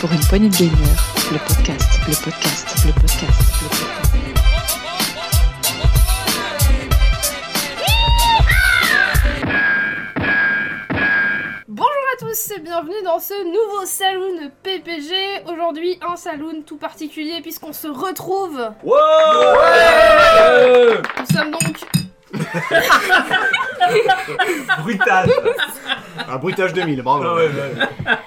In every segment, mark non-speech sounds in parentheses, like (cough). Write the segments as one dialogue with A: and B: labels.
A: Pour une poignée de gamer, le podcast, le podcast, le podcast, le podcast.
B: Bonjour à tous et bienvenue dans ce nouveau saloon PPG. Aujourd'hui, un saloon tout particulier puisqu'on se retrouve. Nous sommes donc
C: Brutal
D: Un bruitage 2000, bravo.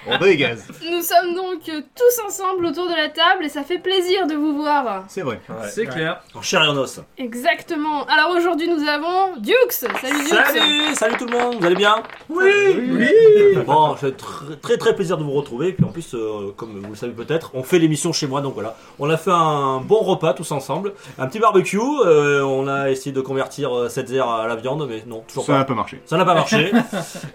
D: On dégage.
B: Nous sommes donc euh, tous ensemble autour de la table et ça fait plaisir de vous voir.
D: C'est vrai.
E: C'est clair.
C: En chair et en os.
B: Exactement. Alors aujourd'hui nous avons Dukes. Salut Dukes.
C: Salut Salut tout le monde, vous allez bien
E: Oui.
C: Bon, c'est tr- très très plaisir de vous retrouver. Puis en plus, euh, comme vous le savez peut-être, on fait l'émission chez moi, donc voilà. On a fait un bon repas tous ensemble, un petit barbecue. euh, on a essayé de convertir euh, cette zère à la viande, mais non, toujours
D: Ça a
C: pas.
D: un peu marché.
C: Ça n'a pas (laughs) marché.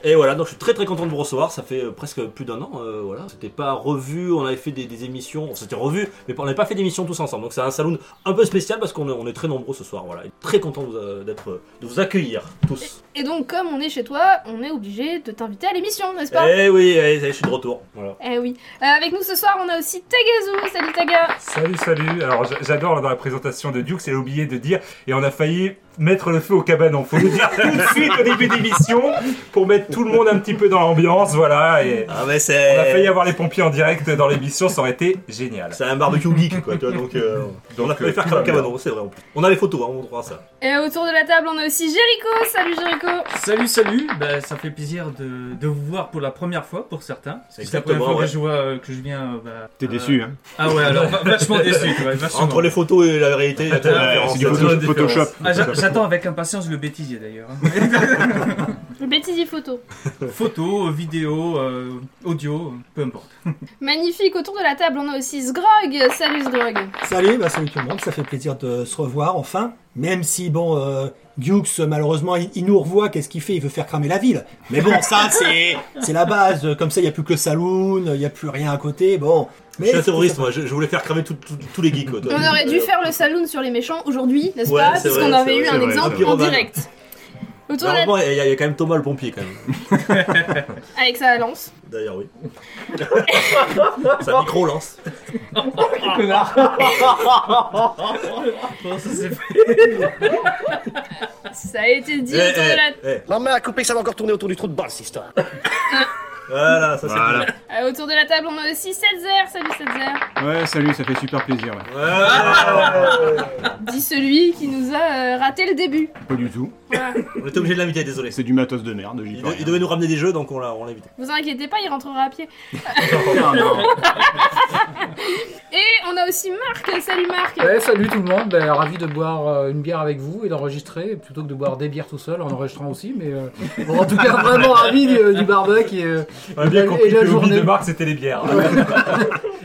C: Et voilà, donc je suis très très content de vous recevoir. Ça fait euh, presque plus d'un an. euh, voilà, c'était pas revu. On avait fait des, des émissions. On s'était revu, mais on n'avait pas fait d'émissions tous ensemble. Donc c'est un saloon un peu spécial parce qu'on est, on est très nombreux ce soir. Voilà, Et très content de, vous, euh, d'être, euh, de vous accueillir tous.
B: Et donc comme on est chez toi, on est obligé de t'inviter à l'émission, n'est-ce pas
C: Eh oui, eh, ça y est, je suis de retour. Voilà.
B: Eh oui. Euh, avec nous ce soir on a aussi Tagazu. Salut Taga.
E: Salut, salut. Alors j'a- j'adore dans la présentation de Duke, c'est oublié de dire et on a failli mettre le feu au cabanon. Faut le dire tout de suite au début d'émission pour mettre tout le monde un petit peu dans l'ambiance, voilà. Et
C: Ah mais
E: on a failli
C: c'est.
E: avoir les pompiers en direct dans l'émission, ça aurait été génial.
C: C'est un barbecue geek quoi, tu vois, (laughs) donc, euh,
E: Donc,
C: on a failli
E: euh,
C: faire
E: tout
C: comme
E: va bien.
C: cabanon, c'est vrai en plus. On a les photos, hein, on trouvera ça.
B: Et autour de la table on a aussi Jericho. Salut Jericho.
F: Salut, salut, bah, ça fait plaisir de, de vous voir pour la première fois pour certains. C'est la
C: Exactement,
F: première fois
C: ouais.
F: que, je vois, euh, que je viens. euh, bah,
D: T'es
F: euh,
D: déçu, hein
F: Ah ouais, alors va- vachement déçu. Ouais, vachement.
C: Entre les photos et la réalité, il y a tellement de
D: Ouais,
C: différences.
D: c'est du
F: Vachement
D: photo-
F: différence.
D: Photoshop.
F: Ah, j'a- J'attends avec impatience le bêtisier d'ailleurs. hein.
G: (laughs)
B: Bêtisier photo.
F: Photo, vidéo, euh, audio, peu importe.
B: Magnifique. Autour de la table on a aussi Sgrog. Salut Sgrog.
H: Salut, bah salut tout le monde, ça fait plaisir de se revoir enfin, même si bon, euh, Dukes malheureusement il, il nous revoit, qu'est-ce qu'il fait Il veut faire cramer la ville. Mais bon, ça
C: (laughs)
H: c'est c'est la base, comme ça il n'y a plus que le saloon, il n'y a plus rien à côté, bon.
C: Je
H: Mais
C: suis un terroriste, moi, je, je voulais faire cramer tout- tout- tous les geeks quoi. Euh,
B: On aurait dû faire le saloon sur les méchants aujourd'hui, n'est-ce
C: Ouais,
B: pas
C: c'est
B: Puisqu'on
C: vrai,
B: avait
C: c'est
B: eu
C: vrai,
B: un
D: c'est vrai.
B: exemple
C: Un
B: en
C: pyromane.
B: direct. Autour de la...
C: Malheureusement, il y, a- il y a quand même Thomas le pompier quand même.
B: Avec sa lance.
C: D'ailleurs, oui. Ça micro-lance.
F: Bon, ça c'est fait.
B: Ah, Ça a été dit
C: Eh,
B: autour de la...
C: eh, eh.
I: Maman a coupé que ça va encore tourner autour du trou de balle, cette histoire.
C: Voilà, ça c'est
D: Voilà.
B: Euh, autour de la table, on a aussi Selzer. Salut Selzer.
D: Ouais, salut, ça fait super plaisir. ouais.
C: bien. Ouais.
B: Dit celui qui nous a euh, raté le début.
D: Pas du tout.
B: Voilà.
C: On était obligé de l'inviter, désolé.
D: C'est du matos de merde, j'y
C: Il,
D: peux
C: de- il
D: rien.
C: devait nous ramener des jeux, donc on l'a on l'a invité.
B: Vous inquiétez pas, il rentrera à pied.
D: Non, non.
B: Et on a aussi Marc. Salut Marc.
J: Ouais, salut tout le monde, ben, ravi de boire euh, une bière avec vous et d'enregistrer, plutôt que de boire des bières tout seul, en enregistrant aussi, mais euh, bon, en tout cas vraiment ravi du, du barbecue et, euh,
E: On a bien
J: Et
E: compris que
J: la
E: le hobby
J: journée.
E: de Marc c'était les bières.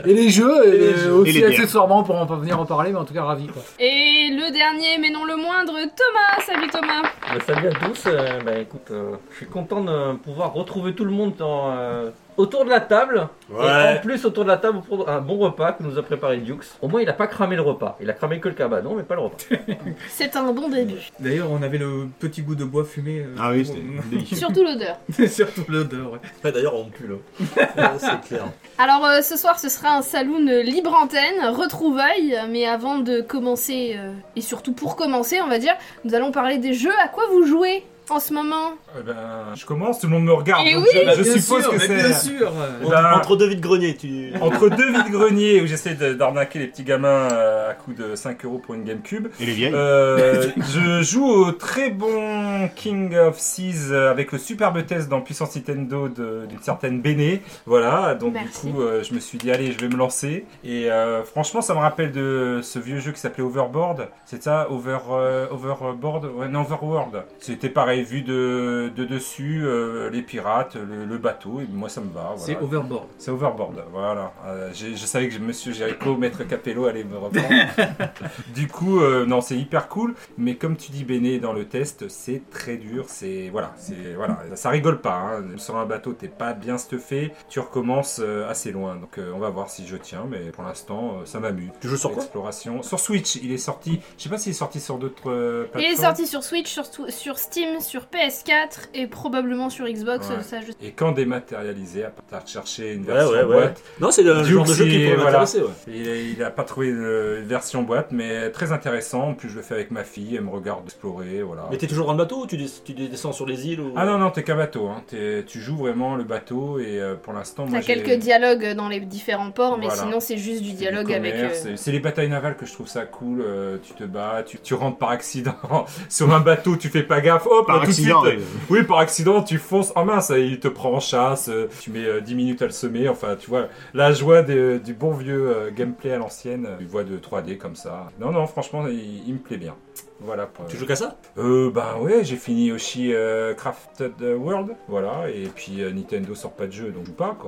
J: et les jeux, et, euh,
D: Et
J: aussi
D: les bières.
J: accessoirement pour en venir en parler, mais en tout cas ravi quoi.
B: Et le dernier, mais non le moindre, Thomas. Salut Thomas.
G: Bah, salut à tous, Euh, bah, écoute, euh, je suis content de pouvoir retrouver tout le monde dans, euh, autour de la table. Et en
C: Ouais.
G: plus, autour de la table, pour un bon repas que nous a préparé Dukes. Au moins, il a pas cramé le repas. Il a cramé que le cabanon, mais pas le repas.
B: C'est un bon début.
F: D'ailleurs, on avait le petit goût de bois fumé. euh,
D: Ah oui, c'était délicieux.
B: Surtout l'odeur.
F: Surtout l'odeur, ouais.
C: Ouais, D'ailleurs, on pue là. Ouais, c'est clair.
B: Alors euh, ce soir, ce sera un saloon euh, libre antenne, retrouvailles, euh, mais avant de commencer, euh, et surtout pour commencer, on va dire, nous allons parler des jeux. À quoi vous jouez en ce moment
E: Eh ben, je commence, tout le monde me regarde.
B: Eh
E: donc
B: oui,
E: je-
F: Bah,
E: je
F: bien
E: suppose
F: sûr,
E: que
F: mais Bien
E: c'est
F: sûr.
C: On-
E: Ben-
C: Entre deux vides grenier, tu.
E: entre deux vides greniers où j'essaie de- d'arnaquer les petits gamins euh, à coup de 5 euros pour une GameCube.
D: Et les vieilles
E: Euh, je joue au très bon King of Seas euh, avec le superbe test dans Puissance Nintendo de- d'une certaine Béné. Voilà, donc
B: Merci.
E: du coup, euh, je me suis dit, allez, je vais me lancer. Et euh, franchement, ça me rappelle de ce vieux jeu qui s'appelait Overboard. C'est ça Over, euh, Overboard Ouais, non, Overworld. C'était pareil, vu de, de dessus, euh, les pirates, le, le bateau. Et moi, ça me va.
F: C'est
E: Voilà.
F: overboard.
E: C'est Overboard, voilà. Euh, j'ai- je savais que Monsieur Jericho, Maître Capello allait
C: (laughs)
E: me reprendre. du coup, euh, non, c'est hyper cool, mais comme tu dis Béné dans le test, c'est très dur, c'est... Voilà, c'est... Voilà, ça rigole pas, hein. Sur un bateau, t'es pas bien stuffé, tu recommences euh, assez loin, donc euh, on va voir si je tiens, mais pour l'instant, euh, ça m'amuse.
C: Tu joues sur quoi
E: Exploration. Sur Switch, il est sorti... Je sais pas s'il est sorti sur d'autres euh,
B: Il est
E: plateformes.
B: sorti sur Switch, sur, sur Steam, sur PS4 et probablement sur Xbox.
E: Ouais.
B: Ça, je-
E: Et quand dématérialisé, à part t'as recherché une
C: Ouais,
E: version
C: ouais, ouais.
E: boîte.
C: Non, c'est le
E: Duke,
C: genre de jeu qui
E: c'est-
C: pourrait m'intéresser, ouais.
E: Il, il a pas trouvé de version boîte, mais très intéressant. En plus, je le fais avec ma fille, elle me regarde explorer, voilà.
C: Mais t'es toujours dans le bateau ou tu, des- tu descends sur les îles ou...
E: Ah non, non, t'es qu'un bateau. hein. T'es- tu joues vraiment le bateau et euh, pour l'instant, moi.
B: T'as
E: j'ai-
B: quelques dialogues dans les différents ports, mais
E: Voilà.
B: sinon c'est juste du
E: du
B: dialogue avec.
E: commerce,
B: euh,
E: c'est- C'est les batailles navales que je trouve ça cool. euh, tu te bats, tu, tu rentres par accident (laughs) sur un bateau, tu fais pas gaffe. Hop,
D: Par
E: tout de
D: accident, euh,
E: suite, euh,
D: oui.
E: oui, par accident, tu fonces. Oh mince, il te prend en chasse. euh, Tu mets euh, 10 minutes à le semer. Enfin, tu vois, la joie des- du bon vieux euh, gameplay à l'ancienne, euh, du voix de 3D comme ça. Non, non, franchement, il, il me plaît bien. Voilà. pour-
C: Tu joues qu'à ça
E: euh, bah ouais, j'ai fini Yoshi euh, Crafted World, voilà, et puis euh, Nintendo sort pas de jeu, donc je joue pas
C: (laughs)
E: quoi.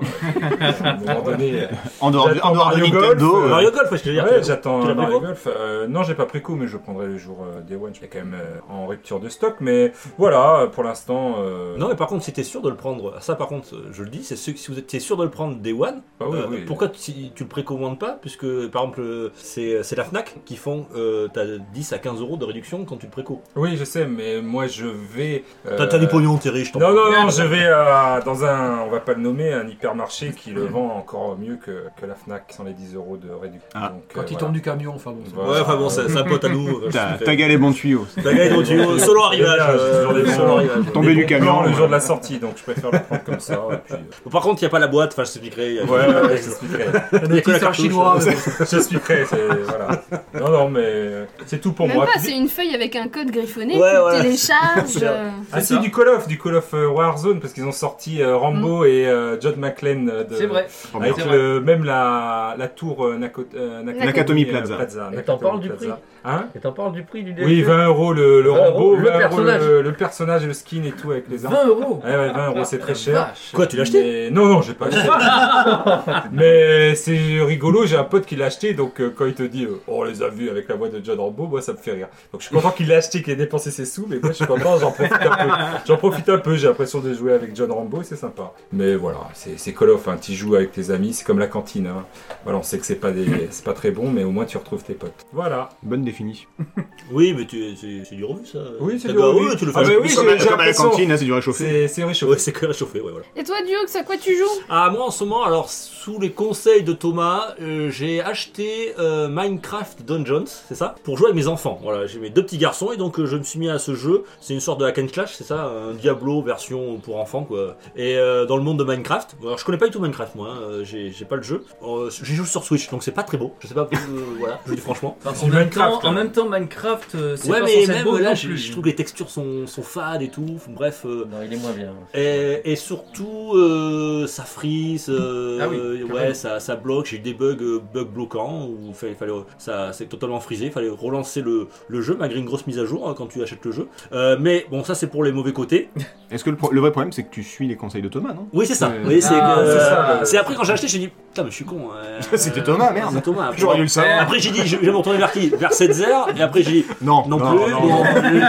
E: À un moment donné, euh,
D: En dehors de-
E: j'attends
D: en dehors de
E: Mario
D: Nintendo,
E: Golf,
D: euh,
C: Mario Golf, ouais, je te dis,
E: ouais,
C: tu l'as-
E: j'attends
C: tu l'as pris
E: Mario
C: quoi
E: Golf. Euh, non, j'ai pas pris coup, mais je le prendrai le jour euh, Day One. Il est quand même euh, en rupture de stock, mais voilà, euh, pour l'instant. euh,
C: Non, mais par contre, si t'es sûr de le prendre, ça par contre, euh, je le dis, c'est ce- si vous êtes t'es sûr de le prendre Day One,
E: Ah oui,
C: euh,
E: oui.
C: pourquoi tu- si tu le précommandes pas Puisque par exemple, euh, c'est c'est la Fnac qui font euh, t'as 10 à 15 euros de réduction quand tu le préco.
E: Oui, je sais, mais moi je vais. euh,
C: T'as t'as du pognon, t'es riche. t'en
E: Non,
C: fous.
E: non, non, je vais euh, dans un, on va pas le nommer, un hypermarché qui le vend encore mieux que, que la Fnac sans les 10 euros de réduction.
D: Ah.
E: Donc,
J: Quand
E: euh,
J: il
E: voilà.
J: tombe du camion, enfin bon. c'est-
E: Voilà.
C: Ouais, enfin bon, c'est c'est un pote à nous. euh,
D: T'as
C: c'est-
D: t'as galé bon tuyau.
C: T'as gagné ton
E: (laughs)
C: duo, solo arrivage. euh,
E: Toujours des bons-
C: solo arrivage.
D: Tombé du camion.
E: Non, le
D: ouais.
E: jour de la sortie, donc je préfère le prendre comme ça. Et puis, euh,
C: Bon, Par contre, il n'y a pas la boîte, enfin, je euh, t'expliquerai. y a-
E: Ouais, ouais, ouais, j'expliquerai.
C: Il y a que la
J: Petit
C: cartouche.
J: chinois, mais bon.
E: J'expliquerai, c'est. Voilà. Non, non, mais euh, c'est tout pour
B: Même
E: moi.
B: pas,
E: Puis-
B: c'est une feuille avec un code griffonné,
C: Ouais,
B: tu
C: voilà. (laughs)
B: télécharges. euh,
E: Ah si, du Call of, du Call of euh, Warzone, parce qu'ils ont sorti euh,
B: Mm.
E: Rambo et euh, John McClane. euh, de-
G: C'est vrai.
D: Oh, merde.
E: Avec
G: Ah, C'est
E: le- même la, la tour euh, Nako- euh, Nakatomi,
D: Nakatomi
E: euh,
D: Plaza.
G: Et
E: Nakatomi
G: t'en parles du
E: Plaza.
G: prix
E: Hein
G: Et t'en parles du prix du DLC
E: Oui, 20 euros le, le
G: 20
E: Rambo,
G: euros, le
E: 20 euros
G: personnage.
E: le, le personnage et le skin et tout avec les armes.
G: 20 euros
E: Eh Ouais, ouais, 20 euros, c'est très cher.
G: Vache.
C: Quoi, tu l'as acheté
E: Mais- Non, non, j'ai pas acheté. Mais c'est rigolo, j'ai un pote qui l'a acheté, donc euh, quand il te dit euh, on les a vus avec la voix de John Rambo, moi ça me fait rire. Donc je suis content qu'il l'ait acheté, qu'il ait dépensé ses sous, mais moi je suis content, j'en profite un peu. J'en profite un peu, j'ai l'impression de jouer avec John Rambo, c'est sympa. Mais voilà, c'est c'est Call of, hein, tu joues avec tes amis, c'est comme la cantine. hein. Voilà, on sait que c'est pas, des- c'est pas très bon, mais au moins tu retrouves tes potes. Voilà.
D: Bonne définition.
C: Oui, mais tu- c'est c'est du revu, ça.
E: Oui, c'est
C: T'as
E: du
C: pas-
E: revu.
C: ouais, tu le fais.
E: Ah, mais oui,
D: Comme-
E: j'ai-
D: comme,
E: j'ai
D: à la
E: l'impression-
D: cantine, hein, c'est du réchauffé.
E: C'est c'est réchauffé.
C: Ouais, c'est que réchauffé, ouais, voilà.
B: Et toi, Duke, à quoi tu joues
C: Ah, moi en ce moment, alors sous les conseils de Thomas, euh, j'ai acheté euh, Minecraft Dungeons, c'est ça Pour jouer avec mes enfants. Voilà, j'ai mes deux petits garçons et donc euh, je me suis mis à ce jeu. C'est une sorte de hack and clash, c'est ça Un Diablo version pour enfants, quoi. Et euh, dans le monde de Minecraft, alors je connais pas du tout Minecraft, moi, hein, euh, j'ai j'ai pas le jeu. Euh, J'y joue sur Switch, donc c'est pas très beau. Je sais pas, euh, voilà, je vous dis franchement.
F: Enfin,
E: C'est
F: en,
E: du
F: même
E: Minecraft,
F: temps, en
E: là.
F: même temps, Minecraft, euh, c'est
C: Ouais,
F: pas
C: mais
F: censé être beau
C: même là,
F: non
C: je,
F: plus.
C: je trouve que les textures sont, sont fades et tout. Bref. euh,
G: Non, il est moins bien.
C: Et, et surtout, euh, ça frise, euh,
F: Ah oui,
C: ouais,
F: carrément.
C: ça, ça bloque. J'ai eu des bugs, euh, bugs bloquants où fallait, fallait, ça c'est totalement frisé. Fallait relancer le, le jeu malgré une grosse mise à jour hein, quand tu achètes le jeu. Euh, mais bon, ça c'est pour les mauvais côtés.
D: Est-ce que le, pro- le vrai problème, c'est que tu suis les conseils de Thomas, non
C: Oui, c'est ça.
D: Euh,
C: Oui, c'est
F: ah,
C: que-
F: c'est
E: ça, le-
C: c'est après quand j'ai acheté, j'ai dit putain, mais je suis con. euh,
D: C'était Thomas, merde.
C: c'est Thomas. Après,
D: J'aurais dû le savoir.
C: Après, j'ai dit, je je vais me retourner vers qui Vers 7h Et après, j'ai dit
D: Non,
C: non plus.
E: non,
C: non
E: non.
C: plus.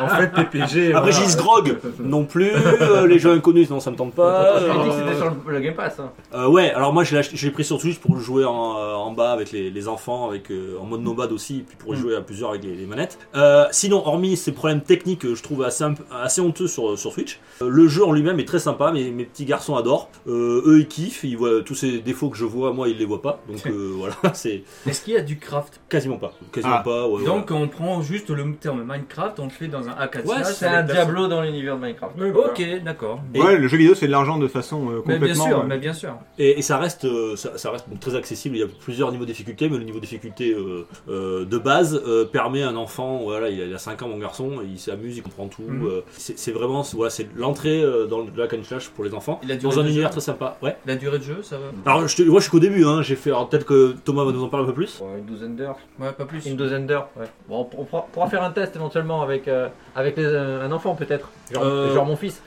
E: En fait, PPG.
C: Après,
E: voilà.
C: j'ai dit Grog non plus. euh, les jeux inconnus, non, ça me tente pas.
G: Je t'ai dit que
C: euh,
G: c'était sur le, le Game Pass. Hein.
C: Euh, ouais, alors moi je l'ai acheté- je l'ai pris sur Switch pour le jouer en, euh, en bas avec les, les enfants, avec euh, en mode nomade aussi, et puis pour y jouer à plusieurs avec les, les manettes. Euh, sinon, hormis ces problèmes techniques, euh, je trouve assez, un peu- assez honteux sur, sur Switch. euh, le jeu en lui-même est très sympa, mes, mes petits garçons adorent. Euh, eux ils kiffent, ils voient tous ces défauts que je vois, moi ils les voient pas. Donc euh, voilà, (laughs) c'est
F: Est-ce qu'il y a du craft
C: quasiment pas, quasiment
D: Ah.
C: pas. ouais,
F: Donc on prend juste le terme Minecraft, on le fait dans un hack and
C: Ouais,
F: slash
G: C'est
F: avec
G: un
F: la-
G: Diablo dans l'univers de Minecraft.
E: Ouais, voilà.
F: Ok, d'accord.
C: Et-
D: Ouais, le jeu vidéo, c'est de l'argent de façon euh,
F: Mais bien
D: complètement.
F: sûr,
D: euh,
F: mais bien sûr.
C: Et, et ça reste, euh, ça, ça reste donc très accessible. Il y a plusieurs niveaux de difficulté, mais le niveau de difficulté euh, euh, de base euh, permet à un enfant, voilà, il a, il a 5 ans, mon garçon, il s'amuse, il comprend tout.
F: Mhm.
C: euh, c'est c'est vraiment, c'est- voilà, c'est l'entrée euh, dans le Black and Slash pour les enfants.
F: Il a duré
C: Dans un
F: deux
C: univers
F: heures.
C: très sympa. Ouais.
F: La durée de jeu, ça va
C: Alors, je te, moi, je suis qu'au début. Hein, J'ai fait. Alors, peut-être que Thomas va nous en parler un peu plus.
G: Ouais, une douzaine d'heures.
F: Ouais, pas plus.
G: Une douzaine d'heures, ouais. Bon, on, pourra- on pourra faire un test éventuellement avec, euh, avec les- euh, un enfant peut-être. Genre,
C: Euh,
G: genre mon fils.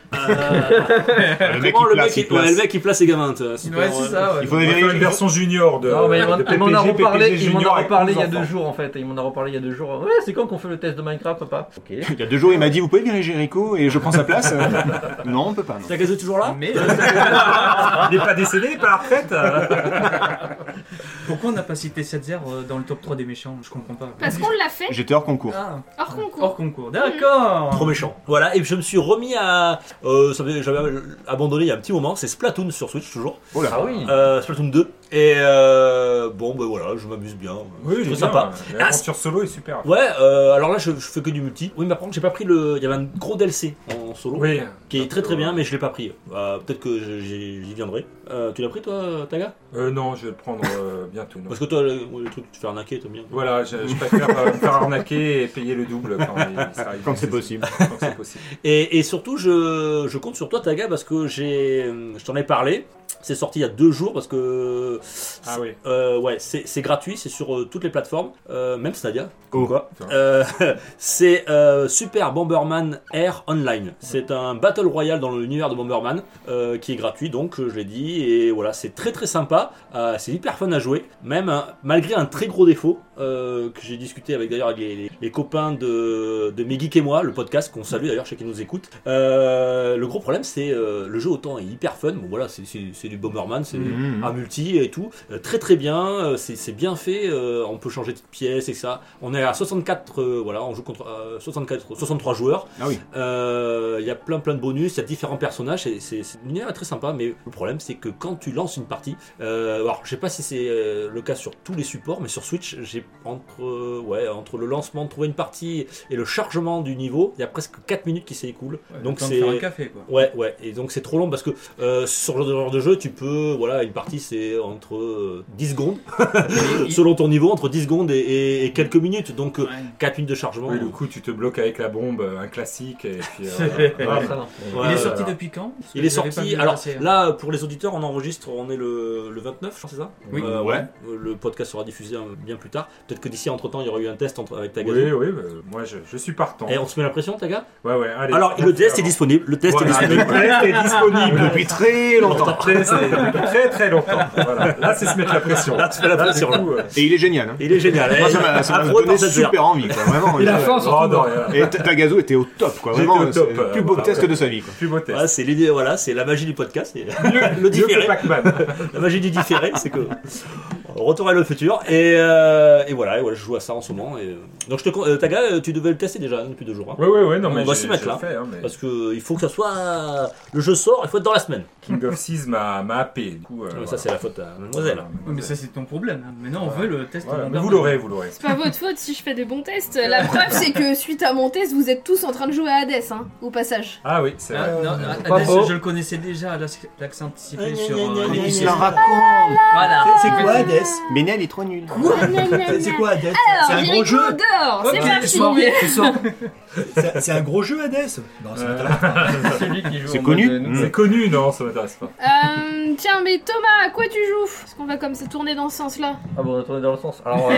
D: Le mec,
C: Comment
D: il
C: le
D: place,
C: mec, il-
D: il place.
C: ouais, le mec, il place les gamins. t'as- super,
F: Ouais, c'est
C: ouais.
F: ça, ouais.
D: (laughs) Il
E: On va
D: faudrait
E: faire une
D: vérifier.
G: euh,
E: version junior de.
G: non, mais il m'en-
E: de
G: il m'en a
E: PPG,
G: reparlé, il m'en
E: junior
G: a
E: avec
G: reparlé il y a
E: 11
G: deux
E: enfants.
G: jours en fait. Il m'en a reparlé il y a deux jours, ouais, c'est quand qu'on fait le test de Minecraft, papa Ok.
D: Il y a deux jours, il m'a dit Vous pouvez virer Jericho et je prends sa place Non, on peut pas. non.
C: Sakazo est toujours là
G: Mais
F: euh,
E: Il n'est pas décédé, il n'est pas à la retraite.
F: Pourquoi on n'a pas cité 7-0 dans le top 3 des méchants Je comprends pas.
B: Parce qu'on l'a fait
D: J'étais hors concours.
F: Ah,
B: hors concours.
F: hors concours, d'accord
C: Trop méchant. Voilà, et je me suis remis à. euh, ça faisait- J'avais abandonné il y a un petit moment, c'est Splatoon sur Switch toujours.
D: Oh là.
G: Ah oui
C: Euh, Splatoon 2. Et euh, bon, ben voilà, je m'amuse bien.
E: Oui,
C: c'est
E: il est
C: sympa.
E: bien. L'aventure solo est super.
C: Ouais, euh, alors là, je, je fais que du multi. Oui, mais par contre, j'ai pas pris le. Il y avait un gros DLC en solo.
E: Oui.
C: Qui est très très bien, mais je l'ai pas pris. Euh, Peut-être que je- j'y j'y viendrai. Euh, tu l'as pris toi, Taga
E: Euh, non, je vais le prendre euh, bientôt.
C: (laughs)
E: non.
C: Parce que toi, le, le truc, tu te fais arnaquer, t'aimes bien.
E: Voilà, je, je préfère euh, me faire arnaquer et payer le double quand, il- il sera-
D: Quand c'est possible.
E: Quand c'est
C: (laughs)
E: possible.
C: Et, et surtout, je, je compte sur toi, Taga, parce que j'ai, euh, je t'en ai parlé. C'est sorti il y a deux jours parce que
E: Ah oui.
C: euh, ouais, c'est c'est gratuit, c'est sur euh, toutes les plateformes, euh, même Stadia. comme
D: Oh,
C: quoi.
E: putain.
C: Euh, (laughs) c'est euh, Super Bomberman Air Online. C'est un battle royale dans l'univers de Bomberman euh, qui est gratuit, donc euh, je l'ai dit. Et voilà, c'est très très sympa. Euh, c'est hyper fun à jouer, même hein, malgré un très gros défaut euh, que j'ai discuté avec d'ailleurs avec les, les- les copains de, de Mes Geeks et moi, le podcast qu'on salue d'ailleurs, ceux qui nous écoutent. Euh, le gros problème, c'est euh, le jeu autant est hyper fun. Bon voilà, c'est- c'est c'est du Bomberman, c'est
E: Mm-hmm.
D: Mhm.
C: un multi et tout. Euh, très très bien, euh, c'est c'est bien fait. euh, on peut changer de pièce et ça. On est à 64, euh, voilà, on joue contre euh, 64, 63 joueurs.
D: Ah oui.
C: Euh, Il y a plein plein de bonus, il y a différents personnages. et c'est- c'est- L'univers est très sympa, mais le problème c'est que quand tu lances une partie, euh, alors je sais pas si c'est euh, le cas sur tous les supports, mais sur Switch, j'ai entre euh, ouais entre le lancement de trouver une partie et le chargement du niveau, il y a presque 4 minutes qui s'écoulent.
F: Donc
C: Donc
F: c'est.
C: c'est
F: faire un café quoi.
C: Ouais, ouais, et donc c'est trop long parce que euh, sur le genre de jeu, tu peux, voilà, une partie c'est entre euh,
F: (laughs)
C: 10 secondes, selon ton niveau, entre 10 secondes et, et- et quelques minutes, donc euh,
F: Ouais.
C: 4 minutes de chargement.
E: Oui, le coup, tu te bloques avec la bombe, euh, un classique. Et puis, euh,
F: C'est-
E: voilà.
G: Ah, ça, non.
C: Ouais,
F: Il est
C: ouais,
F: sorti
C: ouais.
F: depuis quand Parce que
C: Il est
F: j'avais pas
C: sorti,
F: vu
C: alors
F: passer, hein.
C: là, pour les auditeurs, on enregistre, on est le, le 29, je crois, c'est ça
F: Oui.
C: Euh,
D: Ouais.
C: ouais. Le podcast sera diffusé euh, bien plus tard. Peut-être que d'ici entre temps, il y aura eu un test entre, avec Taga.
E: oui, oui, bah, moi je, je suis partant.
C: Et on se met la pression, Taga
E: Ouais, ouais, allez.
C: Alors, le test est
E: (laughs) Voilà,
C: disponible, le test est disponible.
E: Le test est disponible
D: Ah, Depuis très longtemps.
E: Très, très très longtemps. Voilà. Là, c'est se mettre la pression.
C: Là, tu fais la
E: Là,
C: pression,
E: du coup, euh,
D: Et il est génial. hein.
C: Il est génial.
D: Moi, ça
C: Eh,
D: m'a ça m'a
C: affreux
D: donné
C: par cette
D: super envie, quoi. Vraiment. euh,
J: Il a faim
E: oh,
J: surtout.
E: non, rien.
D: Et Ta- Tagazo était au top, quoi.
E: J'étais
D: Vraiment,
E: au top,
D: c'est le
E: euh,
D: plus beau
E: voilà.
D: test de sa vie, quoi.
E: Plus beau test.
C: Voilà, c'est l'idée, voilà, c'est la magie du podcast, c'est le
E: Mieux que
C: différé,
E: Pac-Man.
C: la magie du différé, c'est que euh, retour à le futur et, euh, et voilà, et voilà, je joue à ça en ce moment. Et... Donc je te, con- euh, Taga, euh, tu devais le tester déjà hein, depuis deux jours, hein.
E: Ouais, ouais, ouais, non,
C: On
E: mais
C: va
E: j'ai-
C: s'y mettre,
E: je le
C: là.
E: fais, hein, mais
C: parce que euh, il faut que ça soit le jeu sort, il faut être dans la semaine.
E: King of Seas m'a m'a happé. Du coup, euh,
C: Euh,
E: voilà.
C: Ça c'est la faute à Mademoiselle.
E: Voilà,
F: Oui, mais ça c'est ton problème. hein. Maintenant on veut le test.
E: Voilà,
F: de
E: mais vous
F: Bomberman.
E: l'aurez, vous l'aurez.
B: C'est pas votre faute si je fais des bons tests. La preuve, c'est (laughs) que suite à mon test, vous êtes tous en train de jouer à Hades, hein, au passage.
E: Ah oui, c'est
F: Ah,
E: vrai.
F: non,
J: pas
F: Hades,
J: faux.
F: je le connaissais déjà, l'ac- l'accent anticipé
C: Gna,
F: sur.
C: gna, gna,
F: euh,
C: gna,
F: les
C: gna,
D: Il
C: gna.
D: la
F: lycées.
D: raconte
F: Voilà.
H: C'est quoi Hades
D: Bénia, elle est trop nulle.
B: Ah, Gna, gna, gna,
H: C'est- C'est
B: gna.
H: quoi Hades C'est
B: Alors,
H: un gros
B: Jericho
H: jeu
B: dehors, c'est
F: Ok,
B: parti.
J: Tu sors.
H: C'est c'est un gros jeu Hades Non, ça m'intéresse pas.
G: C'est lui qui joue.
D: C'est
G: en
D: connu
G: mode, euh,
D: Mm.
E: C'est connu, non, ça m'intéresse (laughs) pas.
B: Euh, tiens, mais Thomas, à quoi tu joues Parce qu'on va comme ça tourner dans ce sens-là.
G: Ah bon, on est tourné dans le sens. Alors, euh,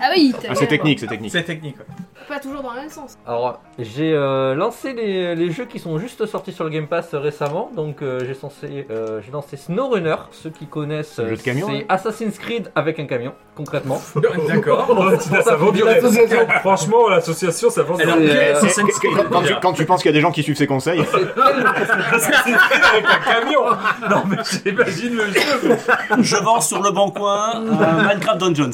B: Ah oui, t'as
D: Ah, c'est technique, c'est technique.
F: C'est technique. ouais.
B: pas toujours dans le même sens.
G: Alors, j'ai euh, lancé les, les jeux qui sont juste sortis sur le Game Pass récemment. Donc, euh, j'ai censé- euh, j'ai lancé SnowRunner. Ceux qui connaissent, euh,
D: Le jeu de camion,
G: c'est
D: hein.
G: Assassin's Creed avec un camion, concrètement.
F: D'accord.
E: (laughs) Oh, putain, ça vend du rêve. Franchement, l'association, ça vend du
G: Alors,
E: rêve.
G: euh,
D: C'est- quand- Quand tu- quand tu penses qu'il y a des gens qui suivent ses conseils,
E: avec un camion. Non, mais j'imagine le jeu.
C: Je vends sur le bon coin euh, Minecraft Dungeons.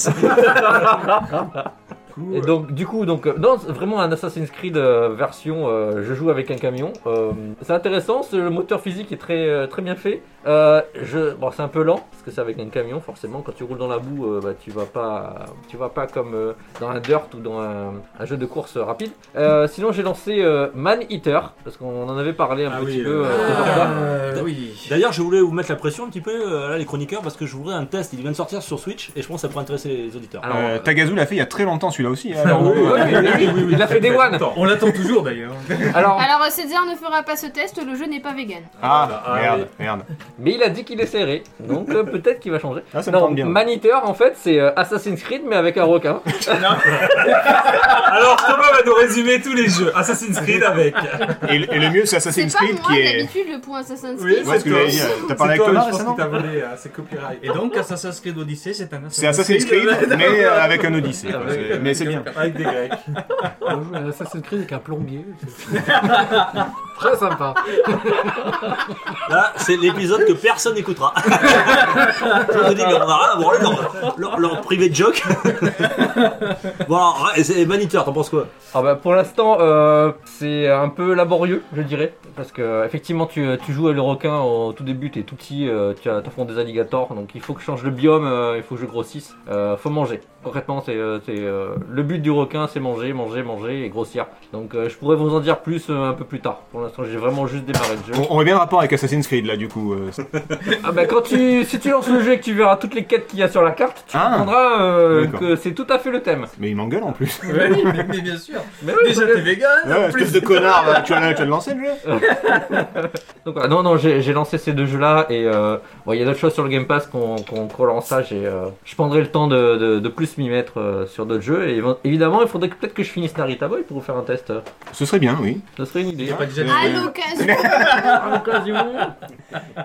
G: Et donc, du coup, donc, euh, non, c'est vraiment un Assassin's Creed euh, version euh, je joue avec un camion. Euh, c'est intéressant, c'est- le moteur physique est très, euh, très bien fait. Euh, je, bon, c'est un peu lent parce que c'est avec un camion, forcément. Quand tu roules dans la boue, euh, bah, tu vas pas, tu vas pas comme euh, dans un dirt ou dans un, un jeu de course euh, rapide. Euh, sinon, j'ai lancé euh, Man Eater parce qu'on en avait parlé un
E: Ah
G: petit
E: oui,
G: peu.
E: euh,
G: euh, ce soir.
F: Euh, oui.
C: D'ailleurs, je voulais vous mettre la pression un petit peu euh, là les chroniqueurs parce que je voudrais un test. Il vient de sortir sur Switch et je pense que ça pourrait intéresser les auditeurs.
G: Alors,
D: euh,
G: euh,
D: Tagazu l'a fait il y a très longtemps, celui-là aussi. hein.
E: Alors,
D: Alors,
E: oui,
D: euh,
E: oui, oui, oui, oui,
G: (laughs) Il a
E: (laughs)
G: fait des
E: très
G: one.
E: longtemps.
F: On l'attend toujours d'ailleurs.
G: alors,
B: Alors, Césaire ne fera pas ce test, le jeu n'est pas vegan.
D: Ah,
E: Ah,
D: merde,
E: oui.
D: merde.
G: mais il a dit qu'il essaierait, donc euh, peut-être qu'il va changer.
D: Ah, ça me
G: Non,
D: tombe bien.
G: Maniteur, en fait, c'est euh, Assassin's Creed, mais avec un (laughs) requin.
E: Alors, Thomas va nous résumer tous les jeux. Assassin's Creed avec.
D: Et, le- et le mieux, c'est
B: C'est
D: Assassin's
B: pas
D: Creed
B: moi
D: qui est.
B: d'habitude le point Assassin's
E: Oui,
B: Creed.
D: Ouais, ce que
E: toi.
D: j'allais dire. T'as parlé avec
E: C'est
D: Thomas
E: toi, je pense
D: récemment
E: qu'il t'a volé, euh, c'est copyright.
F: Et donc Assassin's Creed Odyssey, c'est un
D: C'est Assassin's Creed, mais euh, avec un Odyssey. quoi. C'est- Mais connaissez bien.
E: Avec des Grecs.
G: On joue à Ah, Assassin's Creed avec un plombier.
K: (laughs)
G: Très sympa.
C: Là, c'est l'épisode que personne n'écoutera. (laughs) Je vous dis qu'on a rien à branler de leur, leur- leur privé de joke. (laughs) bon, alors, ouais, c'est Maniteur, t'en penses quoi
K: Ah bah, pour l'instant, euh, c'est un peu laborieux, je dirais. Parce que, euh, effectivement, tu, euh, tu joues à le requin au tout début, t'es tout petit, euh, tu as- t'affrontes des alligators, donc il faut que je change le biome, euh, il faut que je grossisse. Euh, faut manger. Concrètement, c'est euh, c'est, euh, le but du requin, c'est manger, manger, manger et grossir. Donc euh, je pourrais vous en dire plus euh, un peu plus tard. Pour l'instant, j'ai vraiment juste démarré le jeu.
D: On, on voit bien le rapport avec Assassin's Creed là, du coup. euh,
K: Ah bah quand tu si tu lances le jeu et que tu verras toutes les quêtes qu'il y a sur la carte, tu
D: Ah.
K: comprendras euh,
D: D'accord.
K: que c'est tout à fait le thème.
D: Mais il m'engueule en plus.
L: Ouais, oui, mais, mais bien sûr.
K: Mais oui,
L: Déjà, t'es vegan.
D: Ouais,
L: en plus
D: espèce de connard, là, tu as, tu as lancé le jeu
K: Donc, ah, non, non, j'ai j'ai lancé ces deux jeux-là et euh, bon, il y a d'autres choses sur le Game Pass qu'on qu'on qu'on lancera. J'ai, euh, je prendrai le temps de, de, de plus m'y mettre euh, sur d'autres jeux. Et évent- évidemment, il faudrait que- peut-être que je finisse Narita Boy pour vous faire un test.
D: Ce serait bien, oui.
K: Ce serait une idée.
G: Ah,
L: Pas déjà
B: À
L: de-
B: l'occasion
K: À l'occasion.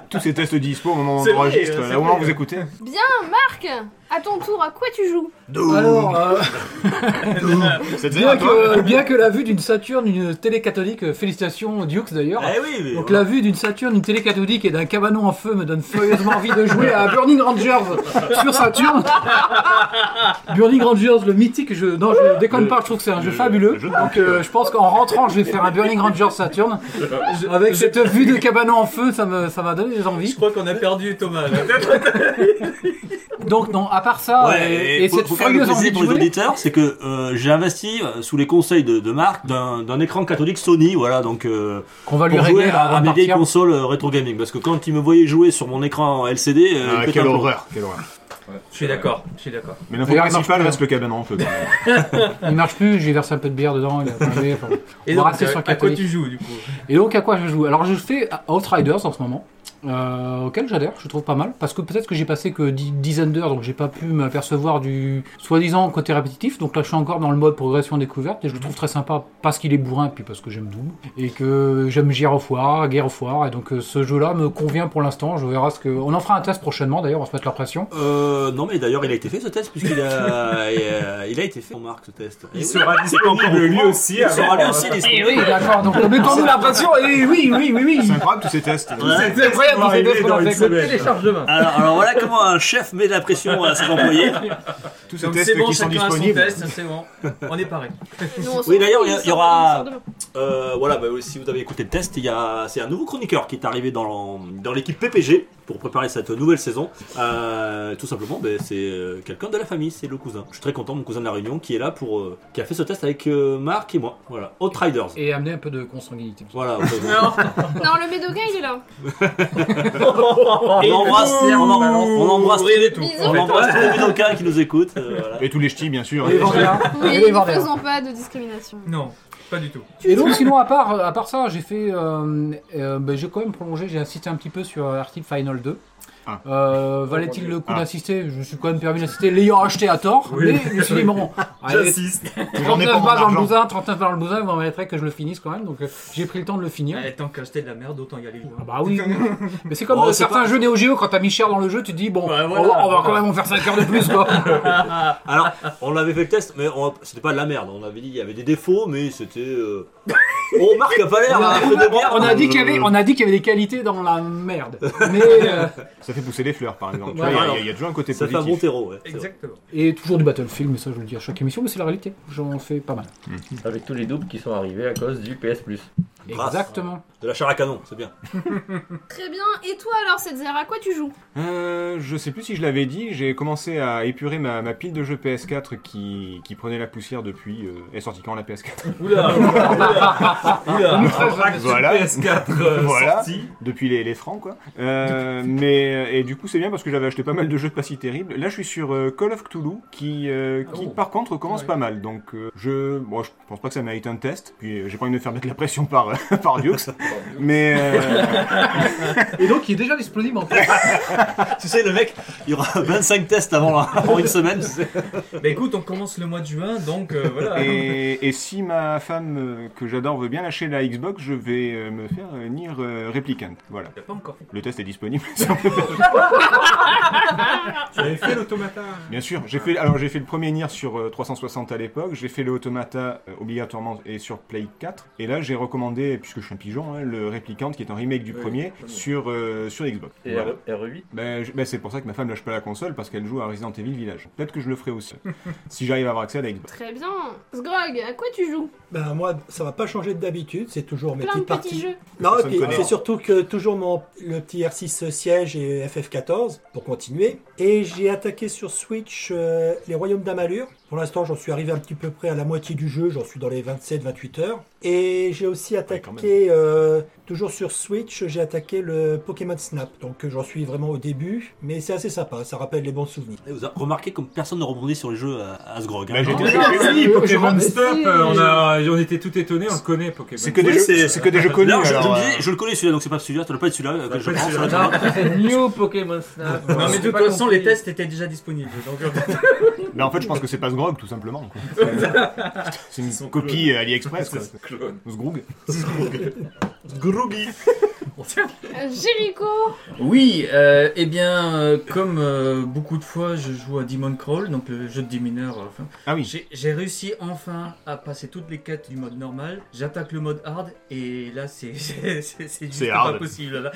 D: Tous ces tests dispo au moment où
L: C'est
D: on
L: vrai,
D: enregistre,
L: euh, c'est
D: là où on
L: vrai.
D: vous écoutez.
B: Marc, à ton tour, à quoi tu joues
G: Alors, euh,
D: Ça te fait
G: bien,
D: un peu
G: que, bien que la vue d'une Saturne, une télé catholique, euh, félicitations Dukes d'ailleurs.
C: Eh oui, mais
G: Donc
C: voilà.
G: la vue d'une Saturne, d'une télé cathodique et d'un cabanon en feu me donne furieusement envie de jouer à Burning Rangers sur Saturne. Burning Rangers, le mythique jeu. Non, je déconne pas, je trouve que c'est un jeu fabuleux. Donc euh, je pense qu'en rentrant, je vais faire un Burning Rangers
C: (laughs)
G: Saturne. Je- Avec cette vue de cabanon en feu, ça me ça m'a donné des
L: Je
G: envies.
L: crois qu'on a perdu Thomas. là.
G: Donc non, à part ça
C: Ouais,
G: et, et
C: pour,
G: cette
C: pour faire le
G: furieuse envie
C: plaisir
G: de
C: pour les
G: jouer.
C: auditeurs, c'est que euh, j'ai investi euh, sous les conseils de, de Marc d'un d'un écran catholique Sony, voilà, donc euh,
G: Qu'on va lui
C: pour jouer
G: régler
C: à,
G: avant
C: à
G: de
C: mes vieilles
G: partir.
C: consoles euh, rétro gaming. Parce que quand il me voyait jouer sur mon écran LCD, euh, il
D: Ah,
C: pétait un
D: quelle
C: plomb.
D: horreur, quelle horreur.
L: Je suis d'accord. Je suis d'accord.
D: Mais l'info
G: D'ailleurs,
D: principale
G: non,
D: reste le cabanon en feu. quand même.
G: Il marche plus, j'ai versé un peu de bière dedans. il a tombé, enfin.
L: Et
G: On va
L: donc,
G: rester
L: euh,
G: sur
L: à quoi
G: catholique.
L: tu joues du coup
G: Et donc à quoi je joue Alors je fais Outriders en ce moment, euh, auquel j'adhère, je trouve pas mal, parce que peut-être que j'ai passé que dix- dizaines d'heures, donc j'ai pas pu m'apercevoir du soi-disant côté répétitif, donc là je suis encore dans le mode progression découverte, et je le trouve très sympa, parce qu'il est bourrin, puis parce que j'aime Doom, et que j'aime Gear of War, Gear of War, et donc euh, ce jeu-là me convient pour l'instant, je verrai ce que... On en fera un test prochainement d'ailleurs, on va se mettre la pression.
C: Euh, non, mais d'ailleurs, il a été fait ce test, puisqu'il a, (laughs) et, euh, il a été fait, on marque ce test.
E: Il
C: Et
E: sera
C: oui, c'est pas encore
E: disponible lui
C: au courant.
E: aussi.
C: Il sera lui aussi
G: Et
C: disponible.
G: Eh oui, d'accord, donc mettons-nous la pression, et oui, oui, oui, oui
D: C'est incroyable tous ces tests.
G: C'est incroyable,
E: vont
G: c'est
E: arriver
G: ce qu'on
E: dans
G: a
E: une
G: fait, quoi.
E: semaine.
G: Télécharge demain
C: Alors, alors voilà comment un chef met de la pression à ses employés.
D: Tous ces
L: Donc
D: tests
L: c'est bon,
D: qui sont
L: chacun a son
D: disponibles.
L: test, hein, c'est bon. On est (laughs) pareil.
B: Nous, on s'en
C: Oui, d'ailleurs,
B: fout,
C: il y a-
B: sort
C: il y aura-
B: demain, il sort demain.
C: Euh, voilà, bah, si vous avez écouté le test, il y a, c'est un nouveau chroniqueur qui est arrivé dans, dans l'équipe PPG pour préparer cette nouvelle saison. Euh, tout simplement, bah, c'est euh, quelqu'un de la famille, c'est le cousin. Je suis très content, mon cousin de la Réunion, qui est là pour, euh, qui a fait ce test avec euh, Marc et moi. Voilà, Outriders.
G: Et amener un peu de consanguinité.
C: Voilà.
B: Non, le médogain, il est là.
C: on embrasse, on embrasse, on embrasse,
B: Bisous.
C: on embrasse tous les médocas qui nous écoutent. euh, voilà.
D: Et tous les ch'tis, bien sûr.
G: Et voilà.
C: Ah,
B: Oui,
G: Et les
B: ne
G: vendeurs.
B: faisons pas de discrimination.
L: Non, pas du tout.
G: Et donc sinon à part à part ça j'ai fait euh, euh, ben, j'ai quand même prolongé j'ai insisté un petit peu sur euh, Arctic Final 2
D: Ah.
G: Euh, valait-il le coup
D: Ah.
G: d'insister je me suis quand même permis d'insister l'ayant acheté à tort
L: Oui.
G: mais je me suis dit bon allez,
L: J'insiste.
G: 39
D: mon
G: balles dans le
D: argent.
G: bousin 39 balles dans le bousin vous m'arrêterez que je le finisse quand même donc euh, j'ai pris le temps de le finir
L: Eh, Tant qu'acheter de la merde, autant y aller. hein.
G: Ah bah oui mais c'est comme
C: Oh,
G: euh,
C: c'est
G: certains
C: pas-
G: jeux Neo Geo quand t'as mis cher dans le jeu tu te dis bon
L: Ouais,
G: on va-
L: voilà.
G: on, va quand même en faire 5 heures de plus quoi
C: Alors, on l'avait fait le test, mais on- c'était pas de la merde. On avait dit il y avait des défauts, mais c'était. euh, Oh, Marc a pas l'air.
G: on a,
C: après deux bières,
G: on a dit
C: euh,
G: qu'il y avait on a dit qu'il y avait des qualités dans la merde mais euh,
D: Ça fait pousser les fleurs, par exemple. Tu vois,
G: Ouais,
D: Il y a-
C: alors,
D: il y, a- il y a toujours un côté
C: Ça fait un bon
D: positif.
C: terreau, ouais. c'est vrai.
L: Exactement.
G: Et toujours du Battlefield, mais ça je le dis à chaque émission, mais c'est la réalité. J'en fais pas mal.
K: Mmh. Avec tous les doubles qui sont arrivés à cause du PS Plus.
C: Grâce.
G: Exactement.
C: De la chair à canon, c'est bien.
B: Très bien. Et toi, alors, cette zère, à quoi tu joues
D: Euh, je sais plus si je l'avais dit, j'ai commencé à épurer ma, ma pile de jeux PS4 qui, qui prenait la poussière depuis. Euh, elle est sortie quand la PS4
L: Oula, oula,
G: Ah,
C: euh,
L: oula.
C: (laughs)
D: Voilà.
E: PS4 euh,
D: (laughs) Voilà.
E: sorti.
D: Depuis les, les francs, quoi. Euh, mais et du coup, c'est bien parce que j'avais acheté pas mal de jeux pas si terribles. Là, je suis sur euh, Call of Cthulhu qui, euh, qui
L: Oh.
D: par contre commence
L: Ouais.
D: pas mal. Donc, euh, je, bon, je pense pas que ça mérite un test. Puis, euh, j'ai pas envie de me faire mettre la pression par, (laughs) euh, par Dukes. Mais euh,
G: Et donc, il est déjà
L: (laughs)
G: disponible en
L: Ah,
G: fait.
C: Tu sais, le mec, (laughs) il y aura 25 tests avant, avant une semaine. tu sais.
L: Bah écoute, on commence le mois de juin, donc euh, voilà.
D: et, et si ma femme euh, que j'adore veut bien lâcher la Xbox, je vais euh, me faire euh, Nier euh, Replicant. Voilà.
L: T'as pas encore fait.
D: Le test est disponible. (laughs) si on peut-
E: Tu avais fait l'automata.
D: bien sûr. J'ai fait alors j'ai fait le premier Nier sur euh, 360 à l'époque. J'ai fait le Automata euh, obligatoirement et sur Play 4. Et là j'ai recommandé puisque je suis un pigeon hein, le Replicant qui est un remake du
E: Oui,
D: premier
E: premier.
D: sur euh, sur Xbox.
M: Et
D: Voilà.
M: R- E RE8
D: Ben, je- ben, c'est pour ça que ma femme lâche pas la console parce qu'elle joue à Resident Evil Village. Peut-être que je le ferai aussi (laughs) si j'arrive à avoir accès à la Xbox.
B: Très bien. Sgrog, à quoi tu joues
H: Ben moi, ça va pas changer d'habitude, c'est toujours mes
B: Plein de
H: petites
B: petits
H: parties.
B: jeux.
H: Non, et
D: Personne
H: puis
D: connaît.
H: c'est surtout que toujours mon, le petit R6 siège et FF14 pour continuer. Et j'ai attaqué sur Switch euh, les Royaumes d'Amalur. Pour l'instant, j'en suis arrivé un petit peu près à la moitié du jeu, j'en suis dans les 27-28 heures. Et j'ai aussi
D: quand même.
H: attaqué, euh, toujours sur Switch, j'ai attaqué le Pokémon Snap. Donc euh, j'en suis vraiment au début, mais c'est assez sympa, ça rappelle les bons souvenirs.
C: Et vous avez remarqué comme personne ne rebondit sur les jeux à, à ce grog. hein.
D: Ben, j'ai été-
E: Si, Ah, Pokémon
G: mais
E: Stop,
G: si.
E: euh, on, a, on était tout étonnés, on le connaît, Pokémon
D: C'est que, des
C: Oui,
D: jeux-
C: c'est-
D: c'est que des jeux connus.
C: Là, je, je
D: alors,
C: me
D: euh,
C: disais, je le connais celui-là, donc c'est pas celui-là, ça doit pas être celui-là
E: doit
C: que je
E: pas être
C: prends. ça doit
M: Non,
C: être-
M: c'est New Pokémon Snap.
L: Non, mais
M: J'ai
L: de toute
M: pas
L: façon,
M: compris.
L: les tests étaient déjà disponibles. Donc, euh, (laughs)
D: Mais en fait, je pense que c'est pas ce grog, tout simplement. quoi. C'est une
E: sont
D: copie euh, AliExpress,
E: (laughs)
D: quoi.
E: C'est un clone.
D: Ce grog.
C: Groovy.
B: Euh, Jericho.
L: Oui, euh, eh bien, euh, comme euh, beaucoup de fois, je joue à Demon Crawl, donc le jeu de 10 mineurs. euh, enfin,
D: Ah oui.
L: j'ai- J'ai réussi enfin à passer toutes les quêtes du mode normal. J'attaque le mode hard, et là, c'est (laughs) c'est- c'est- c'est juste
D: C'est
L: pas
D: hard.
L: possible. là.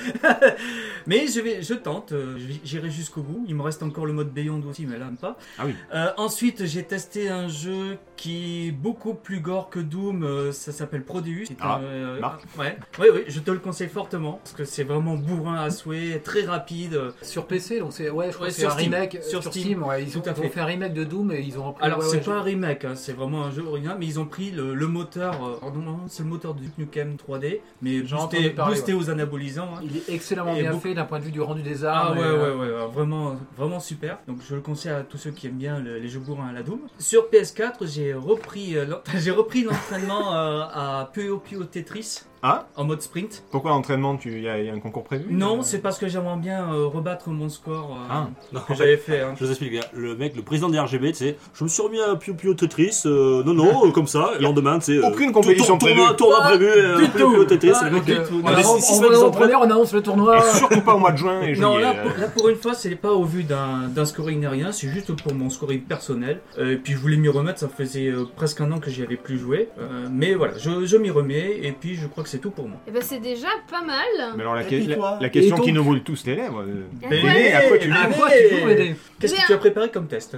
L: (laughs) mais je, vais, je tente, euh, je- j'irai jusqu'au bout. Il me reste encore le mode Beyond aussi, mais là, même pas.
D: Ah oui.
L: Euh, ensuite, j'ai testé un jeu qui est beaucoup plus gore que Doom. euh, ça s'appelle Prodeus. C'est
D: Ah,
L: un, euh,
D: Marc.
L: un- ouais. Oui, oui, je te le conseille fortement parce que c'est vraiment bourrin à souhait, très rapide. euh,
G: Sur PC, donc c'est ouais, je crois
L: Ouais,
G: que c'est
L: sur
G: un
L: Steam.
G: remake euh,
L: Sur
G: sur,
L: Steam.
G: Steam. ouais, ils
L: Tout
G: ont,
L: à
G: ils ont
L: fait.
G: fait un remake de Doom et ils ont repris.
L: Alors,
G: ouais,
L: c'est
G: ouais,
L: pas un remake, hein, c'est vraiment un jeu original, mais ils ont pris le, le moteur. euh, alors, normalement, c'est le moteur du Duke Nukem 3D, mais
G: J'en ai
L: boosté,
G: entendu parler,
L: boosté aux anabolisants. hein.
G: je- Il est excellemment
L: Et
G: bien
L: beaucoup-
G: fait d'un point de vue du rendu des
L: Ah
G: armes.
L: ouais,
G: et,
L: ouais,
G: euh,
L: ouais, ouais, vraiment, vraiment super. Donc je le conseille à tous ceux qui aiment bien le- les jeux bourrins à la Doom. Sur PS4, j'ai repris, euh, l'en- (laughs) j'ai repris l'entraînement euh, à Puyo Puyo Tetris.
D: Ah.
L: En mode sprint. Euh.
D: Pourquoi l'entraînement, il y, a y a un concours prévu
L: Non, c'est parce que j'aimerais bien euh, rebattre mon score euh,
D: Ah.
C: Non,
L: que j'avais fait. hein.
C: Je vous explique bien. Le mec, le président des RGB, tu sais, je me suis remis à Pio Pio Tetris, euh, non, non, euh, comme ça, et le lendemain, tu sais. euh,
D: Aucune compétition
C: tour- tournoi-
D: prévue.
C: Tournoi prévu, euh,
G: du
C: Pio Pio
G: tout.
C: Tetris,
G: Ah,
C: le mec,
G: donc,
C: euh,
G: euh,
C: on
G: on
C: a des
G: annonce-
C: six semaines
G: on va
C: d'entraînement.
G: l'entraîner, on annonce le tournoi.
D: Et surtout pas au mois de juin et
L: Non,
D: juillet,
L: là
D: euh,
L: pour, là, pour une fois, c'est pas au vu d'un d'un scoring ni rien, c'est juste pour mon scoring personnel. Euh, et puis je voulais m'y remettre, ça faisait euh, presque un an que j'y avais plus joué. Euh, mais voilà, je, je m'y remets et puis je crois que c'est tout pour moi.
B: Eh ben c'est déjà pas mal.
D: Mais alors, la,
H: Et
D: que-
H: puis
D: la-
H: toi
D: la question
G: Et donc
D: qui nous roule tous les lèvres. euh,
B: Béné,
D: Béné, à quoi tu
G: À
D: joues
G: quoi tu peux m'aider
L: Qu'est-ce
B: Bien.
L: que tu as préparé comme test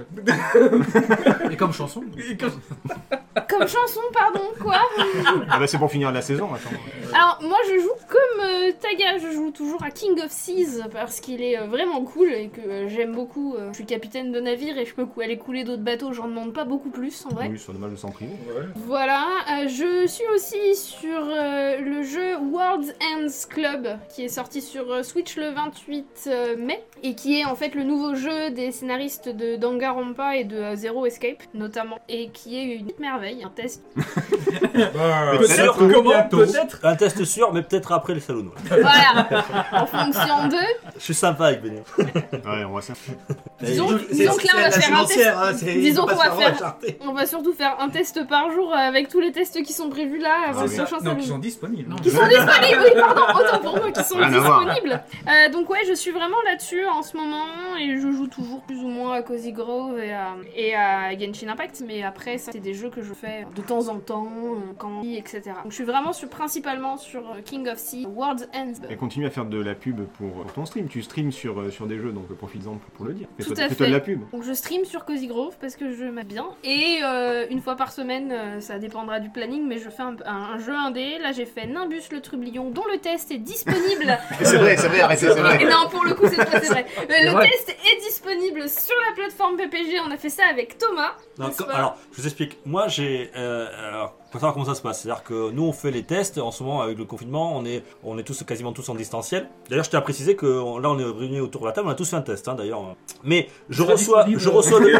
G: Et comme chanson.
B: Comme chanson, pardon, quoi
D: Ah bah c'est pour finir la saison, attends.
B: Alors moi je joue comme euh, Taga, je joue toujours à King of Seas parce qu'il est euh, vraiment cool et que euh, j'aime beaucoup. euh, je suis capitaine de navire et je peux cou- aller couler d'autres bateaux, j'en demande pas beaucoup plus en vrai.
D: Oui, c'est dommage de s'en priver.
B: Voilà, euh, je suis aussi sur euh, le jeu World's Ends Club qui est sorti sur euh, Switch le 28 euh, mai et qui est en fait le nouveau jeu des scénaristes de Danganronpa et de euh, Zero Escape notamment et qui est une merveille, un
H: (laughs)
B: test.
E: Bah,
L: Peut-être,
E: peut-être,
L: comment
E: bientôt.
L: Peut-être
C: Un test sûr, mais peut-être après le salon. voilà.
B: Voilà, en fonction de
C: Je suis sympa avec Béné.
D: Ouais, on voit ça.
B: Disons-
H: C'est-
B: disons que là, on
H: c'est
B: va
H: la
B: faire un
H: financière, hein, c'est-
B: disons
H: faut pas
B: qu'on
H: se
B: va
H: faire
B: faire-
H: charter.
B: On va surtout faire un test par jour euh, avec tous les tests qui sont prévus là euh, avant
D: Ah
B: le
D: oui.
B: prochain
L: Non, qui
B: samedi.
L: sont disponibles.
G: Non.
B: Qui sont disponibles, oui, pardon, autant pour moi, qui sont
D: Rien à voir.
B: disponibles. Euh, donc ouais, je suis vraiment là-dessus en ce moment et je joue toujours plus ou moins à Cozy Grove et à, et à Genshin Impact, mais après ça c'est des jeux que je fais de temps en temps, euh, quand etc. Donc je suis vraiment sur, principalement sur euh, King of Sea, World's End.
D: Et continue à faire de la pub pour, pour ton stream. Tu streams sur, euh, sur des jeux, donc euh, profites-en pour, pour le dire. Fais-toi
B: Tout à
D: fais-toi de
B: fait.
D: la pub.
B: Donc je stream sur Cozy Grove parce que je m'aime bien. Et euh, une fois par semaine, euh, ça dépendra du planning, mais je fais un, un- un jeu indé. Là j'ai fait Nimbus le Trublion dont le test est disponible.
N: C'est vrai, c'est vrai, arrêtez, c'est
B: Et
N: vrai.
B: non pour le coup c'est vrai, c'est vrai. Euh, Le
G: vrai.
B: test est disponible sur la plateforme PPG. On a fait ça avec Thomas.
C: Non,
B: N'est-ce
C: quand-
B: pas
C: alors, je vous explique. Moi, j'ai. euh, alors, faut savoir comment ça se passe. C'est-à-dire que nous, on fait les tests en ce moment avec le confinement. On est, on est tous quasiment tous en distanciel. D'ailleurs, je tiens à préciser que on- là, on est réunis autour de la table. On a tous fait un test, hein, d'ailleurs. Mais je
J: Très
C: reçois,
J: disponible.
C: je reçois le,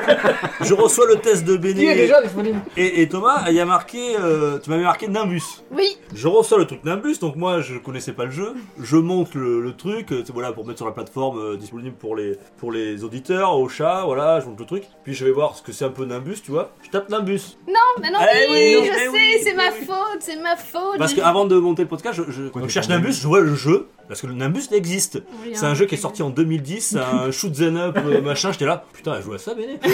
C: je reçois le test de Béné
J: Qui est déjà disponible
C: et, et Thomas. Il y a marqué, euh, tu m'avais marqué Nimbus.
B: Oui,
C: Je reçois le truc Nimbus, donc moi je connaissais pas le jeu. Je monte le, le truc, euh, voilà, pour mettre sur la plateforme euh, disponible pour les, pour les auditeurs, au chat, voilà, je monte le truc. Puis je vais voir ce que c'est un peu Nimbus, tu vois. Je tape Nimbus.
B: Oh, mais non,
C: Eh
B: oui,
C: oui,
B: je
C: eh
B: sais,
C: oui,
B: c'est
C: eh
B: ma
C: oui.
B: faute, c'est ma faute.
C: Parce
B: j'ai-
C: qu'avant de monter le podcast, je, je-
D: Pourquoi
C: je
D: tu
C: cherche
D: prends
C: Nimbus, je vois le jeu, parce que le Nimbus existe.
B: Oui,
C: C'est
B: hein.
C: un jeu qui est sorti en 2010, c'est un shoot 'em up, euh, machin, j'étais là, putain, elle joue à ça, Béné Ouais,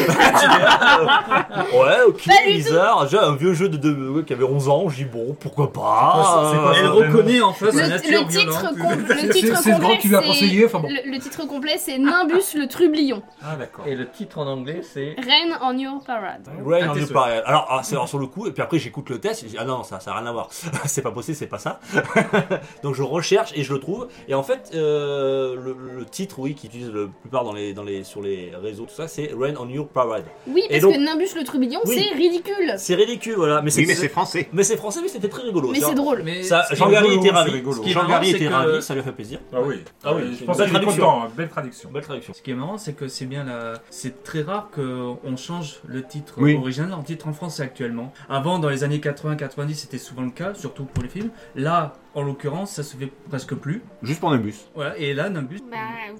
C: ok,
B: Pas du tout.
C: bizarre. Déjà, un vieux jeu de, de- ouais, qui avait 11 ans, j'ai dit bon, pourquoi pas.
D: C'est quoi,
F: Elle
D: Ah,
F: reconnaît en face
B: Le,
F: la
B: le
F: nature
B: titre,
F: violente.
B: com- le titre
J: C'est- c'est le grand
B: complet,
J: qui lui a
B: c'est-
J: conseillé, enfin bon.
B: le, le titre complet, c'est Nimbus le Trublion,
E: Ah, d'accord.
G: Et le titre en anglais, c'est.
B: Reine en Your Parade.
C: Rain
F: Ah,
C: on
F: t'es
C: you
F: sûr.
C: parade. Alors, ah, c'est alors sur le coup, et puis après j'écoute le test, et je dis ah non, ça, ça a rien à voir, (laughs) c'est pas possible, c'est pas ça. (laughs) Donc je recherche et je le trouve, et en fait, euh, le, le titre, oui, qui utilise la plupart dans les, dans les, sur les réseaux, tout ça, c'est Rain on Your Parade.
B: Oui,
C: Et
B: parce
C: donc-
B: que Nimbus le Trublion,
C: Oui.
B: c'est ridicule.
C: C'est ridicule, voilà, mais c'est
D: Oui, mais c'est français.
C: mais c'est français, mais c'était très rigolo.
B: Mais c'est drôle.
F: Mais
C: Ça,
F: ce qui est
C: Jean-Gary
F: rigolo,
C: était
F: c'est-
C: ravi.
F: Ce qui est marrant,
C: Jean-Gary
F: c'est
C: était
F: que-
C: ravi, ça lui a fait plaisir.
E: Ah oui.
C: Ah oui,
E: je
C: c'est
E: pense
C: une
E: qu'il est
C: belle
E: content. hein, Belle traduction.
C: Belle traduction.
F: Ce qui est marrant, c'est que c'est bien la. C'est très rare qu'on change le titre
D: Oui.
F: original en titre en français actuellement. Avant, dans les années 80-90, c'était souvent le cas, surtout pour les films. Là, en l'occurrence, ça se fait presque plus.
D: Juste pour Nimbus.
F: Voilà. Et là,
B: (laughs)
F: Nimbus.
B: Bah,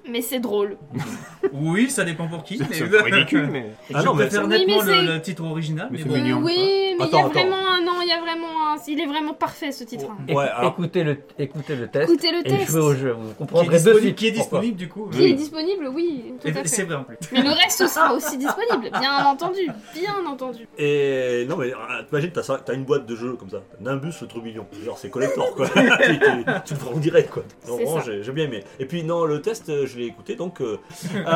B: mais c'est drôle.
F: Oui, ça dépend pour qui.
D: C'est
F: mais-
D: c'est
L: (laughs)
D: ridicule, mais.
F: (laughs)
C: Ah
F: je
C: non, mais
F: préfère
B: c'est- Oui, mais
F: nettement le,
B: c'est-
F: le titre original.
D: Mais
F: Mais,
D: c'est
F: bon.
B: Euh,
D: mignon.
B: oui, mais il y
C: Attends,
B: a
C: attends.
B: vraiment un an, il y a vraiment un... Il est vraiment parfait ce titre.
G: Éc-
C: Ouais, alors-
G: écoutez, le, écoutez le test.
B: Écoutez le
G: Oh. Et
B: test.
G: jouez au jeu. Vous
F: Qui est
G: comprendrez de
F: disponible,
G: suite.
F: qui est
G: pourquoi.
F: disponible, du coup.
B: Qui est disponible, oui, tout
F: Et-
B: à
F: C'est
B: fait.
F: vrai en plus.
B: Mais le reste sera aussi disponible, bien entendu, bien entendu.
C: Et non, mais ah, t'imagines, t'as ça- t'as une boîte de jeux comme ça, Nimbus le Trublion. Genre, c'est collector quoi. (laughs) tu, tu- tu le prends en direct quoi. Donc,
B: C'est
C: vraiment,
B: ça.
C: j'ai j'ai bien aimé. Et puis, non, le test, euh, je l'ai écouté donc. euh,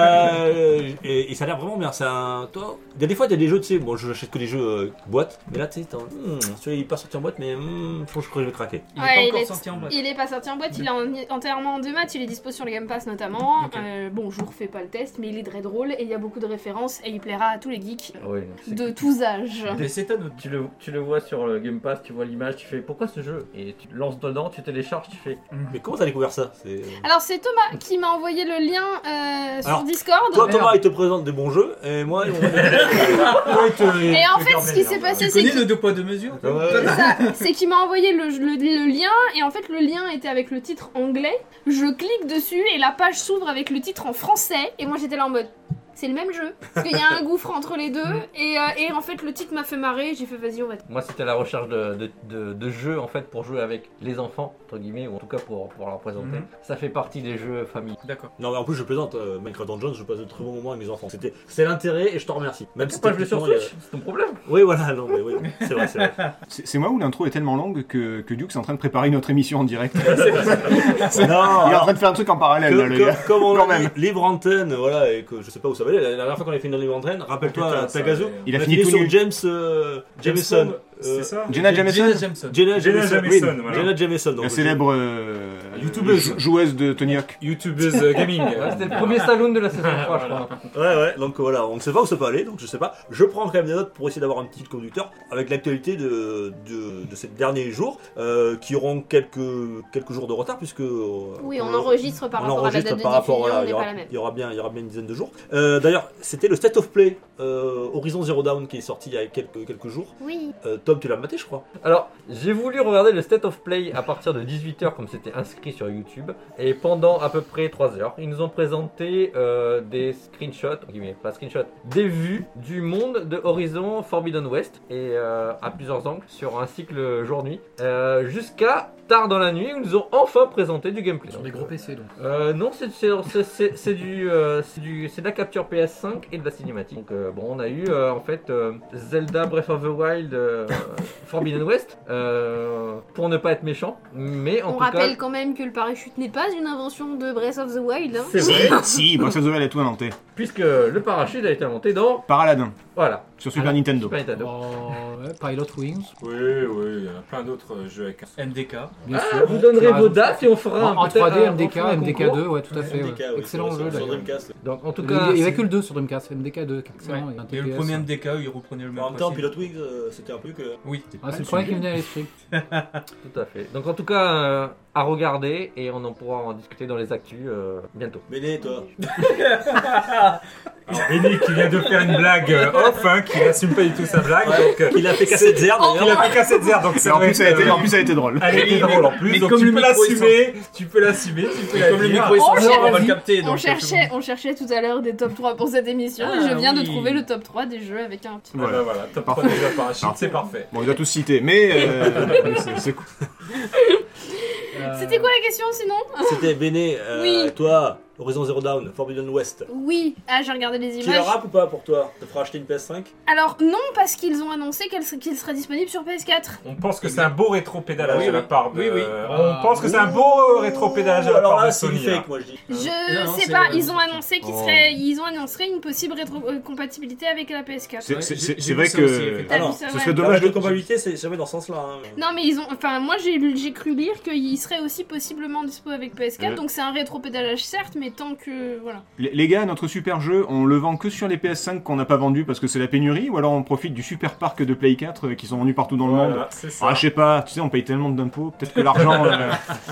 C: euh, et, et ça a l'air vraiment bien. C'est un. toi, il y a des fois, il y a des jeux, tu sais, bon, je n'achète que des jeux euh, boîte, mais là, tu sais, t'as- hmm, celui-là, il est pas sorti en boîte, mais hmm, je pense que je vais craquer.
F: Il
B: Ouais,
F: est
B: il
F: pas
B: est-
F: encore sorti en boîte.
B: Il est pas sorti en boîte, il est en- entièrement en deux maths, il est dispo sur le Game Pass notamment.
F: Ok.
B: Euh, bon, je vous refais pas le test, mais il est très drôle et il y a beaucoup de références et il plaira à tous les geeks
G: Oui.
B: de tous âges.
F: Mais C'est à notre.
G: Tu le, tu le vois sur le Game Pass, tu vois l'image, tu fais pourquoi ce jeu Et tu te lances dedans, tu télécharges, tu fais.
C: Mais comment t'as découvert ça C'est- euh,
B: Alors c'est Thomas qui m'a envoyé le lien euh, sur
C: Alors,
B: Discord.
C: Toi, Thomas, il te présente des bons jeux, et moi,
B: (laughs)
C: ils m'ont- euh,
B: Et en fait, ce qui s'est
F: Tu
B: passé, c'est
F: connais
B: que-
F: le deux poids deux mesures toi
B: ça, c'est qu'il m'a envoyé le, le- le lien et en fait le lien était avec le titre anglais. Je clique dessus et la page s'ouvre avec le titre en français et moi j'étais là en mode c'est le même jeu parce qu'il y a un gouffre entre les deux et, euh, et en fait le titre m'a fait marrer j'ai fait vas-y on va
G: Moi, c'était la recherche de, de, de- de jeux en fait pour jouer avec les enfants, entre guillemets, ou en tout cas pour, pour leur présenter.
F: Mhm.
G: Ça fait partie des jeux famille.
F: D'accord.
C: Non, mais en plus, je plaisante, euh, Minecraft Dungeons, je passe de très bons moments avec mes enfants. C'était c'est l'intérêt, et je t'en remercie. Même
G: C'est pas joué sur
C: techniquement, il y a-
G: Switch, c'est ton euh, problème.
C: Oui, voilà, non, mais oui, c'est vrai, c'est
D: (laughs)
C: vrai.
D: C'est c'est moi où l'intro est tellement longue que, que Duke est en train de préparer notre émission en direct.
C: Non,
D: Il est en
C: alors,
D: train de faire un truc en parallèle, là,
C: comme,
D: le
C: comme-
D: gars.
C: comme on
D: Quand
C: a dit,
D: même.
C: libre antenne, voilà, et que je sais pas où ça va aller, la la dernière fois qu'on avait fait une libre antenne,
D: Oh,
C: rappelle-toi,
E: Putain, ça,
C: Tagazu,
E: mais-
D: Il a
C: on
D: fini tout
C: Bah, sur
D: nu.
C: James, euh, Jameson.
E: C'est
C: euh,
E: ça
D: Jenna Jameson
F: Jenna Jameson.
C: Jenna
E: Jenna
C: Jameson,
E: Jameson,
C: oui,
E: voilà.
C: Jenna Jameson, donc,
D: La
C: je-
D: célèbre euh,
E: Youtubeuse.
D: jou- joueuse de Tony Hawk.
E: YouTubeuse euh, gaming.
G: Ouais, C'était le premier saloon de la (laughs) saison 3, je crois.
C: Ouais, ouais, donc voilà, on ne sait pas où ça peut aller, donc je sais pas. Je prends quand même des notes pour essayer d'avoir un petit fil conducteur avec l'actualité de, de, de ces derniers jours, euh, qui auront quelques, quelques jours de retard, puisque. euh,
B: oui on
C: euh,
B: enregistre par
C: on
B: rapport à la
C: enregistre
B: date de
C: par rapport,
B: diffusion
C: voilà,
B: on
C: il, y
B: n'est
C: aura,
B: pas la même
C: il y aura bien, il y aura bien une dizaine de jours. Euh, D'ailleurs, c'était le State of Play euh, Horizon Zero Dawn qui est sorti il y a quelques, quelques jours.
B: oui
C: Euh, Tom, tu l'as maté, je crois.
G: Alors, j'ai voulu regarder le State of Play à partir de 18h comme c'était inscrit sur YouTube. Et pendant à peu près 3 heures, ils nous ont présenté euh, des screenshots, entre guillemets, pas screenshots, des vues du monde de Horizon Forbidden West et euh, à plusieurs angles sur un cycle jour-nuit. euh, Jusqu'à tard dans la nuit, ils nous ont enfin présenté du gameplay.
J: Sur des gros PC donc.
G: Euh, non, c'est c'est- c'est- c'est- c'est du, euh, c'est du- c'est de la capture PS5 et de la cinématique. Donc euh, bon, on a eu euh, en fait euh, Zelda Breath of the Wild, euh, Forbidden West, euh, pour ne pas être méchant, mais en
B: on
G: tout
B: rappelle
G: cas.
B: quand même que le parachute n'est pas une invention de Breath of the Wild hein.
D: (laughs)
G: C'est vrai,
D: Si, Breath of the Wild a tout inventé.
G: puisque le parachute a été inventé dans.
D: Par Aladdin.
G: Voilà.
D: Sur Super
G: Alors,
D: Nintendo.
G: Super Nintendo.
H: Oh, ouais, Pilot Wings,
E: Oui, oui, il y en a plein d'autres euh, jeux avec un.
L: MDK.
H: bien
G: Ah,
H: sûr.
G: vous donnerez
H: T'as raison.
G: vos dates et on fera un
H: En, en
G: peut-être
H: 3D,
G: un- on
H: MDK,
G: fera un concours.
H: MDK2, ouais, tout à fait.
C: MDK,
H: ouais.
C: oui,
H: Excellent
C: sur-
H: jeu,
C: Sur
H: d'ailleurs.
C: Dreamcast.
G: Donc en tout
H: Il
G: cas,
H: n'y avait que le 2 sur Dreamcast, MDK2, excellent.
L: Ouais.
H: et un
L: Et le
H: TPS.
L: premier MDK, E, il reprenait le même
C: En même temps,
L: principe.
C: Pilot Wings, euh, c'était un truc. euh,
L: Oui.
H: Ah, c'est le premier qui me venait à l'esprit.
G: tout à fait. Donc en tout cas, euh, à regarder et on en pourra en discuter dans les actus euh, bientôt.
C: Béné, toi.
E: Alors, Benny qui vient de faire une blague euh, off, hein, qui n'assume pas du tout sa blague. Donc, euh,
C: Il a fait casser de zère
E: il
C: d'ailleurs.
E: a fait casser de zère, donc
D: Et
E: c'est Ah.
D: en plus, ça a été, en plus, ça a été drôle.
E: Elle était drôle en plus,
L: mais
E: donc
L: comme
E: tu,
L: le
E: peux
L: micro est
E: l'assumer, tu peux l'assumer, tu peux
L: Et
E: la
L: comme le
E: dire.
L: micro est sans
B: Oh,
L: voix, on va le
B: vas-y.
L: capter. donc
B: On
L: euh, c'est
B: cherchait, on cherchait tout à l'heure des top 3 pour cette émission
L: Ah,
B: et je viens
L: oui.
B: de trouver le top 3 des jeux avec un petit.
E: Ah bah
D: Voilà.
E: voilà, top 3
D: Parfait.
E: déjà par Achille,
D: Parfait.
E: c'est parfait.
D: Bon, on les a tous cités, mais euh, c'est- c'est cool.
H: Euh,
B: C'était quoi la question sinon
C: C'était Béné, euh,
B: Oui.
C: toi, Horizon Zero Down, Forbidden West.
B: Oui, ah j'ai regardé les
C: Killer
B: images.
C: App ou pas pour toi Ça fera acheter une PS5
B: Alors non parce qu'ils ont annoncé qu'elle se- qu'il sera disponible sur PS4.
E: On pense que c'est un beau rétro-pédalage
L: Oui,
E: de la
L: oui.
E: part de.
L: Oui, oui.
E: On pense que c'est un beau rétro-pédalage de la
C: Alors
E: part de
C: là, c'est du
E: Sony. hein.
C: fake,
E: là.
C: moi je dis.
B: Je
L: Non, non,
B: sais
L: c'est
B: pas,
L: le-
B: ils ont annoncé qu'ils
D: Oh.
B: seraient, ils ont annoncé une possible rétro- euh, compatibilité avec la PS4.
D: C'est-
L: Ouais,
D: c'est-
L: j'ai-
D: C'est
L: j'ai
D: c'est
L: vu
D: vrai
L: ça
D: que.
L: aussi, effectivement.
D: Ah,
B: Ah
C: non,
B: non,
D: ce
B: ouais.
D: serait
C: Dommage
D: dommage
C: de
D: de.
C: compatibilité, c'est jamais dans ce sens-là. hein.
B: Non mais ils ont, enfin moi j'ai lu- j'ai cru lire qu'ils seraient aussi possiblement dispo avec PS4,
D: Ouais.
B: donc c'est un rétro-pédalage certes, mais tant que voilà.
D: Les les gars, notre super jeu, on le vend que sur les PS5 qu'on n'a pas vendu parce que c'est la pénurie, ou alors on profite du super parc de Play 4 euh, qui sont vendus partout dans le monde.
E: Voilà, c'est ça.
D: Ah, je sais pas, tu sais, on paye tellement d'impôts,
F: (laughs)
D: peut-être que l'argent. euh,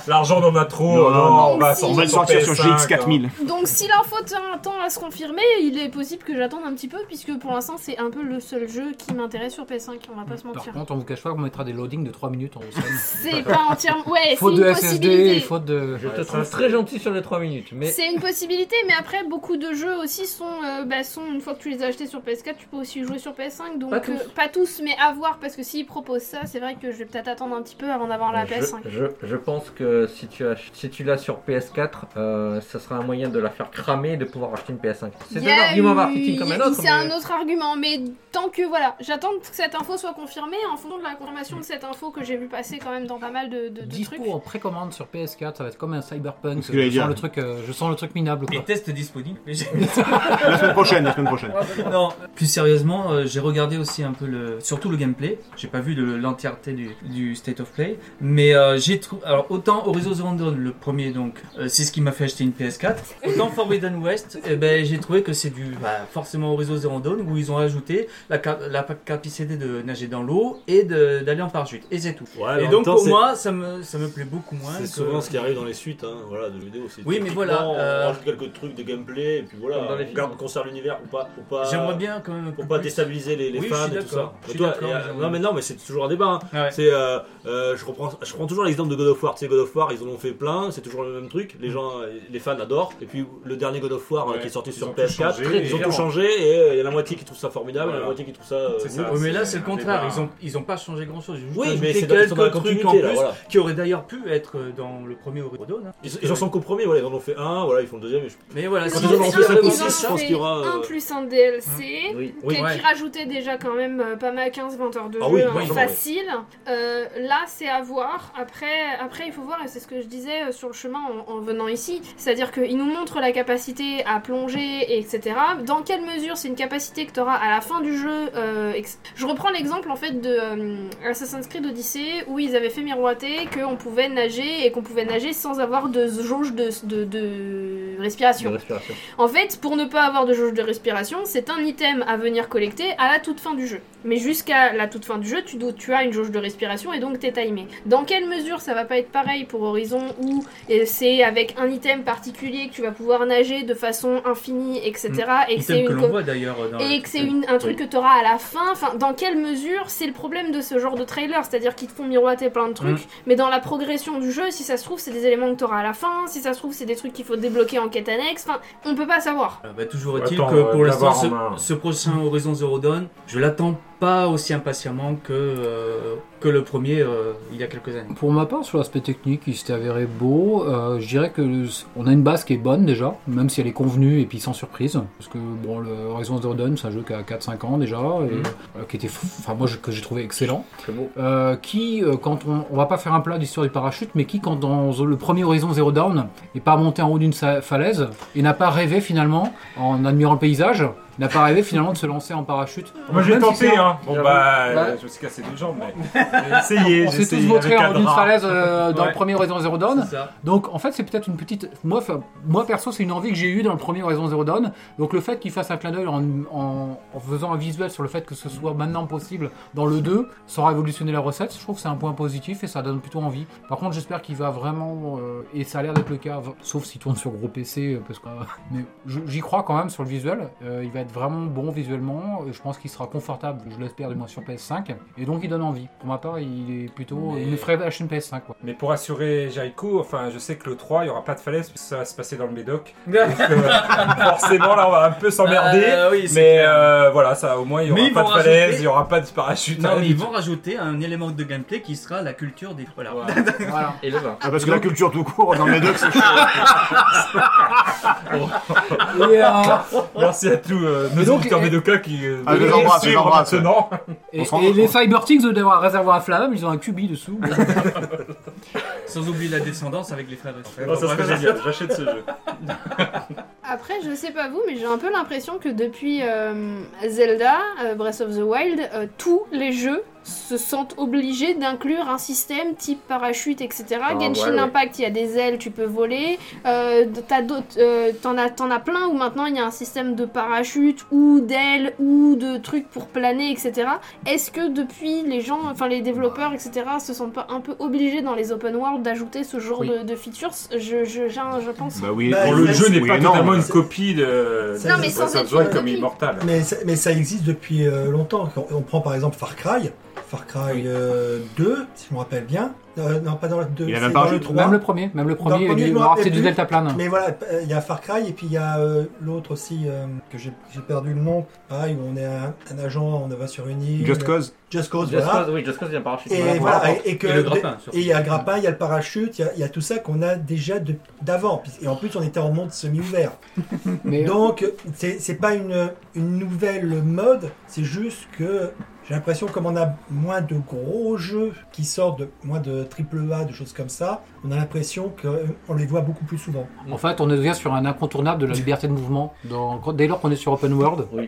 E: L'argent, on en a trop.
D: Non,
E: euh,
D: non,
E: on
B: non,
E: va
B: si.
D: on va le sortir sur
E: PS5, hein.
D: GX4000.
B: Donc si l'info tend, tend à se confirmer, il est possible que j'attende un petit peu puisque pour l'instant c'est un peu le seul jeu qui m'intéresse sur PS5, on va pas se
H: Par
B: mentir.
H: contre, on vous cache pas qu'on mettra des loadings de 3 minutes
B: (laughs)
H: en haut.
B: C'est pas entièrement, ouais, c'est
H: (laughs) Faute
B: une
H: de
B: possibilité.
H: SSD, faute de.
G: Je te
E: Ouais,
G: trouve
E: ça,
G: très gentil sur les 3 minutes, mais
B: C'est une possibilité, mais après beaucoup de jeux aussi sont, euh, bah, sont une fois que tu les as achetés sur PS4, tu peux aussi y jouer sur PS5. Donc
G: Pas tous.
B: euh, pas tous, mais à voir parce que s'ils proposent ça, c'est vrai que je vais peut-être attendre un petit peu avant d'avoir la
G: Euh, Bah, je-
B: PS5.
G: Je, je pense que si tu, ach- si tu l'as sur PS4, euh, ça sera un moyen de la faire cramer et de pouvoir acheter une PS5. C'est
B: Il y a
G: un argument
B: eu-
G: marketing comme un autre.
B: C'est
G: mais-
B: un autre argument, mais tant que voilà, j'attends que cette info soit confirmée. En fonction de la confirmation de cette info que j'ai vu passer quand même dans pas mal de, de- de trucs.
H: Dispo en précommande sur PS4, ça va être comme un cyberpunk.
D: C'est ce que j'allais
H: Je
D: dire.
H: sens, le truc, euh, je sens le truc minable.
L: Les
H: Quoi.
L: tests disponibles. mais j'ai-
D: La semaine prochaine, la semaine prochaine.
L: (laughs) non. Plus sérieusement, euh, j'ai regardé aussi un peu le, surtout le gameplay. J'ai pas vu le- l'entièreté du, du State of Play, mais euh, j'ai trouvé. Alors autant Horizon Zero Dawn, le premier donc, euh, c'est ce qui m'a fait acheter une PS4. Autant Forbidden West, eh ben j'ai trouvé que c'est du, bah, forcément Horizon Zero Dawn où ils ont ajouté la, cap- la capacité de nager dans l'eau et de- d'aller en parachute. Et c'est tout.
C: Ouais, mais
L: Et
C: en même
L: donc
C: Ah, temps,
L: pour
C: c'est-
L: moi, ça me, ça me plaît beaucoup moins.
C: C'est
L: que-
C: souvent ce qui arrive dans les suites, hein, voilà, de vidéos. c'est
L: Oui, mais
C: typiquement,
L: voilà, euh,
C: On rajoute quelques trucs de gameplay, et puis voilà,
G: Comme dans les
C: on
G: films.
C: garde, on conserve l'univers pour pas, pour pas,
L: J'aimerais bien quand même. un
C: pour
L: peu
C: pas
L: plus.
C: déstabiliser les, les
L: Oui, je
C: fans
L: suis
C: et tout ça.
L: d'accord, je suis
C: Toi,
L: d'accord,
C: et, euh,
L: j'aimerais
C: non, mais non, mais c'est toujours un débat. hein.
L: Ah ouais.
C: C'est, euh, euh, je, reprends, je prends toujours l'exemple de God of War. Tu sais, God of War, ils en ont fait plein, c'est toujours le même truc. Les gens, euh, les fans adorent. Et puis le dernier God of War euh,
E: Ouais,
C: qui est sorti
E: ils
C: sur
E: ont tout
C: PS4,
E: changé,
C: ils ont tout
E: vraiment.
C: changé et euh, il y a la moitié qui trouve ça formidable,
E: Voilà.
C: la moitié qui trouve ça. euh,
E: C'est ça.
L: Oui, mais là, c'est le
E: un
L: contraire.
E: débat.
L: Ils ont, ils ont pas changé grand chose.
C: Oui, mais c'est dans, ils
L: quelques
C: sont dans la
L: trucs
C: continuité
L: en plus
C: là, voilà.
L: qui auraient d'ailleurs pu être euh, dans le premier Horizon Dawn, hein.
C: Ils, ils en sont compromis, voilà, ils en ont fait un, voilà, ils font le deuxième. et je-
L: Mais voilà,
C: Quand
L: c'est-
C: ils en ont
L: c'est
C: fait ça
L: ça,
B: ils
C: aussi,
B: en ont
C: je pense
B: fait
C: qu'il y aura,
B: un
C: euh,
B: plus un DLC
G: Oui.
B: qui- qui,
L: Ouais.
B: rajoutait déjà quand même euh, pas mal 15-20 heures de
C: Ah
B: jeu
C: oui,
B: hein,
C: oui, non,
B: facile. Euh, là, c'est à voir. Après, après, il faut voir, et c'est ce que je disais euh, sur le chemin en, en venant ici, c'est-à-dire qu'il nous montre la capacité à plonger, etc. Dans quelle mesure c'est une capacité que tu auras à la fin du jeu euh, ex- Je reprends l'exemple en fait de euh, Assassin's Creed Odyssey où ils avaient fait miroiter qu'on pouvait nager et qu'on pouvait nager sans avoir de jauge de, de- de
G: de
B: respiration.
G: respiration.
B: En fait, pour ne pas avoir de jauge de respiration, c'est un item à venir collecter à la toute fin du jeu. Mais jusqu'à la toute fin du jeu, tu, dois- tu as une jauge de respiration et donc t'es timé. Dans quelle mesure ça va pas être pareil pour Horizon où euh, c'est avec un item particulier que tu vas pouvoir nager de façon infinie, etc. Et que c'est
L: item que
B: une
L: l'on
B: co-
L: voit d'ailleurs. euh, dans
B: et
L: le-
B: que c'est une- un truc que tu auras à la fin. Enfin, dans quelle mesure c'est le problème de ce genre de trailer C'est-à-dire qu'ils te font miroiter plein de trucs, mais dans la progression du jeu, si ça se trouve, c'est des éléments que tu auras à la fin, si ça se trouve, c'est des trucs qu'il faut débloquer en quête annexe. Enfin, on peut pas savoir.
L: Euh, bah, toujours est-il
E: Attends,
L: que
E: euh,
L: pour l'instant,
E: l'avoir en
L: ce,
E: main.
L: ce prochain Horizon Zero Dawn, je l'attends pas aussi impatiemment que, euh, que le premier euh, il y a quelques années.
H: Pour ma part, sur l'aspect technique, il s'est avéré beau. Euh, je dirais que le- on a une base qui est bonne déjà, même si elle est convenue et puis sans surprise. Parce que bon, le Horizon Zero Dawn, c'est un jeu qui a 4-5 ans déjà, et,
L: Mhm.
H: euh, qui était, f- enfin moi je- que j'ai trouvé excellent.
G: C'est beau.
H: Euh, qui, euh, quand on, on va pas faire un plat d'histoire du parachute, mais qui, quand dans le premier Horizon Zero Dawn, n'est pas monté en haut d'une sa- falaise et n'a pas rêvé finalement en admirant le paysage,
J: n'a pas rêvé finalement de se lancer en parachute.
E: Moi j'ai
J: Même si
E: tenté,
J: c'est-
E: hein. Bon
G: J'avoue.
E: bah, euh,
J: Bah.
E: je me suis cassé deux jambes, mais j'ai essayé.
J: On
E: j'ai
J: s'est tous
E: essayé
J: montrés
E: avec un
J: en haut d'une
E: drap.
J: falaise euh, dans
E: Ouais.
J: le premier Horizon Ah, Zero Dawn.
F: C'est
J: (laughs)
F: ça.
J: Donc en fait, c'est peut-être une petite. Moi, enfin, moi perso, c'est une envie que j'ai eue dans le premier Horizon Zero Dawn. Donc le fait qu'il fasse un clin d'œil en, en- en faisant un visuel sur le fait que ce soit maintenant possible dans le 2, sans révolutionner la recette, je trouve que c'est un point positif et ça donne plutôt envie. Par contre, j'espère qu'il va vraiment. euh, et ça a l'air d'être le cas, v- sauf s'il tourne sur gros PC, euh, parce que. (laughs) mais je- j'y crois quand même sur le visuel. Euh, il va être vraiment bon visuellement. et Je pense qu'il sera confortable, je l'espère du moins sur PS5. Et donc il donne envie. Pour ma part, il est plutôt.
E: Mais-
J: Il me ferait acheter une PS5, quoi.
E: Mais pour assurer Jericho, enfin, je sais que le 3, il n'y aura pas de falaise, parce que ça va se passer dans le
L: (laughs)
E: médoc. Donc, euh, forcément, là, on va un peu s'emmerder.
F: Ah, oui, c'est
E: mais
F: clair.
E: euh, voilà, ça, au moins, il n'y
F: Mais ils
E: aura pas
F: vont
E: de falaise,
F: rajouter-
E: il n'y aura pas de parachute.
F: Non,
E: rien
F: mais
E: du
F: ils
E: tout.
F: vont rajouter un élément de gameplay qui sera la culture des. Voilà.
E: Voilà.
J: Voilà.
G: Et le vin.
D: Ah, parce que la culture tout court, dans le médoc, c'est
J: Et, euh,
E: Merci à tous euh, nos
J: Et donc,
E: auditeurs
J: et-
E: médocas qui euh,
D: Ah, je
E: nous
D: les embrasse,
E: suivent
D: je les embrasse,
E: maintenant.
J: Et,
D: On se rend
J: et
D: compte,
J: les
D: hein.
J: Fibertix de un réservoir inflammable, ils ont un cubi dessous.
F: (laughs) Sans oublier la descendance avec les frères et sœurs.
E: Non, c'est ce que j'ai dit, j'achète ce jeu.
B: Après, je sais pas vous, mais j'ai un peu l'impression que depuis euh, Zelda, euh, Breath of the Wild, euh, tous les jeux se sentent obligés d'inclure un système type parachute, etc. Genshin
G: Ah, ouais, ouais.
B: Impact, il y a des ailes, tu peux voler. Euh, t'as d'autres- euh, T'en as, t'en as plein où maintenant il y a un système de parachute ou d'ailes ou de trucs pour planer, etc. Est-ce que depuis les gens, enfin les développeurs, etc., se sentent pas un peu obligés dans les open world d'ajouter ce genre
J: Oui.
B: de, de features je, je, j'ai- je pense.
D: Bah oui,
H: Bah,
E: Bon,
H: il
E: le
H: reste-
E: jeu n'est
D: oui
E: pas
D: et non.
E: totalement une copie de.
H: Non, mais
E: de
B: sans
E: Breath of
B: être
E: the Wild
B: une
E: comme
B: copie.
E: Immortal.
H: Mais, ça- mais ça existe depuis euh, longtemps. Quand On, prend par exemple Far Cry, Far Cry euh, 2, si je me rappelle bien. Euh, non, pas dans le 2,
D: Il y
H: c'est
D: a même
H: dans
D: pas un
H: le
D: jeu.
H: 3.
J: même le premier, même le premier,
H: premier,
J: il est-
H: je me
J: alors,
H: rappelle
J: c'est du
H: plus.
J: delta plane.
H: Mais voilà, euh, il y a Far Cry et puis il y a euh, l'autre aussi, euh, que j'ai j'ai perdu le nom, pareil, où on est un, un agent, on va sur une île.
D: Just Cause.
H: Just Cause,
G: Just
H: voilà.
G: Cause, oui, Just Cause, il y a un parachute.
H: Et
G: Voilà,
H: voilà,
G: voilà.
H: et, et que
F: Et le grappin,
H: et il y a le grappin, il y a le parachute, il y a- il y, a tout ça qu'on a déjà de- d'avant. Puis- Et en plus, on était en monde semi-ouvert.
J: Mais
H: Donc, c'est c'est pas une, une nouvelle mode, c'est juste que j'ai l'impression, comme on a moins de gros jeux qui sortent, de, moins de triple A, de choses comme ça, on a l'impression qu'on les voit beaucoup plus souvent.
J: en fait, on devient sur un incontournable de la liberté de mouvement. Dans- quand- dès lors qu'on est sur open world,
G: Oui.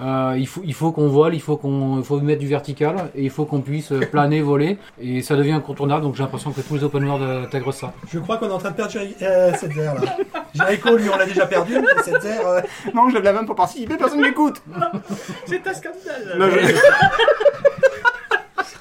J: euh, il faut, il faut qu'on vole, il faut qu'on il faut mettre du vertical et il faut qu'on puisse euh, planer, voler. Et ça devient incontournable. Donc j'ai l'impression que tous les open world euh, intègrent ça.
H: Je crois qu'on est en train de perdre Jerry- euh, cette ère là. Jericho, lui, on l'a déjà perdu, mais cette ère, euh,
D: Non, je lève la main pour participer, personne m'écoute.
F: C'est un scandale.
D: Non, (laughs) je-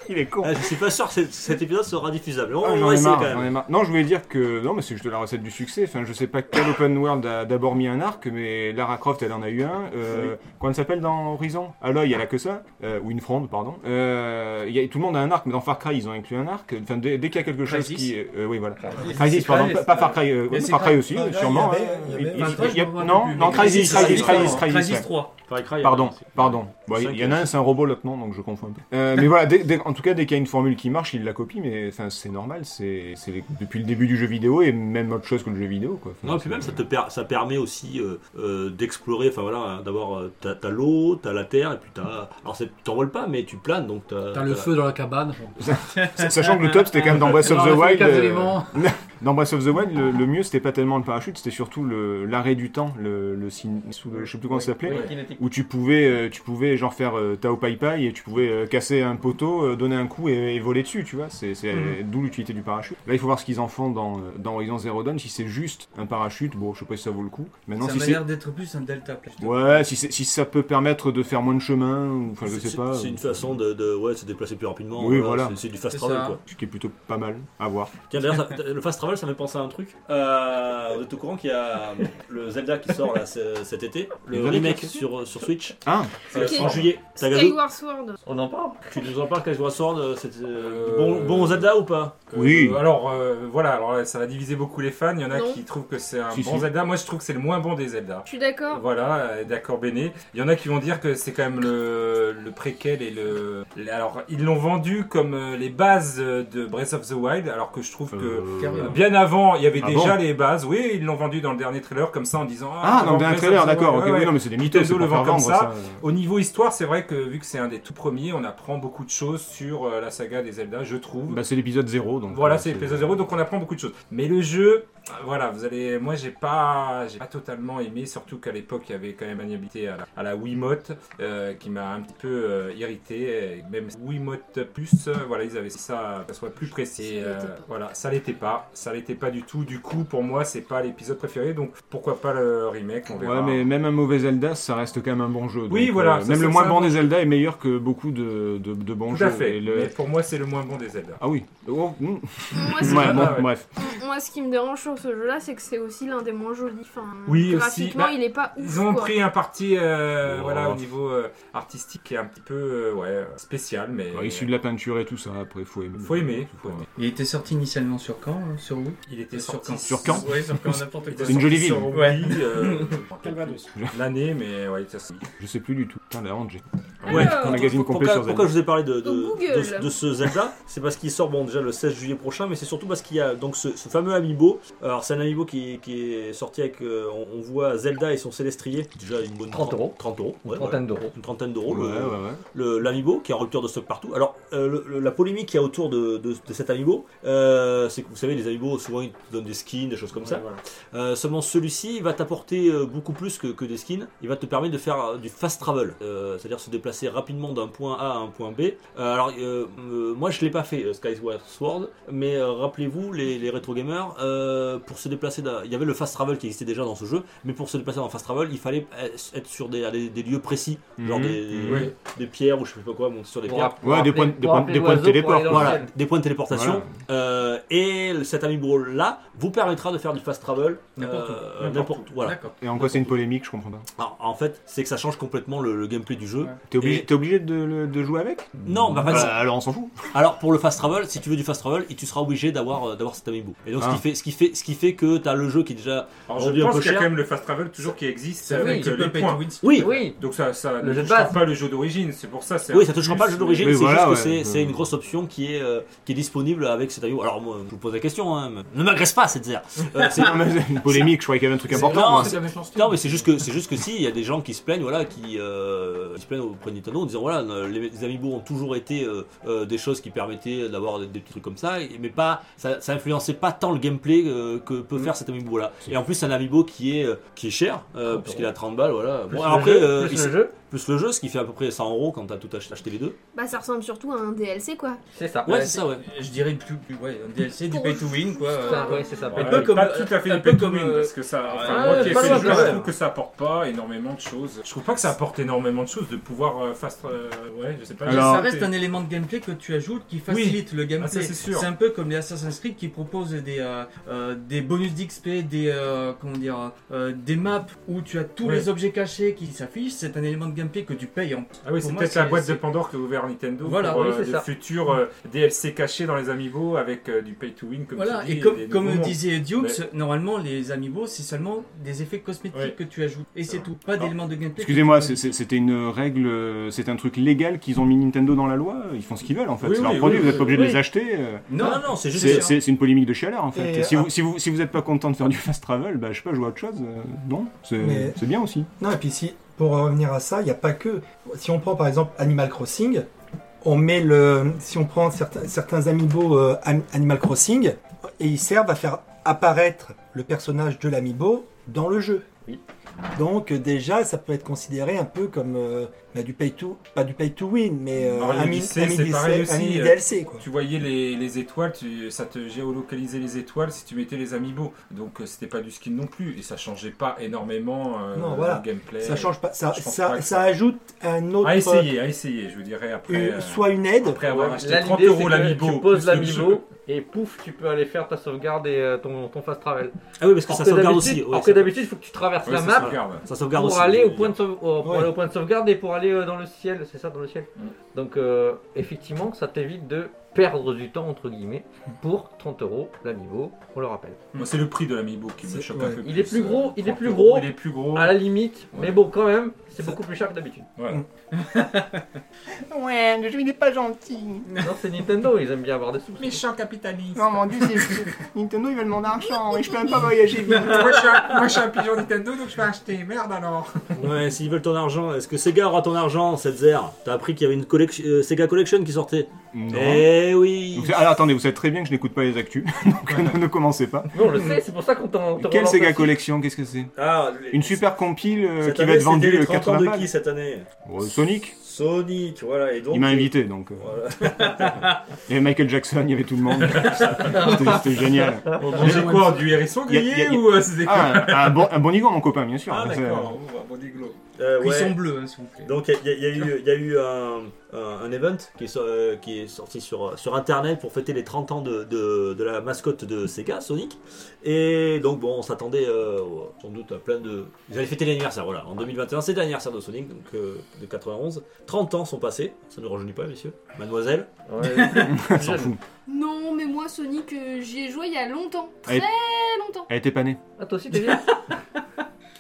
D: Il est con.
C: Ah, je suis pas sûr que c'est- cet épisode sera diffusable. On,
D: Ah,
C: on
D: j'en
C: va
D: ai
C: essayer
D: marre,
C: Oh, quand
D: j'en
C: même.
D: ai marre. Non, je voulais dire que non, mais c'est juste la recette du succès. Enfin, je sais pas quel open world a d'abord mis un arc, mais Lara Croft, elle en a eu un. Euh, Qu'on s'appelle dans Horizon Ah, Aloy, elle a que ça. Euh, ou une fronde, pardon. Euh, il y a- tout le monde a un arc, mais dans Far Cry, ils ont inclus un arc. Enfin, dès, dès qu'il y a quelque chose
F: Crysis.
D: qui. euh, oui, voilà.
F: Et
D: Crysis,
F: c'est
D: pardon,
F: Crysis,
D: pas, pas Far Cry. euh,
F: Mais
D: oui,
F: c'est
D: Far Cry
F: Cry-
D: aussi,
H: Far Cry,
D: sûrement.
H: il y avait-
D: hein.
H: il y avait-
D: Il-
F: Far Cry,
D: il- il y a-
F: je me vois
D: Non,
F: plus.
D: non, Crysis,
C: Crysis,
D: Crysis,
C: Crysis,
D: Crysis,
C: pardon.
D: Crysis, ouais.
F: 3.
C: Far Cry, il y a
D: Pardon,
C: pas-
D: pardon. Bon,
C: Cinq,
D: il y en a un, c'est un robot, l'autre non, donc je confonds un peu. (laughs) Euh, mais voilà, dès- dès- en tout cas, dès qu'il y a une formule qui marche, il la copie, mais enfin, c'est normal, c'est c'est les- depuis le début du jeu vidéo et même autre chose que le jeu vidéo. Quoi. Enfin,
C: Non, et puis même ça te per- ça permet aussi euh, euh, d'explorer, enfin voilà, hein, d'avoir euh, t'as t'as l'eau, t'as la terre, et puis t'as. Alors c'est- tu t'envoles pas, mais tu planes donc t'as.
J: T'as le feu dans la cabane.
D: Sa- Sachant que le top, c'était quand même dans Breath of
J: Alors,
D: the
J: le
D: Wild.
J: quatre
D: euh,
J: éléments.
D: (laughs) Dans Breath of the Wild, le, le mieux, c'était pas tellement le parachute, c'était surtout le- l'arrêt du temps, le, le signe- sous le- je sais plus comment ça s'appelait.
G: Oui, kinétique.
D: Où tu pouvais, euh, tu pouvais genre faire euh, Tao Pai Pai et tu pouvais euh, casser un poteau, euh, donner un coup et, et voler dessus, tu vois. C'est c'est, euh, d'où l'utilité du parachute. Là, il faut voir ce qu'ils en font dans, euh, dans Horizon Zero Dawn. Si c'est juste un parachute, bon, je sais pas si ça vaut le coup. Maintenant,
F: ça
D: si
F: m'a
D: c'est.
F: l'air d'être plus un delta plane.
D: Ouais, si, c'est- si ça peut permettre de faire moins de chemin, ou enfin, je
C: C'est-
D: sais
C: c'est-
D: pas.
C: C'est
D: euh,
C: une façon de, de- ouais, se déplacer plus rapidement.
D: Oui, voilà.
C: c'est- C'est du fast
F: C'est
C: travel
F: ça.
C: quoi.
D: Ce qui est plutôt pas mal à voir.
C: Tiens, d'ailleurs, ça- le fast travel, ça me fait penser à un truc. Euh, vous êtes au courant qu'il y a le Zelda qui sort là ce- cet été, le
D: Zelda
C: remake
D: qui sort
C: sur, sur Switch,
D: Ah,
C: euh,
B: Ok.
C: en juillet. Tagazu,
B: Skyward Sword.
G: On en parle
C: tu nous en parles, Skyward Sword euh, c'est, euh,
E: Euh,
C: bon, bon Zelda ou pas
D: Oui.
E: Euh, alors euh, voilà, alors là, ça va diviser beaucoup les fans. Il y en a
B: Non.
E: qui trouvent que c'est un
D: Si,
E: bon
D: si.
E: Zelda. Moi, je trouve que c'est le moins bon des Zelda.
B: Je suis d'accord.
E: Voilà, euh, d'accord Béné. Il y en a qui vont dire que c'est quand même le, le préquel et le... le- Alors, ils l'ont vendu comme euh, les bases euh, de Breath of the Wild, alors que je trouve que...
D: Euh,
F: carrément.
E: Bien avant, il y avait
D: Ah
E: déjà
D: bon
E: les bases. Oui, ils l'ont vendu dans le dernier trailer comme ça en disant
D: Ah, dans
E: avant
D: le dernier
E: Breath of
D: trailer,
E: the Wild.
D: d'accord. ok,
E: Ouais, ouais.
D: Oui, non, mais c'est des mythos, c'est
E: Nintendo
D: pour
E: le vend
D: faire
E: comme
D: vendre
E: ça.
D: ça.
E: Au niveau histoire, c'est vrai que vu que c'est un des tout premiers, on apprend beaucoup de choses sur euh, la saga des Zelda, je trouve.
D: Bah, c'est l'épisode 0, donc.
E: Voilà,
D: euh,
E: c'est l'épisode 0, donc on apprend beaucoup de choses. Mais le jeu, Ah, Voilà, vous allez. Moi, j'ai pas, j'ai pas totalement aimé, surtout qu'à l'époque, il y avait quand même une habilité à la, à la Wiimote euh, qui m'a un petit peu euh, irrité. Et Même Wiimote plus, euh, voilà, ils avaient ça, euh, que ça soit plus
B: Ça
E: précis.
B: l'était
E: euh,
B: pas.
E: voilà, ça l'était pas, ça l'était pas du tout. Du coup, pour moi, c'est pas l'épisode préféré, donc pourquoi pas le remake On verra.
D: Ouais, mais même un mauvais Zelda, ça reste quand même un bon jeu. donc, euh,
E: Oui, voilà, ça,
D: même
E: c'est
D: le moins
E: ça,
D: bon
E: moi.
D: des Zelda est meilleur que beaucoup de, de, de bons
E: Tout à
D: jeux.
E: fait.
D: et le-
E: Mais pour moi, c'est le moins bon des Zelda.
D: Ah oui. Oh, mm.
B: Moi,
D: Ouais,
B: ce-
D: bon,
E: pas mal, ouais.
D: Bref.
B: Moi, ce qui me dérange sur ce jeu-là, c'est que c'est aussi l'un des moins jolis. Enfin,
E: Oui, aussi.
B: graphiquement,
E: Bah,
B: il est pas ouf.
E: Ils ont
B: quoi.
E: pris un parti euh,
C: Oh.
E: voilà, au niveau euh, artistique qui est un petit peu euh, ouais, spécial, mais.
D: Ouais, Bah, issu de la peinture et tout ça, après, faut aimer.
E: Faut aimer, faut
D: aimer.
F: Il était sorti initialement sur quand hein, Sur où
E: Il était sorti
F: quand
D: Sur quand
F: Oui, sur quand, n'importe quoi.
D: Une jolie ville.
F: Ouais.
E: Oui,
B: (laughs)
E: euh,
H: Calvados.
E: L'année, mais ouais, ça se-
D: Je sais plus du tout. Putain, la honte, j'ai.
E: Ouais,
B: Alors,
D: un magazine complet
C: Pourquoi,
D: sur
C: pourquoi
D: Zelda.
C: je vous ai parlé de, de,
B: Ah. Donc, Google.
C: de- de ce Zelda C'est parce qu'il sort bon, déjà le 16 juillet prochain, mais c'est surtout parce qu'il y a donc ce, ce fameux amiibo. Alors c'est un amiibo qui, qui est sorti avec, euh, on, on voit Zelda et son célestrier, déjà une bonne
G: 30 euros.
C: 30 euros, ouais,
G: Une trentaine d'euros.
C: voilà. Une trentaine d'euros.
D: Ouais,
C: le-
D: ouais, ouais.
C: le- l'amiibo qui est en rupture de stock partout. Alors euh, le- le- la polémique qu'il y a autour de, de- de cet amiibo, euh, c'est que vous savez les amiibo souvent ils te donnent des skins, des choses comme ça. Euh, seulement celui-ci va t'apporter euh, beaucoup plus que, que des skins. Il va te permettre de faire euh, du fast travel, Euh, c'est-à-dire se déplacer rapidement d'un point A à un point B. Euh, alors euh, euh, moi je l'ai pas fait euh, Skyward Sword, mais euh, rappelez-vous les, les rétro gamers euh, pour se déplacer, d'un- il y avait le fast travel qui existait déjà dans ce jeu, mais pour se déplacer dans fast travel il fallait euh, être sur des, à des- des lieux précis, genre
D: Mhm.
C: des,
D: Mhm.
C: des- des pierres ou je sais pas quoi, monter sur des pierres.
D: Ouais, des points- des points- des points de téléport,
C: Voilà, des points de téléportation.
D: Voilà.
C: Euh, et le- cet amiibo là vous permettra de faire du fast travel
F: N'importe où.
C: euh, n'importe où. Voilà.
F: D'accord.
D: Et en quoi c'est une polémique, je comprends pas.
C: Alors, Ah, en fait, c'est que ça change complètement le, le gameplay du jeu.
F: Ouais.
D: T'es obligé,
C: Et-
D: t'es obligé de, le- de jouer avec
C: Non, bah, vas-y.
D: Bah, Alors on s'en fout. (laughs)
C: Alors pour le fast travel, si tu veux du fast travel, tu seras obligé d'avoir euh, d'avoir cet amiibo. Et donc ce
D: Ah.
C: qui fait ce qui fait ce qui fait que t'as le jeu qui est déjà
E: Alors,
C: Aujourd'hui,
E: je
C: un
E: pense
C: peu
E: qu'il y a
C: cher.
E: quand même le fast travel toujours qui existe
F: Ça fait un
E: avec
F: petit
E: euh, les
F: peu pay to
E: points.
F: win.
C: oui.
G: Oui,
E: Donc ça, ça
G: Le
E: ne
G: jeu de
E: touchera
G: base.
E: pas le jeu d'origine, c'est pour ça. c'est
C: Oui,
E: un
C: ça touchera
E: plus,
C: pas le jeu d'origine,
D: mais
C: c'est
D: voilà,
C: juste que c'est-
D: ouais.
C: c'est une grosse option qui est, euh, qui est disponible avec cet amiibo. Alors moi, je vous pose la question, hein, mais- ne m'agresse pas, cette zère. Euh, c'est-
D: (laughs) Non, mais c'est une polémique, je croyais qu'il y avait un truc important. hein,
C: Non,
D: moi.
C: c'est- Non mais c'est juste que c'est juste que si il y a des gens qui se plaignent voilà qui, euh, qui se plaignent auprès de Nintendo en disant voilà euh, les, les amiibo ont toujours été euh, euh, des choses qui permettaient d'avoir des, des petits trucs comme ça et- mais pas ça, ça influençait pas tant le gameplay euh, que peut
G: Mm.
C: faire cet amiibo là et en plus c'est un amiibo qui est euh, qui est cher euh, puisqu'il a 30 balles voilà
G: Oh, plus
C: bon
G: le
C: alors après
G: jeu,
C: euh,
G: plus
C: il-
G: le jeu,
C: plus le jeu ce qui fait à peu près 100 euros quand t'as tout ach- acheté les deux
B: Bah, ça ressemble surtout à un DLC, quoi.
G: c'est ça.
C: ouais c'est ça ouais
F: Je dirais plus, plus ouais, un DLC, du
B: Pour
F: pay to win, quoi.
G: C'est
F: euh,
G: ça, ouais, c'est ça.
E: Ouais,
F: Un peu comme-
E: pas tout à fait
F: un
E: une
F: peu
E: paix
F: comme,
E: commune
F: euh,
E: parce que ça enfin,
G: ouais,
E: moi qui ai
G: pas
E: fait
G: loin
E: le
G: de
E: jeu,
G: là,
E: je
G: ouais.
E: trouve que ça apporte pas énormément de choses je trouve pas que ça apporte énormément de choses de pouvoir euh, fast euh, ouais je sais pas
D: Alors-
F: ça reste un élément de gameplay que tu ajoutes qui facilite le gameplay.
E: Ah, ça, c'est sûr.
F: un peu comme les Assassin's Creed qui proposent des, euh, euh, des bonus d'XP, des, euh, comment dire, euh, des maps où tu as tous
E: Oui.
F: les objets cachés qui s'affichent. C'est un élément de gameplay que tu payes hein. en
E: ah oui
F: Pour
E: c'est
F: moi,
E: peut-être la
F: c'est-
E: boîte de
F: c'est-
E: Pandore que ouvert Nintendo
F: Voilà,
E: pour
G: oui,
E: euh,
G: c'est
E: des
G: ça.
E: futurs euh, DLC cachés dans les amiibo avec euh, du pay to win comme
F: voilà,
E: tu dis
F: et comme,
E: des
F: comme
E: nouveaux mondes.
F: disait Dukes, normalement les amiibo c'est seulement des effets cosmétiques
E: Ouais.
F: que tu ajoutes et c'est tout, pas
E: Alors,
F: d'éléments de gameplay.
D: Excusez-moi,
F: que tu
D: c'est- c'est- c'était une règle, euh, c'est un truc légal qu'ils ont mis Nintendo dans la loi. Ils font ce qu'ils veulent en fait.
E: Oui,
D: c'est leur
E: oui,
D: produit,
E: oui,
D: vous n'êtes pas obligé de
F: oui.
D: les acheter. euh.
F: Non,
C: non non c'est juste
D: C'est
C: que-
D: c'est- c'est une polémique de chaleur en fait.
H: Et,
D: Et si,
H: euh,
D: vous, si, vous, si vous n'êtes pas content de faire du fast travel, bah, je sais pas, jouer à autre chose. euh, non, c'est
H: Mais-
D: c'est bien aussi.
H: Non, et puis si, pour revenir à ça, il n'y a pas que. Si on prend par exemple Animal Crossing, on met le. Si on prend certains, certains amiibo euh, An- Animal Crossing, et ils servent à faire apparaître le personnage de l'amiibo dans le jeu.
G: Oui.
H: Donc euh, déjà, ça peut être considéré un peu comme euh, bah, du pay to, pas du pay to win, mais euh,
E: Mario
H: ami-
E: Odyssey,
H: ami
E: c'est
H: DLC,
E: pareil aussi,
H: ami
E: euh,
H: DLC, quoi.
E: tu voyais les, les étoiles, tu- ça te géolocalisait les étoiles si tu mettais les amiibo. Donc euh, c'était pas du skin non plus et ça changeait pas énormément euh,
H: Non, voilà.
E: le gameplay.
H: Ça change pas, ça,
E: je pense
H: ça,
E: pas que
H: ça
E: ça-
H: ajoute un autre.
E: À essayer, à essayer, je vous dirais après.
H: une-
E: euh,
H: soit une aide.
E: après avoir acheté
G: Là,
E: 30
G: l'idée,
E: euros
G: c'est que
E: l'amiibo.
G: Tu poses
E: plus le jeu.
G: l'amiibo et pouf, tu peux aller faire ta sauvegarde et euh, ton, ton fast travel.
C: ah oui parce que
G: Or
C: ça
G: que
C: sauvegarde
G: d'habitude-
C: aussi ouais,
G: or
C: ça-
G: que d'habitude, il faut que tu traverses
E: Ouais,
G: la
E: ça
G: map
E: se regarde.
C: ça sauvegarde
G: pour
C: aussi
G: aller
C: je
G: au
C: veux
G: point de
C: dire.
G: sauve- au- pour
H: Ouais.
G: aller au point de sauvegarde et pour aller euh, dans le ciel, c'est ça dans le ciel.
E: Mm.
G: Donc euh, effectivement, ça t'évite de perdre du temps entre guillemets pour 30 euros l'amiibo, on le rappelle.
E: Moi, c'est le prix de l'amiibo qui me
H: C'est-
E: choque un
H: ouais.
E: peu.
G: Il est plus
E: euh,
G: gros, il est
E: 30
G: plus
E: euros,
G: gros. Ah,
E: Il est plus gros.
G: À la limite,
E: Ouais.
G: mais bon quand même, c'est
H: Ça-
G: beaucoup plus cher que
E: (laughs)
G: d'habitude.
E: Voilà.
O: Ouais, le jeu il est pas gentil.
G: Non, c'est Nintendo, ils aiment bien avoir des sous.
E: Méchant capitaliste.
O: Non, mon dieu, c'est. Nintendo ils veulent mon argent et je peux même pas voyager vite.
E: moi, je suis un, moi, je suis un pigeon Nintendo, donc je vais acheter. Merde alors.
C: (laughs) Ouais, s'ils veulent ton argent, est-ce que Sega aura ton argent, cette zère T'as appris qu'il y avait une collection, euh, Sega Collection qui sortait.
D: Non.
C: Eh oui
D: Donc, c'est- alors attendez, vous savez très bien que je n'écoute pas les actus, (laughs) donc ne, ne commencez pas.
G: Nous, on le sait, c'est pour ça qu'on t'en. te
D: Quelle
G: relance
D: Sega
G: aussi.
D: Collection Qu'est-ce que c'est
C: Ah,
D: Une super compile euh,
C: cette
D: qui va
C: année,
D: être vendue
C: c'était les
D: euh,
C: 30 ans
D: 80
C: de
D: balles.
C: qui cette année
D: Oh, Sonic
C: Sonic, voilà. Et donc,
D: Il m'a invité, donc. euh,
C: Voilà.
D: (laughs) Il y avait Michael Jackson, il y avait tout le monde. C'était c'était génial.
E: On mangeait quoi Du hérisson
D: Y a- y a-
E: grillé
D: y a-
E: ou euh, c'était quoi
D: Ah, un, un bon, un bon nigo, mon copain, bien sûr.
E: Ah,
D: C'est-
E: d'accord, on va- bon iglo.
C: Euh, ouais.
F: Cuisson bleue, hein, s'il vous plaît.
C: Donc il y, a- y a eu, y a eu un, un- un event qui est, so- euh, qui est sorti sur, sur internet pour fêter les 30 ans de, de- de la mascotte de Sega, Sonic. Et donc bon, on s'attendait euh, au- sans doute à plein de... Ils allaient fêter l'anniversaire, voilà. En 2021, c'est l'anniversaire de Sonic, donc euh, de 91. 30 ans sont passés, ça ne nous rajeunit pas, messieurs. Mademoiselle.
G: Ouais. (laughs)
D: S'en fout.
B: Non, mais moi, Sonic, euh, j'y ai joué il y a longtemps.
D: Elle-
B: Très longtemps.
D: Elle était panée.
G: Ah, toi aussi, t'es bien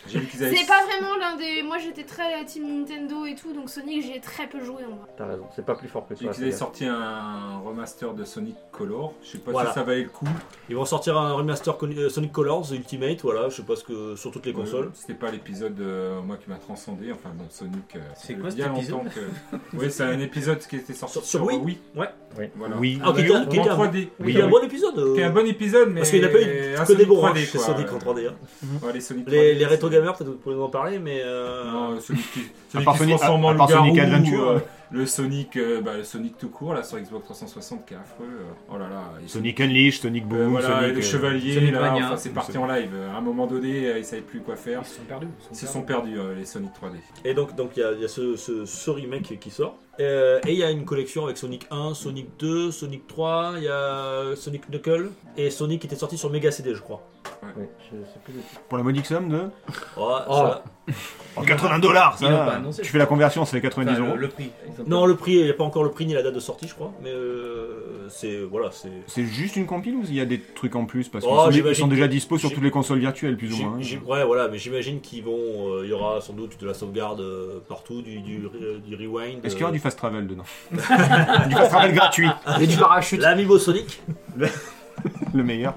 E: J'ai vu qu'ils avaient.
B: C'est pas vraiment l'un des. Moi, j'étais très team Nintendo et tout, donc Sonic, j'y ai très peu joué en vrai.
G: T'as raison, c'est pas plus fort que
E: J'ai vu
G: toi.
E: qu'ils avaient
G: Sega.
E: sorti un remaster de Sonic Color. Je sais pas
C: Voilà.
E: si ça valait le coup.
C: Ils vont sortir un remaster Con- euh, Sonic Colors Ultimate, voilà, je sais pas ce que... sur toutes les consoles.
E: Ouais, Euh, C'était pas l'épisode euh, moi qui m'a transcendé. Enfin bon, Sonic. euh,
F: C'est
E: ça
F: quoi
E: fait bien
F: cet épisode
E: longtemps
F: (laughs)
E: que. oui, c'est un épisode qui était sorti
C: Sur-
E: sur,
C: sur
E: euh,
C: Wii.
E: Wii.
C: Ouais.
E: Voilà.
D: Oui.
C: Ah, qui était un- qui
E: Wii en
C: était un-
E: 3D.
C: Il y a un bon épisode euh,
E: Qui est un bon épisode, mais.
C: Parce qu'il n'y a pas eu
E: un
C: que des
E: Sonic
C: bons hein,
E: 3D,
C: rushs chez
E: quoi.
C: Sonic en 3D. hein.
E: Ouais, les Sonic
C: Les,
E: 3D,
C: les rétro
E: c'est-
C: gamers, peut-être vous pouvez en parler, mais. euh,
E: Non, celui qui, celui
D: part
E: qui se
D: Sonic-
E: transforme
D: à-
E: en
D: à part Sonic
E: loup-garou,
D: Adventure,
E: euh,
D: ouais.
E: le Sonic, euh, bah, le Sonic tout court là sur Xbox 360 qui est affreux. euh, oh là là. ils-
D: Sonic Unleashed, Sonic
E: euh,
D: Boom,
E: voilà,
D: Sonic. euh,
E: les chevaliers,
F: Sonic
E: là,
F: Mania.
E: enfin, c'est parti en live. À un moment donné, euh, ils savaient plus quoi faire.
J: Ils se sont perdus.
E: Ils se sont perdus, euh, les Sonic 3D.
C: Et donc, donc il y a, il y a ce, ce, ce remake qui sort. Euh, et il y a une collection avec Sonic 1, Sonic 2, Sonic 3, il y a Sonic Knuckle et Sonic qui était sorti sur Mega CD, je crois.
G: Ouais, je sais plus.
D: Pour la modique somme de.
C: Oh,
G: Oh.
C: ça-
D: Oh, 80 dollars
F: Ils l'ont pas annoncé.
D: Tu fais la conversion, ça fait
F: Enfin,
D: 90
F: le,
D: euros.
F: le prix.
G: Ils ont
C: Non, le prix, il n'y a pas encore le prix ni la date de sortie, je crois. Mais euh, c'est. Voilà, c'est.
D: C'est juste une compile ou il y a des trucs en plus Parce
C: Oh,
D: qu'ils sont- ils
C: j'imagine
D: sont déjà dispo sur
C: j'ai-
D: toutes les consoles virtuelles, plus ou
C: J'im-
D: moins. hein.
C: j'im- Ouais, voilà, mais j'imagine qu'ils vont. euh, Il y aura sans doute de la sauvegarde euh, partout, du, du, re- du rewind.
D: Est-ce qu'il y
C: euh,
D: aura du fast travel dedans Du fast travel gratuit,
J: Et du parachute.
C: L'Amiibo Sonic
D: le meilleur.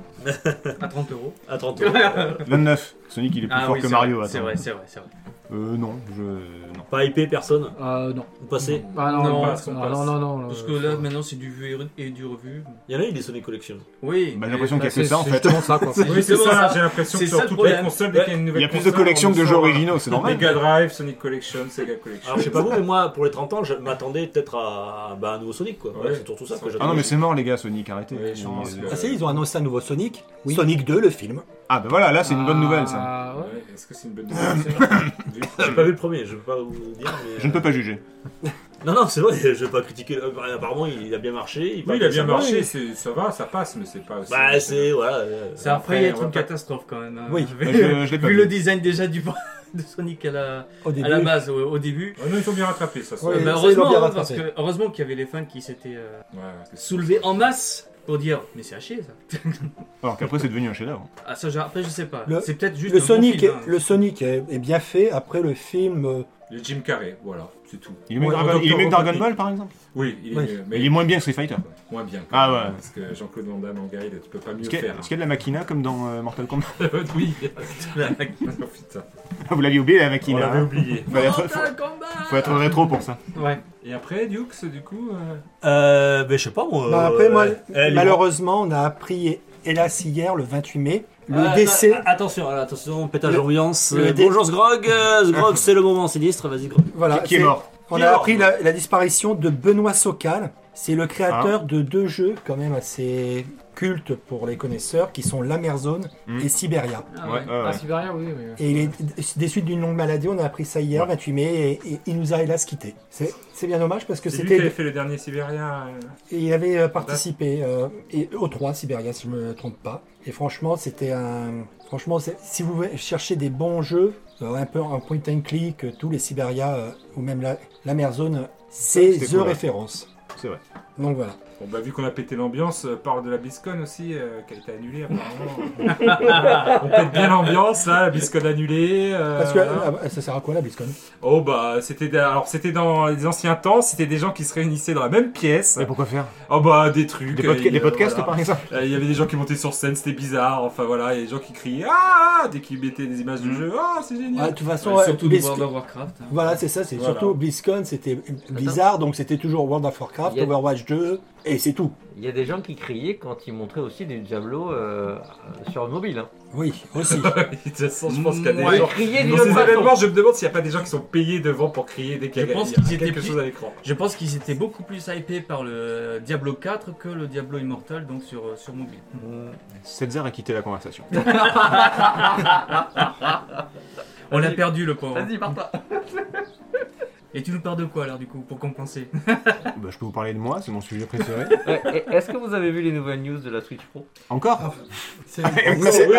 F: À 30 euros. Ah
C: à 30
E: (laughs)
C: euros. Euh,
D: 29. Sonic, il est
L: Ah
D: plus fort
F: oui,
D: que
F: c'est
D: Mario.
F: vrai,
D: attends.
F: C'est vrai, c'est vrai, c'est vrai.
D: Euh, non, je. Non.
C: Pas hypé, personne.
J: Euh, non.
C: Vous passez
J: Ah, non,
F: Non,
J: non,
E: passe, on
J: ah,
E: passe.
J: non, non, non,
F: Parce
J: euh,
F: que là, maintenant, c'est du vu et du revu.
C: Il y en a eu des Sonic Collection.
F: Oui.
D: Bah, j'ai
F: mais-
D: l'impression qu'il y a
J: c'est
D: que ça en
J: c'est
D: fait.
J: justement
D: (laughs)
J: ça, quoi.
F: C'est
E: Oui, c'est
F: justement
E: ça,
F: ça.
E: j'ai l'impression
F: C'est
E: que sur
F: ça le
E: toutes
F: problèmes.
E: les consoles, dès qu'il y a une
D: Il
E: nouvelle
D: y a plus de
E: console,
D: collections
E: on
D: que de
E: nous
D: jeux
E: sort, euh,
D: originaux, c'est normal.
E: Mega Drive, Sonic Collection, Sega Collection.
C: Alors je sais pas vous, mais moi pour les 30 ans, je m'attendais peut-être à, bah, un nouveau Sonic quoi. Voilà,
E: Ouais.
C: c'est surtout ça que
D: Ah non,
C: j'attendais.
D: mais c'est mort, les gars, Sonic, arrêtez.
E: Ouais, je pense,
D: Euh,
E: ouais.
H: Ah si, ils ont annoncé un nouveau Sonic.
J: Oui.
H: Sonic 2, le film.
D: Ah bah voilà, là, c'est une bonne nouvelle, ça.
J: Ah, ouais.
E: Ouais, Est-ce que c'est une bonne nouvelle ça
C: J'ai pas vu le premier, je peux pas vous dire. Mais... euh,
D: Je ne peux pas juger.
C: Non, non, c'est vrai, je vais pas critiquer. Euh, bah, Apparemment, il a bien marché.
E: Oui, il a bien
C: bah, ça va.
E: marché, c'est- ça va, ça passe, mais c'est pas aussi.
C: Bah, c'est. Voilà. euh,
F: Ça a failli
E: Après,
F: être
E: on va
F: une
E: pas-
F: catastrophe quand même. hein.
H: Oui.
D: Je,
F: (laughs) Vu,
D: Bah, je l'ai pas
F: vu
D: vu.
F: le design déjà du (laughs) de Sonic à la,
H: Au début.
F: à la base, au, au début.
E: Oh non, ils ont bien rattrapé ça. ça.
H: Oui,
F: Euh, bah,
H: ça, ils l'ont
F: heureusement,
H: bien
F: hein, parce
H: rattrapé.
F: que, heureusement qu'il y avait les fans qui s'étaient euh,
E: Ouais, parce que-
F: soulevés en masse pour dire Mais c'est haché ça.
D: Alors qu'après, c'est devenu un chef-d'œuvre.
F: Ah, ça, j'ai- après, je sais pas.
H: Le-
F: C'est peut-être juste.
H: Le
F: un bon
H: Sonic,
F: film,
H: est,
F: hein.
H: le Sonic est, est bien fait. Après, le film, euh,
E: Le Jim Carrey, voilà, c'est tout.
D: Il est mieux
E: Ouais,
D: que Dragon-
E: Dr.
D: il est mieux que Dragon
E: Robotnik.
D: Ball, par exemple
E: Oui, il est,
H: Oui.
E: mieux, mais
D: Mais il est moins bien que Street Fighter.
E: moins bien. quand
D: Ah
E: même,
D: ouais.
E: Parce que Jean-Claude Van Damme en guide, tu peux pas mieux
D: Est-ce qu'il y, a-
E: faire. hein.
D: est-ce qu'il y a de la Machina comme dans euh, Mortal Kombat (laughs)
E: oui. Oh, putain.
D: Vous l'aviez oublié, la
E: On
D: Machina.
E: l'avait
D: hein
E: oublié.
D: Faut être, faut- faut être rétro pour ça.
F: Ouais.
E: Et après, Dukes, du coup. euh,
C: Euh, mais je sais pas moi.
H: bah,
C: euh,
H: après, moi,
C: elle- elle-
H: malheureusement, on a appris, hélas, hier, le 28 mai, le
C: Ah,
H: décès.
C: ah, attention, ah, attention, pétage
H: Le-
C: d'ambiance.
H: le
C: Euh,
H: dé-
C: Bonjour Sgrog, euh, Sgrog, c'est le moment sinistre, vas-y Sgrog.
H: voilà,
D: Qui est
H: c'est-
D: mort
H: On
C: Qui
H: a
C: est
H: appris
C: mort
H: la, la disparition de Benoît Socal. C'est le créateur de deux jeux, quand même assez cultes pour les connaisseurs, qui sont La Merzone
D: Mm.
H: et Siberia.
J: Ah,
D: Ouais, ouais,
J: Ah,
D: ouais.
J: Sibéria, oui, oui.
H: Et il est des suites d'une longue maladie, on a appris ça hier, 28 mai, et, et il nous a hélas quittés. C'est c'est bien dommage parce que
E: C'est lui qui avait
H: c'était.
E: fait le dernier Sibérien. euh,
H: et Il avait
D: Bah.
H: euh, participé euh, et, aux trois Siberia, si je me trompe pas. Et franchement, c'était un. Franchement, c'est- si vous cherchez des bons jeux, euh, un peu en point and click, euh, tous les Siberia, euh, ou même la, la Merzone, c'est
D: c'était
H: The
D: cool, ouais.
H: référence.
D: C'est vrai.
H: Donc voilà.
E: Bon, bah, vu qu'on a pété l'ambiance, euh, parle de la BlizzCon aussi, euh, qui a été annulée apparemment. On pète bien l'ambiance, là, la BlizzCon annulée. euh,
H: Parce que
E: voilà.
H: ah, bah, ça sert à quoi la BlizzCon
E: Oh, bah, c'était alors c'était dans les anciens temps, c'était des gens qui se réunissaient dans la même pièce.
D: Mais pourquoi faire
E: Oh, bah, des trucs.
D: Des, podca-
E: euh,
D: des podcasts,
E: voilà.
D: par exemple
E: Euh, Il y avait des gens qui montaient sur scène, c'était bizarre. Enfin voilà, il y a des gens qui criaient Ah Dès qu'ils mettaient des images du jeu, Ah, c'est
H: Ah,
E: génial
H: De toute façon,
F: Ouais,
H: ouais,
F: surtout de
H: Blizz-
F: World of Warcraft. hein.
H: Voilà, c'est ça, c'est
E: Voilà.
H: surtout BlizzCon, c'était bizarre, donc c'était toujours World of Warcraft,
G: Il y a-
H: Overwatch 2, et c'est tout.
G: Il y a des gens qui criaient quand ils montraient aussi du Diablo euh, sur mobile. hein.
H: Oui,
O: (laughs)
H: aussi.
E: (laughs) De toute façon, je pense qu'il y a des
G: Ils
E: gens.
G: criaient du
E: Dans
G: Diablo.
E: ces événements, je me demande s'il n'y a pas des gens qui sont payés devant pour crier dès qu'il y a
F: Je pense
E: il y a
F: qu'ils étaient
E: quelque
F: pris-
E: chose à l'écran.
F: Je pense qu'ils étaient beaucoup plus hypés par le Diablo 4 que le Diablo Immortal, donc sur, sur mobile.
G: Euh,
D: Setzer a quitté la conversation.
F: On l'a
G: Vas-y.
F: perdu le pauvre.
G: Vas-y, pars pas.
F: Et tu nous parles de quoi alors du coup pour compenser
D: Bah, je peux vous parler de moi, c'est mon sujet préféré.
G: Ouais, et- Est-ce que vous avez vu les nouvelles news de la Switch Pro
D: Encore
O: (laughs)
E: Oui,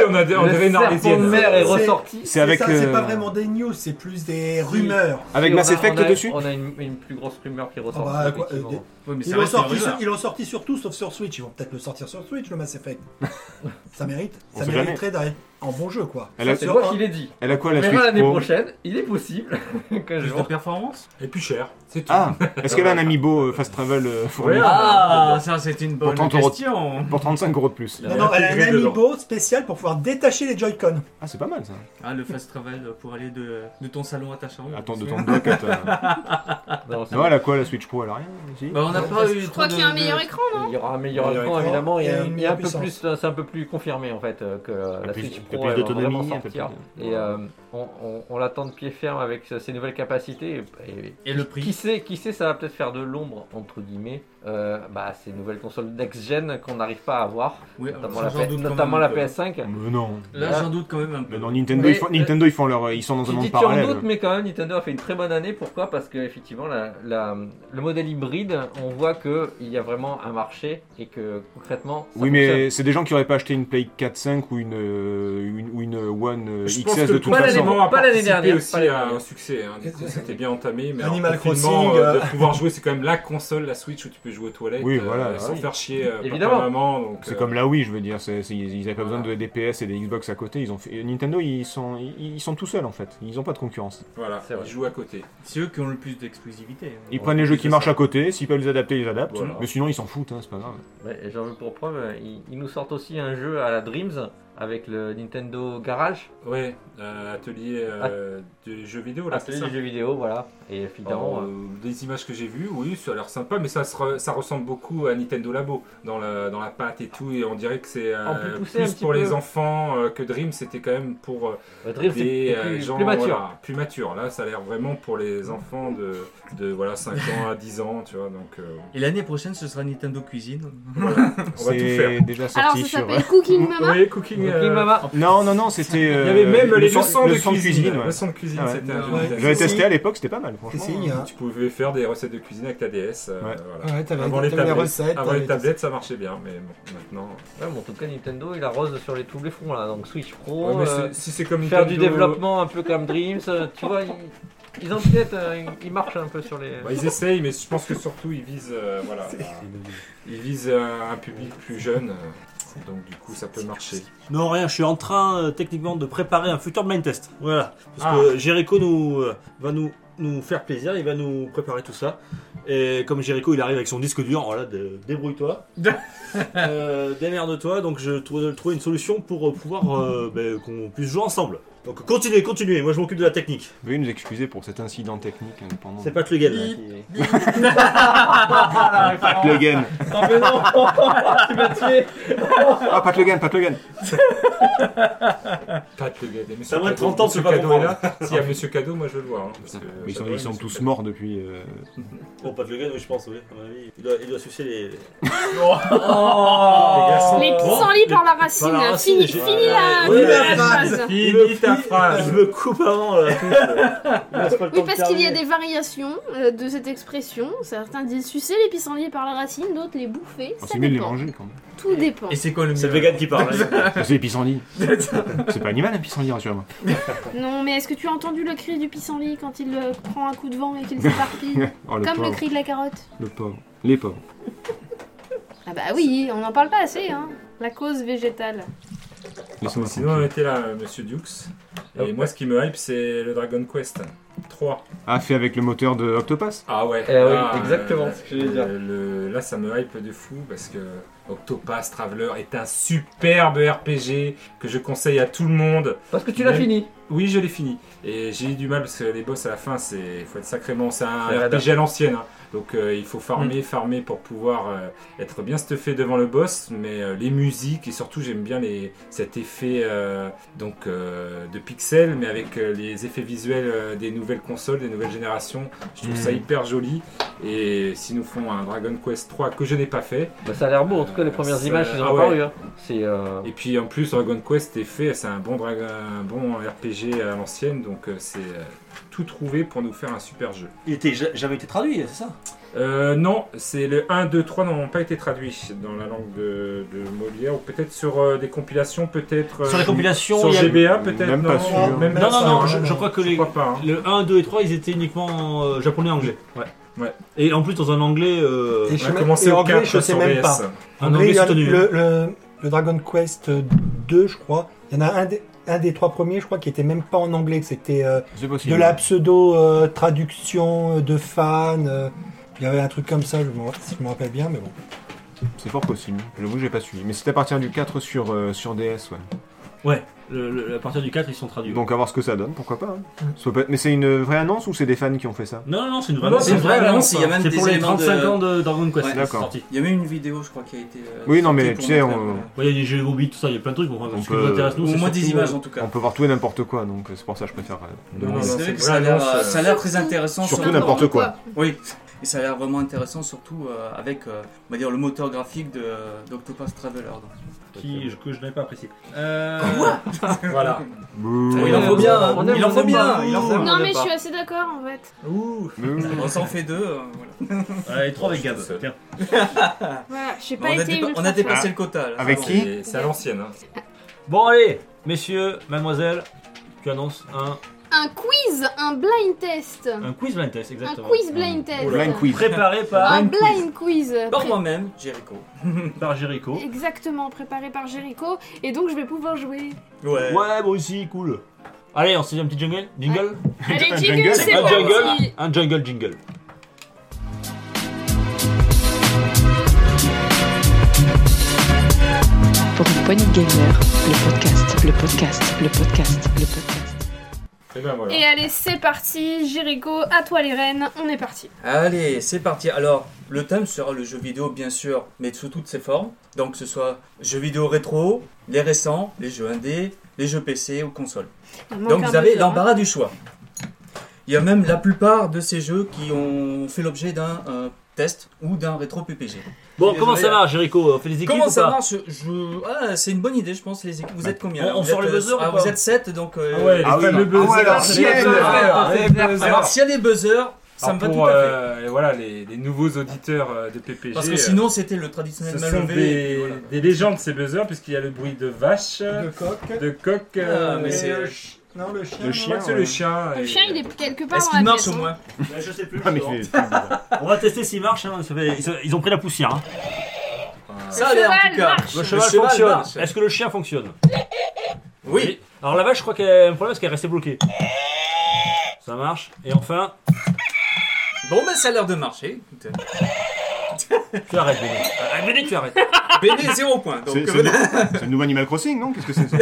E: on, a, on dirait une
G: Le serpent de
E: arlésienne.
G: mer est
O: C'est-
G: ressorti.
D: C'est avec,
O: ça, c'est
D: euh,
O: pas vraiment des news, c'est plus des rumeurs.
D: Avec
G: Et on
D: Mass
G: a-
D: Effect
G: on a-
D: dessus
G: On a une, une plus grosse rumeur qui ressort.
J: Ah
O: bah, quoi,
G: effectivement.
O: euh,
F: Oui, mais
O: Ils
F: ça
O: l'ont
F: reste une
O: sorti,
F: rumeur.
O: sur- ils l'ont sorti sur tout sauf sur Switch. Ils vont peut-être le sortir sur Switch, le Mass Effect. ça mérite.
D: On
O: ça
D: sait
O: mériterait d'arriver en bon jeu, quoi.
D: Elle a-
G: C'est
O: Sur
G: moi
O: un-
J: hein.
G: qui l'ai dit.
D: Elle a quoi
G: On
D: la
G: verra
D: Switch
G: l'année
D: Pro
G: prochaine. Il est possible (laughs) qu'un
F: Plus de
G: jour.
F: performance
E: Et plus cher, c'est tout.
D: Ah Est-ce qu'elle a un amiibo euh, fast travel euh, fourni
F: Ah, ça c'est une bonne
D: 30 euros.
L: Ah.
F: question.
D: pour 35 euros de plus
O: Non, non, elle a un
E: intégré dedans.
O: amiibo spécial pour pouvoir détacher les Joy-Con.
D: Ah, c'est pas mal ça.
F: Ah, le fast travel pour aller de, de ton salon à ta chambre. Bah,
D: Attends, de ton bloc à ta-
G: Non, c'est-
D: Non, elle a quoi la Switch Pro Elle a rien si
F: Bah, on n'a pas eu
B: Je crois qu'il y a un meilleur écran, non
G: Il y aura un meilleur
E: Meilleur
G: écran
O: écran
G: évidemment et,
O: et
G: un-
O: une
G: et un
O: meilleure
G: peu plus,
O: puissance.
G: c'est un peu plus confirmé en fait euh, que euh, la
D: plus-
G: Switch
D: un peu
G: Pro
D: plus
G: elle va
D: d'autonomie,
G: vraiment
D: un peu
G: sortir.
D: plus de-
G: Et euh, on, on- on l'attend de pied ferme avec ce- ses nouvelles capacités et, et-
F: Et le prix
G: Qui sait, qui sait, ça va peut-être faire de l'ombre entre guillemets euh, bah, ces nouvelles consoles next-gen qu'on n'arrive pas à avoir,
F: Oui,
G: notamment
F: j'en
G: la, P-
F: doute quand
G: notamment
F: même
G: la
F: un peu.
G: PS5.
D: Mais non.
F: Là, j'en doute quand même un peu.
D: Mais non, Nintendo,
G: Mais-
D: ils, font, Nintendo ils, font leur... ils sont dans
G: Tu
D: un
G: dis
D: monde
G: tu en
D: parallèle.
G: doutes, mais quand même Nintendo a fait une très bonne année. Pourquoi Parce que effectivement, la- la- le modèle hybride, on voit que il y a vraiment un marché et que concrètement. ça
D: Oui,
G: fonctionne.
D: mais c'est des gens qui auraient pas acheté une Play 4-5 ou une, euh, une, ou une One euh,
E: Je
D: XS
E: pense que
D: de toute
G: pas l'année-
D: façon.
E: l'élément a
G: pas l'année
E: participé
G: dernière,
E: aussi
G: pas l'année
E: à un
G: dernière.
E: succès. hein. C'était bien entamé, mais
O: Animal
E: alors, confinement,
O: Crossing,
E: euh,
O: euh.
E: de pouvoir jouer, c'est quand même la console, la Switch où tu peux jouer aux toilettes,
D: Oui,
E: euh,
D: voilà,
E: sans
D: oui.
E: faire chier euh, papa,
G: Évidemment.
E: maman. donc,
D: C'est
E: euh,
D: comme la Wii, je veux dire. c'est- c'est- ils n'avaient pas besoin de des PS et des Xbox à côté. Ils ont fait- Nintendo, ils sont, ils, ils sont tout seuls en fait. Ils n'ont pas de concurrence.
E: Voilà,
G: C'est vrai.
E: ils jouent à côté.
F: C'est eux qui ont le plus d'exclusivité.
D: Ils
F: On-
D: prennent les jeux qui
F: c'est
D: marchent
F: ça.
D: à côté. S'ils peuvent les adapter, ils les adaptent.
E: Voilà.
D: Mais sinon, ils s'en foutent, hein, c'est pas grave.
G: Ouais, et J'en veux pour preuve, euh, ils, ils nous sortent aussi un jeu à la Dreams avec le Nintendo Garage,
E: Ouais, euh, atelier euh, de jeux vidéo, là, c'est
G: Ah. atelier
E: ça
G: de jeux vidéo, voilà. Et évidemment,
D: Oh.
E: Alors,
G: euh,
E: euh, des images que j'ai vues, oui, ça a l'air sympa, mais ça, se re- ça ressemble beaucoup à Nintendo Labo dans la, dans la pâte et tout, et on dirait que c'est euh,
G: En plus poussé, un petit
E: pour
G: peu.
E: les enfants euh, que Dream, c'était quand même pour euh,
G: bah, Dreams c'est
E: des
G: c'est
E: euh,
G: plus,
E: gens
G: plus mature.
E: voilà, plus matures. Là, ça a l'air vraiment pour les enfants de, de voilà, 5 ans à 10 ans, tu vois, donc euh,
F: Et l'année prochaine, ce sera Nintendo Cuisine.
E: on va tout faire.
D: C'est déjà
B: Alors,
D: sorti
B: ça
D: sur.
B: s'appelle
E: (laughs)
B: Cooking Mama
E: Oui, cooking.
G: Donc,
E: euh,
G: les mamas,
D: Non, non, non, c'était.
E: Il y
D: euh,
E: avait même
D: le
E: les
D: son-
E: leçons
D: le
E: de
D: son
E: cuisine.
D: ouais.
E: Leçons de cuisine,
D: Ah ouais.
E: c'était un jeu
O: Ouais.
E: vidéo.
D: J'avais
O: Si,
D: testé
O: si.
D: à l'époque, c'était pas mal, franchement.
O: C'est hein.
E: euh, Tu pouvais faire des recettes de cuisine avec ta DS.
D: Ouais.
E: euh, voilà.
O: Ouais, t'avais
E: Avant les
O: t'avais les
E: tablettes.
O: recettes.
E: Avant les
O: t'avais-
E: tablettes, ça marchait bien, mais bon, maintenant.
G: ouais, mais en tout cas Nintendo il arrose sur les tous les fronts là, donc Switch Pro,
E: Ouais, mais
G: euh,
E: c'est- si c'est comme
G: faire
E: Nintendo-
G: du développement un peu comme Dreams, euh, tu vois, ils, ils empiètent, euh, ils- ils marchent un peu sur les.
E: Bah, ils essayent, mais je pense que surtout ils visent, euh, voilà, ils visent euh, un public plus jeune. euh, Donc du coup, ça peut marcher.
C: Non, rien, je suis en train euh, techniquement de préparer un futur blind test. Voilà. Parce
E: Ah.
C: que Jericho nous, euh, va nous, nous faire plaisir, il va nous préparer tout ça. Et comme Jericho il arrive avec son disque dur, voilà, de- (laughs) débrouille-toi. Euh, Démerde-toi. Donc je trou- dois trouver une solution pour euh, pouvoir euh, ben, qu'on puisse jouer ensemble. Donc continuez, continuez, moi je m'occupe de la technique.
D: Veuillez nous excuser pour cet incident technique hein, pendant.
C: C'est pas le game.
D: Pat Le Guen.
G: Oh,
D: (laughs)
G: mais non Tu m'as tué
D: Ah, Pat Le Guen, Pat Le Guen.
E: Pas de gueule. Et Monsieur
C: Ça va être
E: Cadeau-
C: 30 ans,
E: Monsieur
C: c'est pas
E: Cadeau est
C: bon.
E: là. S'il y a Monsieur Cadeau, moi je veux le voir. hein, parce que
D: Mais ils sont,
E: j'adore
D: ils sont
E: Monsieur
D: tous
E: Cadeau.
D: morts depuis. euh,
C: Oh, pas de le game, oui, je pense, oui, à mon avis. Il doit, il doit sucer les.
E: Les gars sont-
B: Les pissenlits par la racine.
C: par la racine,
B: Fini,
C: je-
B: fini la,
C: Ouais,
B: la
C: ouais,
B: phrase.
E: Finis ta phrase.
C: Je me coupe avant là. tout, là. Il me reste pas le
B: Oui,
C: temps de
B: parce qu'il y a
C: terminer.
B: des variations euh, de cette expression. Certains disent sucer les pissenlits par la racine, d'autres les bouffer.
D: on
B: Ça
D: s'est Ah, mieux de les
B: dépend.
D: manger quand même.
B: Tout dépend.
F: Et c'est quoi le
C: C'est
F: mieux
C: le vegan qui parle.
D: Ah, C'est les pissenlits.
L: (laughs)
D: C'est pas animal un pissenlit, rassure-moi.
B: Non, mais est-ce que tu as entendu le cri du pissenlit quand il euh, prend un coup de vent et qu'il s'éparpille
D: Oh, le
B: Comme le
D: pauvre.
B: cri de la carotte.
D: Le pauvre. Les pauvres.
B: Ah bah oui, on n'en parle pas assez, hein. La cause végétale.
D: Laissez-moi
E: Sinon, on
D: tranquille.
E: était là, euh, monsieur Dukes. Et
G: Hop.
E: moi, ce qui me hype, c'est le Dragon Quest 3.
D: Ah, fait avec le moteur de Octopass
E: Ah ouais.
G: Eh oui,
E: Ah,
G: exactement,
E: euh,
G: c'est ce que j'allais dire.
E: euh, le- là, ça me hype de fou parce que Octopass Traveler est un superbe RPG que je conseille à tout le monde.
G: Parce que tu l'as
E: Mais-
G: fini.
E: Oui, je l'ai fini. Et j'ai eu du mal parce que les boss à la fin, c'est faut être sacrément. C'est
G: C'est
E: un
G: raide.
E: RPG à l'ancienne. hein. Donc euh, il faut farmer, farmer pour pouvoir euh, être bien stuffé devant le boss. Mais euh, les musiques et surtout j'aime bien les, cet effet euh, donc euh, de pixels, mais avec euh, les effets visuels euh, des nouvelles consoles, des nouvelles générations. Je trouve
D: Mm.
E: ça hyper joli. Et s'ils nous font un Dragon Quest 3 que je n'ai pas fait,
G: Bah, ça a l'air beau, en tout cas, les
E: Euh,
G: premières
E: ça-
G: images, ils
E: ah
G: ont
E: ouais.
G: paru. hein. C'est. euh,
E: et puis en plus, Dragon Quest est fait, c'est un bon, dra- un bon RPG à l'ancienne, donc euh, c'est euh, tout trouvé pour nous faire un super jeu.
C: Il était ja- jamais été traduit, c'est ça
E: Euh, non, c'est le 1, 2, 3 n'ont pas été traduits dans la langue de, de Molière, ou peut-être sur euh, des compilations, peut-être. euh,
C: Sur les compilations,
E: Sur
C: il y a-
E: GBA, peut-être.
D: Même
E: non,
D: pas sûr.
E: même
C: Non,
E: pas
C: non,
E: sûr,
C: non,
E: hein.
C: je, je crois que
E: Je
C: les,
E: crois pas. hein.
C: le 1, 2 et 3, ils étaient uniquement euh, japonais anglais. Ouais.
E: Ouais.
C: Et en plus, dans un anglais. euh,
H: Et
E: On
H: je
E: a
H: sais même-
E: commencé
H: et
E: au
H: anglais,
E: 4
H: je sais
E: sur
H: même
E: DS.
H: pas.
C: un
H: Mais il
C: anglais hein.
H: y a
C: soutenu.
H: le, le- le Dragon Quest 2, je crois. Il y en a un des, un des trois premiers, je crois, qui était même pas en anglais, que c'était euh,
D: C'est possible.
H: de la pseudo-traduction de fans. euh, il y avait un truc comme ça, je me, si je me rappelle bien, mais bon.
D: C'est fort possible. J'avoue, que j'ai pas suivi. Mais c'est à partir du 4 sur, euh, sur DS, ouais.
C: Ouais, le- le- à partir du 4, ils sont traduits.
D: Donc à voir ce que ça donne, pourquoi pas. hein. Ça peut être- Mais c'est une vraie annonce ou c'est des fans qui ont fait ça
C: Non, non, non, c'est une vraie
E: Non,
C: annonce.
L: C'est
E: c'est
L: une vraie
E: vrai,
L: annonce,
E: non,
L: il y a même
C: C'est
L: des
C: pour les
L: éléments
C: 35
L: de...
C: ans de Dragon Quest.
L: Ouais,
C: c'est
D: d'accord.
C: sorti.
L: Il y a même une vidéo, je crois, qui a été. euh,
D: Oui, non,
L: sortie
D: mais
L: pour
D: tu sais,
L: montrer,
D: on-
L: euh,
C: Ouais, Il y a des jeux Hobbit, tout ça, il y a plein de trucs. Enfin,
D: On
C: ce qui
D: peut-
C: nous intéresse, nous,
L: Ou
C: c'est
L: au moins des
C: surtout,
L: images
C: euh,
L: en tout cas.
D: On peut voir tout et n'importe quoi, donc euh, c'est pour ça que je préfère. euh,
E: Non, non,
D: demander.
E: non,
L: C'est vrai
E: c'est
L: que
E: une
L: ça a
E: vraie
L: l'air,
E: annonce,
L: euh,
E: euh,
L: ça a l'air très intéressant.
D: Surtout
L: sur-
D: n'importe quoi.
L: Oui, et ça a l'air vraiment intéressant, surtout euh, avec, euh, on va dire, le moteur graphique de d'Octopus Traveler. donc.
C: qui- que je n'avais pas apprécié. Euh,
L: (laughs)
E: Voilà.
D: Bouh.
L: il en faut bien, hein.
G: on aime,
L: Il en
G: on
L: faut
G: aime
L: bien,
G: pas.
L: il en faut
G: On
B: Non,
G: aime
B: mais je
G: pas.
B: suis assez d'accord en fait.
C: Ouh,
D: Bouh.
L: On s'en fait deux. euh, voilà.
C: allez, 3 avec Gab. Tiens.
B: Voilà, j'ai
L: Bon,
B: pas
L: on, a
B: été
L: dépa- on
B: ultra
L: a
B: fan.
L: dépassé le quota. là,
D: Avec
L: c'est
D: qui
E: C'est- C'est à l'ancienne. hein.
C: Bon, allez, messieurs, mademoiselle, tu annonces un,
B: Un quiz, un blind test.
C: un quiz blind test,
B: Un
C: exactement.
B: quiz blind test.
D: Blind quiz.
C: Préparé par,
B: Un blind quiz.
L: bon. Par moi-même, Jericho.
C: par Jericho.
B: Exactement, préparé par Jericho. Et donc je vais pouvoir jouer.
L: Ouais.
C: Ouais, bon, aussi, cool. Allez, on se dit un petit jungle Jingle
B: Allez, jingle,
D: jungle,
B: c'est
C: Un
B: parti
C: jungle Un jungle jingle.
A: Pour une poignée de gamer, le podcast, le podcast, le podcast, le podcast.
E: Et ben voilà.
B: Et allez, c'est parti. Jericho, à toi les reines. On est parti.
L: Allez, c'est parti. Alors, le thème sera le jeu vidéo, bien sûr, mais sous toutes ses formes. Donc, que ce soit jeux vidéo rétro, les récents, les jeux indés, les jeux PC ou consoles.
B: Il manque
L: Donc
B: un
L: vous avez
B: buzzer, hein.
L: l'embarras du choix. Il y a même la plupart de ces jeux qui ont fait l'objet d'un euh, test ou d'un rétro PPG.
C: Bon,
L: Désolé,
C: comment ça
L: hein.
C: marche, Jericho On fait des équipes
L: Comment
C: ou
L: ça
C: pas
L: marche je... ah, C'est une bonne idée, je pense. Les... équipes. Vous êtes combien
C: On-
L: là
C: on
L: Vous
C: sort
L: êtes,
C: le buzzer
L: euh,
C: ou
L: ah,
C: pas
L: Vous êtes 7, donc. euh,
E: Ah ouais, les
D: Ah oui.
E: fameux
D: Ah ouais,
E: buzzers.
D: alors,
E: les
D: si elle-
E: buzzers.
L: Ah,
E: Les buzzers.
L: Alors, s'il y a des buzzers, ça me va
E: Alors,
L: tout
E: pour,
L: à fait.
E: euh, et voilà, les, les nouveaux auditeurs euh, de PPG.
L: Parce que
E: euh,
L: sinon, c'était le traditionnel
E: ce
L: mal
E: sont
L: levé, et
E: des,
L: puis voilà.
E: des légendes ces buzzers, puisqu'il y a le bruit de vache,
P: Le coq.
E: de coq, euh,
L: Ah, mais c'est-
E: euh,
P: Non, le chien.
D: Le
P: non.
E: je crois
D: chien.
E: que c'est le chien.
B: Le
E: et-
B: chien, il est quelque part
L: Est-ce
B: dans
L: qu'il
B: la
L: marche
B: pièce,
L: au
B: hein.
L: moins
C: Bah, Je sais plus.
D: Ah, mais
C: je
D: il
C: sais
D: fait-
C: pas. On va tester s'il marche. hein, ça fait- ils ont- Ils ont pris la poussière. hein.
L: Ça a l'air en
B: cheval
L: tout cas.
B: marche.
C: Le cheval
L: cheval
C: fonctionne.
L: marche.
C: Est-ce que le chien fonctionne
L: Oui,
C: Alors la vache, je crois qu'elle a un problème parce qu'elle est restée bloquée. Ça marche. Et enfin,
L: bon, mais ça a l'air de marcher.
C: tu arrêtes, Béné. Ah, Béné, tu arrêtes.
L: BD 0 points. Donc,
D: C'est c'est
L: (laughs) euh,
D: le- c'est le nouveau Animal Crossing, non Qu'est-ce que c'est ça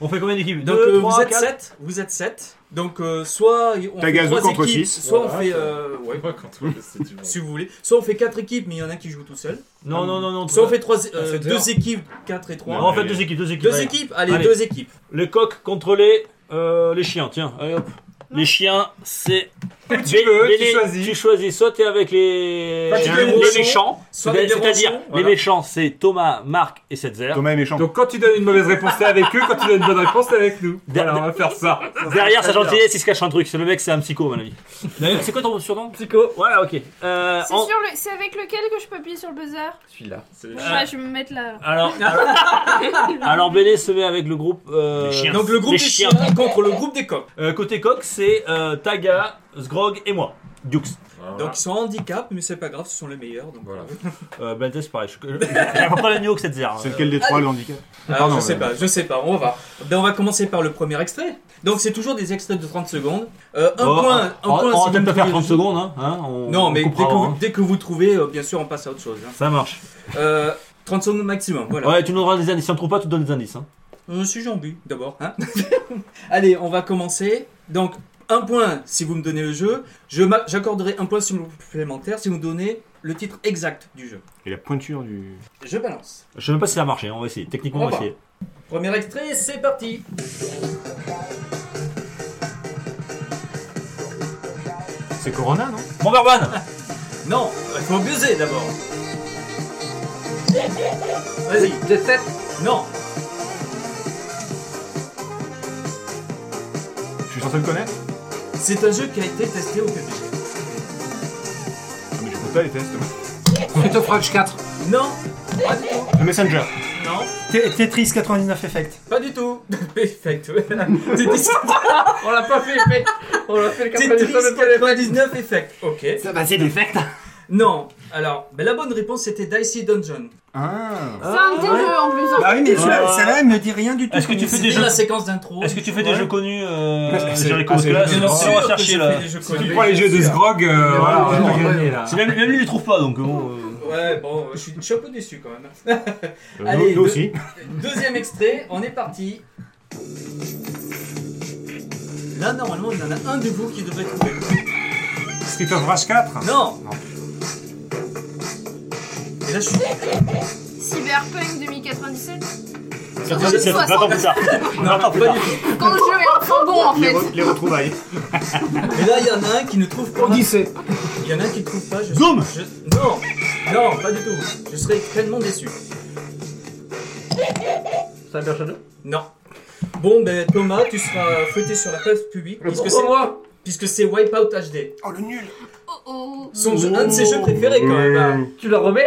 C: On fait combien d'équipes
L: Donc
C: Deux,
L: euh, vous
C: trois,
L: êtes
C: quatre
L: 7, vous êtes 7. Donc euh, soit on fait
D: Tagazo
L: trois
D: contre
L: équipes,
D: six.
L: soit on
E: Voilà,
L: fait
E: ça-
L: euh, ouais,
E: Ouais, quand on- c'est du bon.
L: si vous voulez, soit on fait 4 équipes mais il y en a qui joue tout seul.
C: Non, non, non, non.
L: Soit on fait trois
P: Ah,
L: euh,
P: c'est
L: deux
P: dur.
L: équipes, 4 et 3.
C: Non, on fait deux équipes, deux équipes.
L: deux
C: allez.
L: équipes, allez,
C: Allez.
L: deux équipes.
C: Les coqs contre les, euh, les chiens, tiens, allez hop. Les chiens, c'est.
E: tu veux,
C: Bé-
E: tu
C: Béné,
E: choisis.
C: Tu choisis, soit t'es avec les,
E: Pas tous
L: les
C: les
L: ronchons,
C: méchants,
L: soit les
C: c'est-à-dire
L: ronchons,
C: les
L: voilà.
C: méchants, c'est Thomas, Marc et Setzer.
D: Thomas est méchant.
E: Donc quand tu donnes une mauvaise réponse, t'es avec eux, quand tu donnes une bonne réponse, t'es avec nous. Voilà, on va
D: (laughs)
E: faire ça.
C: Derrière sa gentillesse, il se cache un truc. C'est le mec, c'est un psycho, à mon avis. D'ailleurs, c'est quoi ton surnom Psycho. Voilà, ok. Euh,
B: C'est
C: en-
B: sur le- c'est avec lequel que je peux appuyer sur le buzzer
G: Celui-là.
B: Ouais, je vais me mettre là.
C: Alors, alors, alors Béné se met avec le groupe. euh,
L: Euh, Donc le groupe
C: les
L: des chiens contre le groupe des coqs.
C: Euh, côté coq, c'est euh, Taga, Sgrog et moi. Dukes.
E: Voilà,
L: Donc ils sont en handicap, mais c'est pas grave, ce sont les meilleurs. Donc voilà.
C: Euh, Benitez, c'est pareil. Je- (laughs) J'ai à peu près le niveau que cette zère. hein.
L: C'est lequel des trois,
C: le
L: le handicap Alors, Ah, je sais pas, je sais pas, on va. Ben, on va commencer par le premier extrait. Donc c'est toujours des extraits de 30 secondes. Euh, un
C: Bon,
L: point, un
C: on- on
L: point.
C: va
L: si
C: Oh, peut-être
L: vous
C: pas faire
L: trouvez-
C: 30 secondes, hein, hein, on-
L: non,
C: on
L: mais dès que,
C: coupera,
L: vous,
C: hein.
L: dès que vous trouvez, euh, bien sûr, on passe à autre chose. hein.
C: Ça marche.
L: Euh, 30 secondes maximum, voilà.
C: Ouais, tu nous donneras des indices. Si on trouve pas, tu donnes des indices. Hein.
L: Euh, si j'en bu, d'abord. hein. (laughs) Allez, on va commencer. Donc, un point si vous me donnez le jeu. Je m'a- J'accorderai un point supplémentaire si vous me donnez le titre exact du jeu.
D: Et la pointure du.
L: Je balance.
C: Je sais même pas si ça a marché. On va essayer. Techniquement,
L: On
C: on va
L: va.
C: essayer.
L: Premier extrait, c'est parti.
D: C'est Corona, non
C: Bomberman
L: Non, il faut abuser d'abord. Vas-y.
G: Jet Set
L: Non.
D: Je suis censé le connaître
L: C'est un jeu qui a été testé au public.
D: Ah, mais je peux pas les tests.
J: Street of Rage 4.
L: Non. Pas du tout.
D: Le Messenger.
L: Non.
O: T- Tetris 99 Effect.
L: Pas du tout. (laughs)
J: (laughs)
L: Perfect. ouais. Tetris.
G: On l'a pas fait, mais on l'a fait le
L: Tetris 99 Effect. Ok.
J: Ça va, c'est hein. l'effect.
L: Non. Alors, ben, la bonne réponse c'était Dicey Dungeon.
D: Ah.
B: C'est un des jeux en plus.
H: Ah
O: Bah oui, mais
C: Ouais.
O: ça là elle me dit rien du tout.
C: Est-ce que tu fais des
L: C'était
C: jeux
L: la séquence d'intro.
C: Est-ce que tu fais des
L: Ouais.
C: jeux connus, euh,
D: C'est-
C: Jericho Parce
D: ah,
C: que là,
D: c'est-
C: c'est
L: Bien
C: on va
L: sûr que
C: chercher
L: je
C: là.
L: fais des jeux
D: Tu
L: connus.
D: prends les jeux de Sgrog, euh, voilà,
J: ouais,
D: on va
J: ouais,
D: gagner
J: ouais.
D: là.
C: C'est Même, même lui, il les trouve pas, donc bon. euh,
L: Ouais, bon, je suis, je suis un peu déçu quand même.
D: Euh,
L: Allez,
D: nous- nous
L: deux-
D: aussi.
L: Deuxième extrait, on est parti. Là, normalement, il y en a un de vous qui devrait trouver.
D: Street of Rage 4
L: Non
D: Non.
L: Et là, je suis.
B: Cyberpunk 2097.
C: C'est 20 ans plus tard.
L: Non, non, pas du tout.
B: Quand le jeu est enfin bon en
D: les,
B: fait.
D: re- les retrouvailles.
L: Et là, il y en a un qui ne trouve pas.
J: Odyssey.
L: Il y en a un qui ne trouve pas. Je...
C: Zoom
L: je- Non Non, pas du tout. Je serais extrêmement déçu.
G: Cyber Shadow
L: Non. Bon, ben Thomas, tu seras fouetté sur la place publique puisque c'est
G: moi
L: puisque c'est Wipeout HD.
D: Oh le nul
B: Oh oh.
L: Son jeu- un de ses jeux préférés quand même. hein.
G: Tu la remets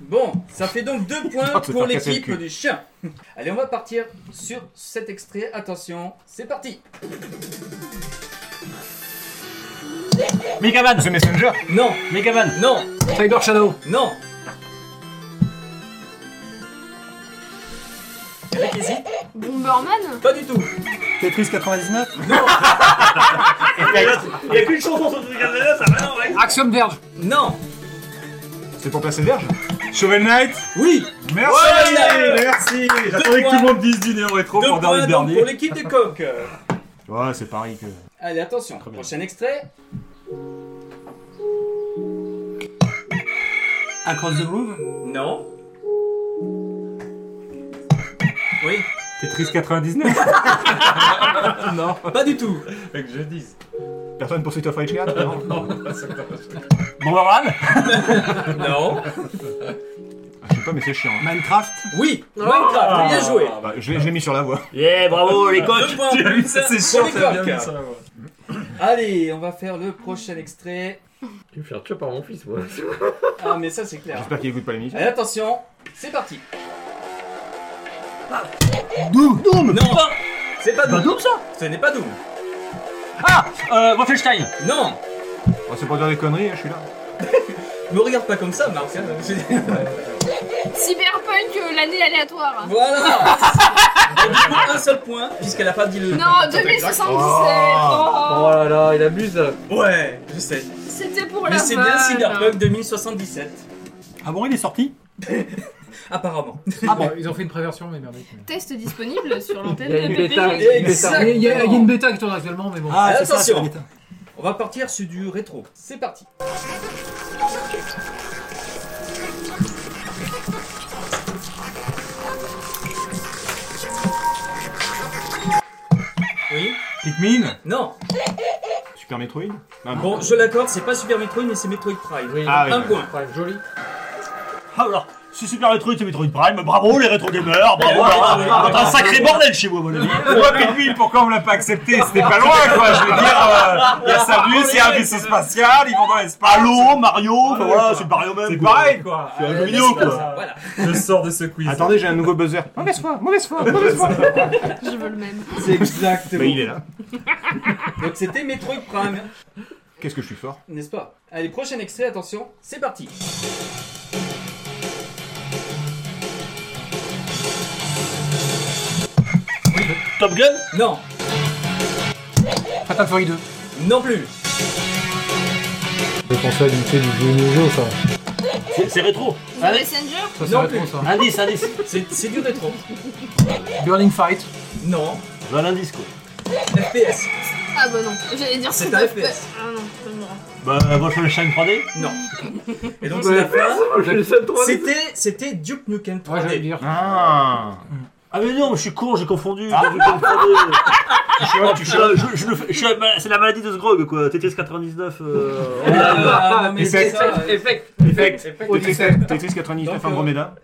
L: Bon, ça fait donc deux (laughs) points
D: Putain, c'est
L: pour
D: pas cassé le
L: l'équipe
D: cul.
L: du chien. (laughs) Allez, on va partir sur cet extrait. Attention, c'est parti.
C: Megaman
D: The Messenger
L: Non,
C: Megaman
L: non,
J: Cyber Shadow.
L: non. Il y en a qui hésitent
B: Bomberman.
L: Pas du tout.
O: Tetris 99
C: Il y a qu'une chanson sur ce là ça va, non, ouais.
J: Axiom Verge.
L: Non,
D: C'est pour placer Verge Shovel Knight
L: oui.
D: Merci
L: Ouais
D: Merci
L: Deux
D: J'attendais que tout le
L: points.
D: monde dise dîner en rétro
L: Deux
D: pour dernier
L: points donc pour
D: dernier.
L: l'équipe des coqs.
D: Ouais, c'est pareil que...
L: (laughs) Allez, attention, prochain extrait.
O: Across the Groove
L: Non. Oui,
D: Tetris
L: (laughs)
D: 99 Non.
L: pas du tout.
E: Fait que je dise.
D: Personne pour Street of Rage 4 Non.
C: Bomberman
L: Non.
D: Je sais pas, mais c'est chiant. hein.
O: Minecraft
L: Oui, Minecraft, bien joué.
D: Bah, je l'ai je l'ai mis sur la voie.
C: Yeah, bravo les coachs
L: Ah, Deux points en plus pour les
E: t'as bien
L: coqs.
E: vu ça. ouais.
L: Allez, on va faire le prochain extrait.
G: Je vais me faire tuer par mon fils, moi.
L: Ah, mais ça, c'est clair.
D: J'espère qu'il écoute pas l'émission.
L: Allez, attention, c'est parti.
H: Doom Doom
L: Non, c'est pas Doom.
H: ça
L: Ce n'est pas Doom.
C: Ah euh, Wolfenstein
L: Non,
D: Bon, c'est pour dire des conneries, hein, je suis là.
L: me regarde pas comme ça, Marc. hein. (laughs)
B: Cyberpunk euh, l'année aléatoire.
J: (laughs)
L: Voilà. Et du coup, un seul point, puisqu'elle a Ah, pas dit le.
B: Non, 2077. Oh.
G: Oh là là, il abuse.
L: Ouais, je sais.
B: C'était pour Oh la
L: Mais c'est bien
B: vanne.
L: Cyberpunk 2077.
O: Ah bon, il est sorti
L: Apparemment.
J: Ah
L: (laughs)
J: bon, ils ont fait une préversion, mais merde.
B: Test disponible sur l'antenne
G: Il y a
B: de
G: une bêta.
B: PPG.
G: une bêta.
J: Il y, a- il y a une bêta qui tourne actuellement, mais bon.
O: Ah, c'est ça, c'est
L: attention.
O: la bêta.
L: On va partir sur du rétro. C'est parti. Oui
D: Pikmin
L: Non
D: Super Metroid Ah, non.
L: Bon, je l'accorde, c'est pas Super Metroid, mais c'est Metroid Prime.
D: Ah oui,
L: un
D: oui.
L: point.
G: joli.
L: Ah,
O: alors, c'est Super Metroid, c'est Metroid Prime. Bravo les rétro gamers, bravo.
D: Ouais,
O: bravo,
D: ouais,
O: bravo.
L: Ah,
D: ouais,
C: Ah,
O: un
D: ouais,
O: sacré
D: ouais.
O: bordel chez vous, à mon avis.
D: Ouais, mais lui, pourquoi on l'a pas accepté C'était pas bah loin, quoi. Je veux dire, euh, il y a sa bus, il y a un vaisseau spatial, ils vont dans l'espace.
O: Halo, Mario, enfin voilà, c'est Mario même.
D: C'est
O: quoi.
D: pareil, quoi.
O: C'est un
E: Euh,
O: jeu vidéo, quoi.
E: Je sors de ce quiz. Ah
D: Attendez, j'ai un nouveau buzzer. Mauvaise foi, mauvaise foi, mauvaise foi.
B: Je veux le même.
L: C'est exactement.
D: Mais il est là.
L: Donc c'était Metroid Prime,
D: Qu'est-ce que je suis fort
L: n'est-ce pas Allez, prochain extrait, attention, c'est parti.
O: Top Gun
L: Non,
J: Fatal Fury 2.
L: non plus.
J: Je pensais à du fait du jeu Mojo, ça.
O: C'est- C'est rétro.
B: The Messenger
J: Ça, c'est
L: Non
J: rétro,
L: plus.
C: hein.
G: (laughs)
J: ça.
O: Indice, indice.
L: C'est c'est du rétro.
J: Burning Fight.
L: Non,
O: Je veux un indice, quoi.
L: FPS.
B: Ah bah non, j'allais dire
L: C'est
B: Street
L: un
B: of
L: FPS.
B: Pe- Ah non, c'est bon.
O: Bah, Wolfenstein 3D
L: Non. Et donc c'est la fin.
G: J'ai le seul trois.
L: C'était, c'était Duke Nukem
J: Ouais, j'allais
L: 3D.
J: dire.
D: Ah
O: Ah mais non, mais je suis con, j'ai confondu. j'ai vu comme 3D. Ah, putain, je- je le fais- je suis la- C'est la maladie de ce grog, quoi. TTS 99. euh, en- (laughs)
L: Ah, non, mais
D: Et
L: c'est
D: c'est-
L: ça. euh,
G: Effect.
D: Effect. Tetris
G: Effect.
D: Tetris 99
L: Donc, euh,
D: Andromeda.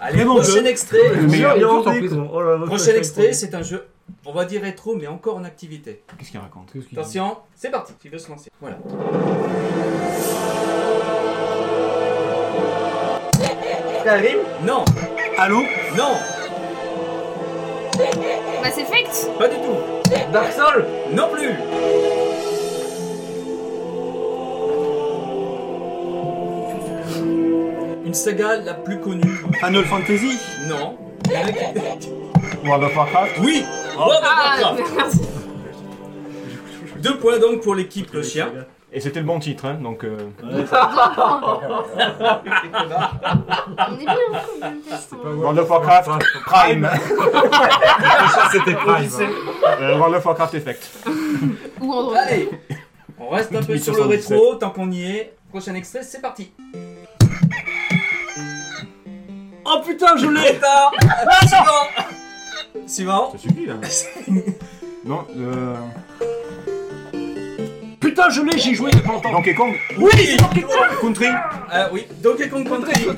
L: Allez,
O: Vraiment
L: prochain
O: bleu.
L: extrait.
J: Le meilleur.
O: en-
J: il est
O: en-
J: tout en plus.
O: con. Oh là là,
L: Prochain
O: Wolfenstein
L: extrait,
O: 3D.
L: c'est un jeu, on va dire rétro, mais encore en activité.
D: Qu'est-ce qu'il raconte
J: Qu'est-ce qu'il dit
L: Attention, c'est parti, qui veut se lancer. Voilà.
G: Karim.
L: Non,
O: Allô
L: non,
B: Mass Effect
L: pas du tout.
G: Dark Soul.
L: Non plus. Une saga la plus connue.
H: Final Fantasy
L: Non.
D: World of Warcraft.
L: Oui World of
B: Ah,
L: Warcraft.
B: merci.
L: bah, Deux points donc pour l'équipe le chien.
D: Et c'était le bon titre, hein, donc. euh,
B: On est bien quand même, parce qu'on-
D: World of Warcraft Prime.
E: C'était Prime. (laughs)
D: Euh, World of Warcraft Effect.
B: Ou Android.
L: Allez On reste un peu sur le
D: 1877.
L: rétro tant qu'on y est. Prochain extrait, c'est parti.
O: Oh putain, je l'ai
L: Trop tard Suivant Suivant
D: Ça suffit, hein. là. (laughs) Non, euh.
O: Putain, je l'ai, j'y jouais il y a pas longtemps.
D: Donkey Kong
L: Oui
D: Country
L: Ah oui, Donkey Kong Country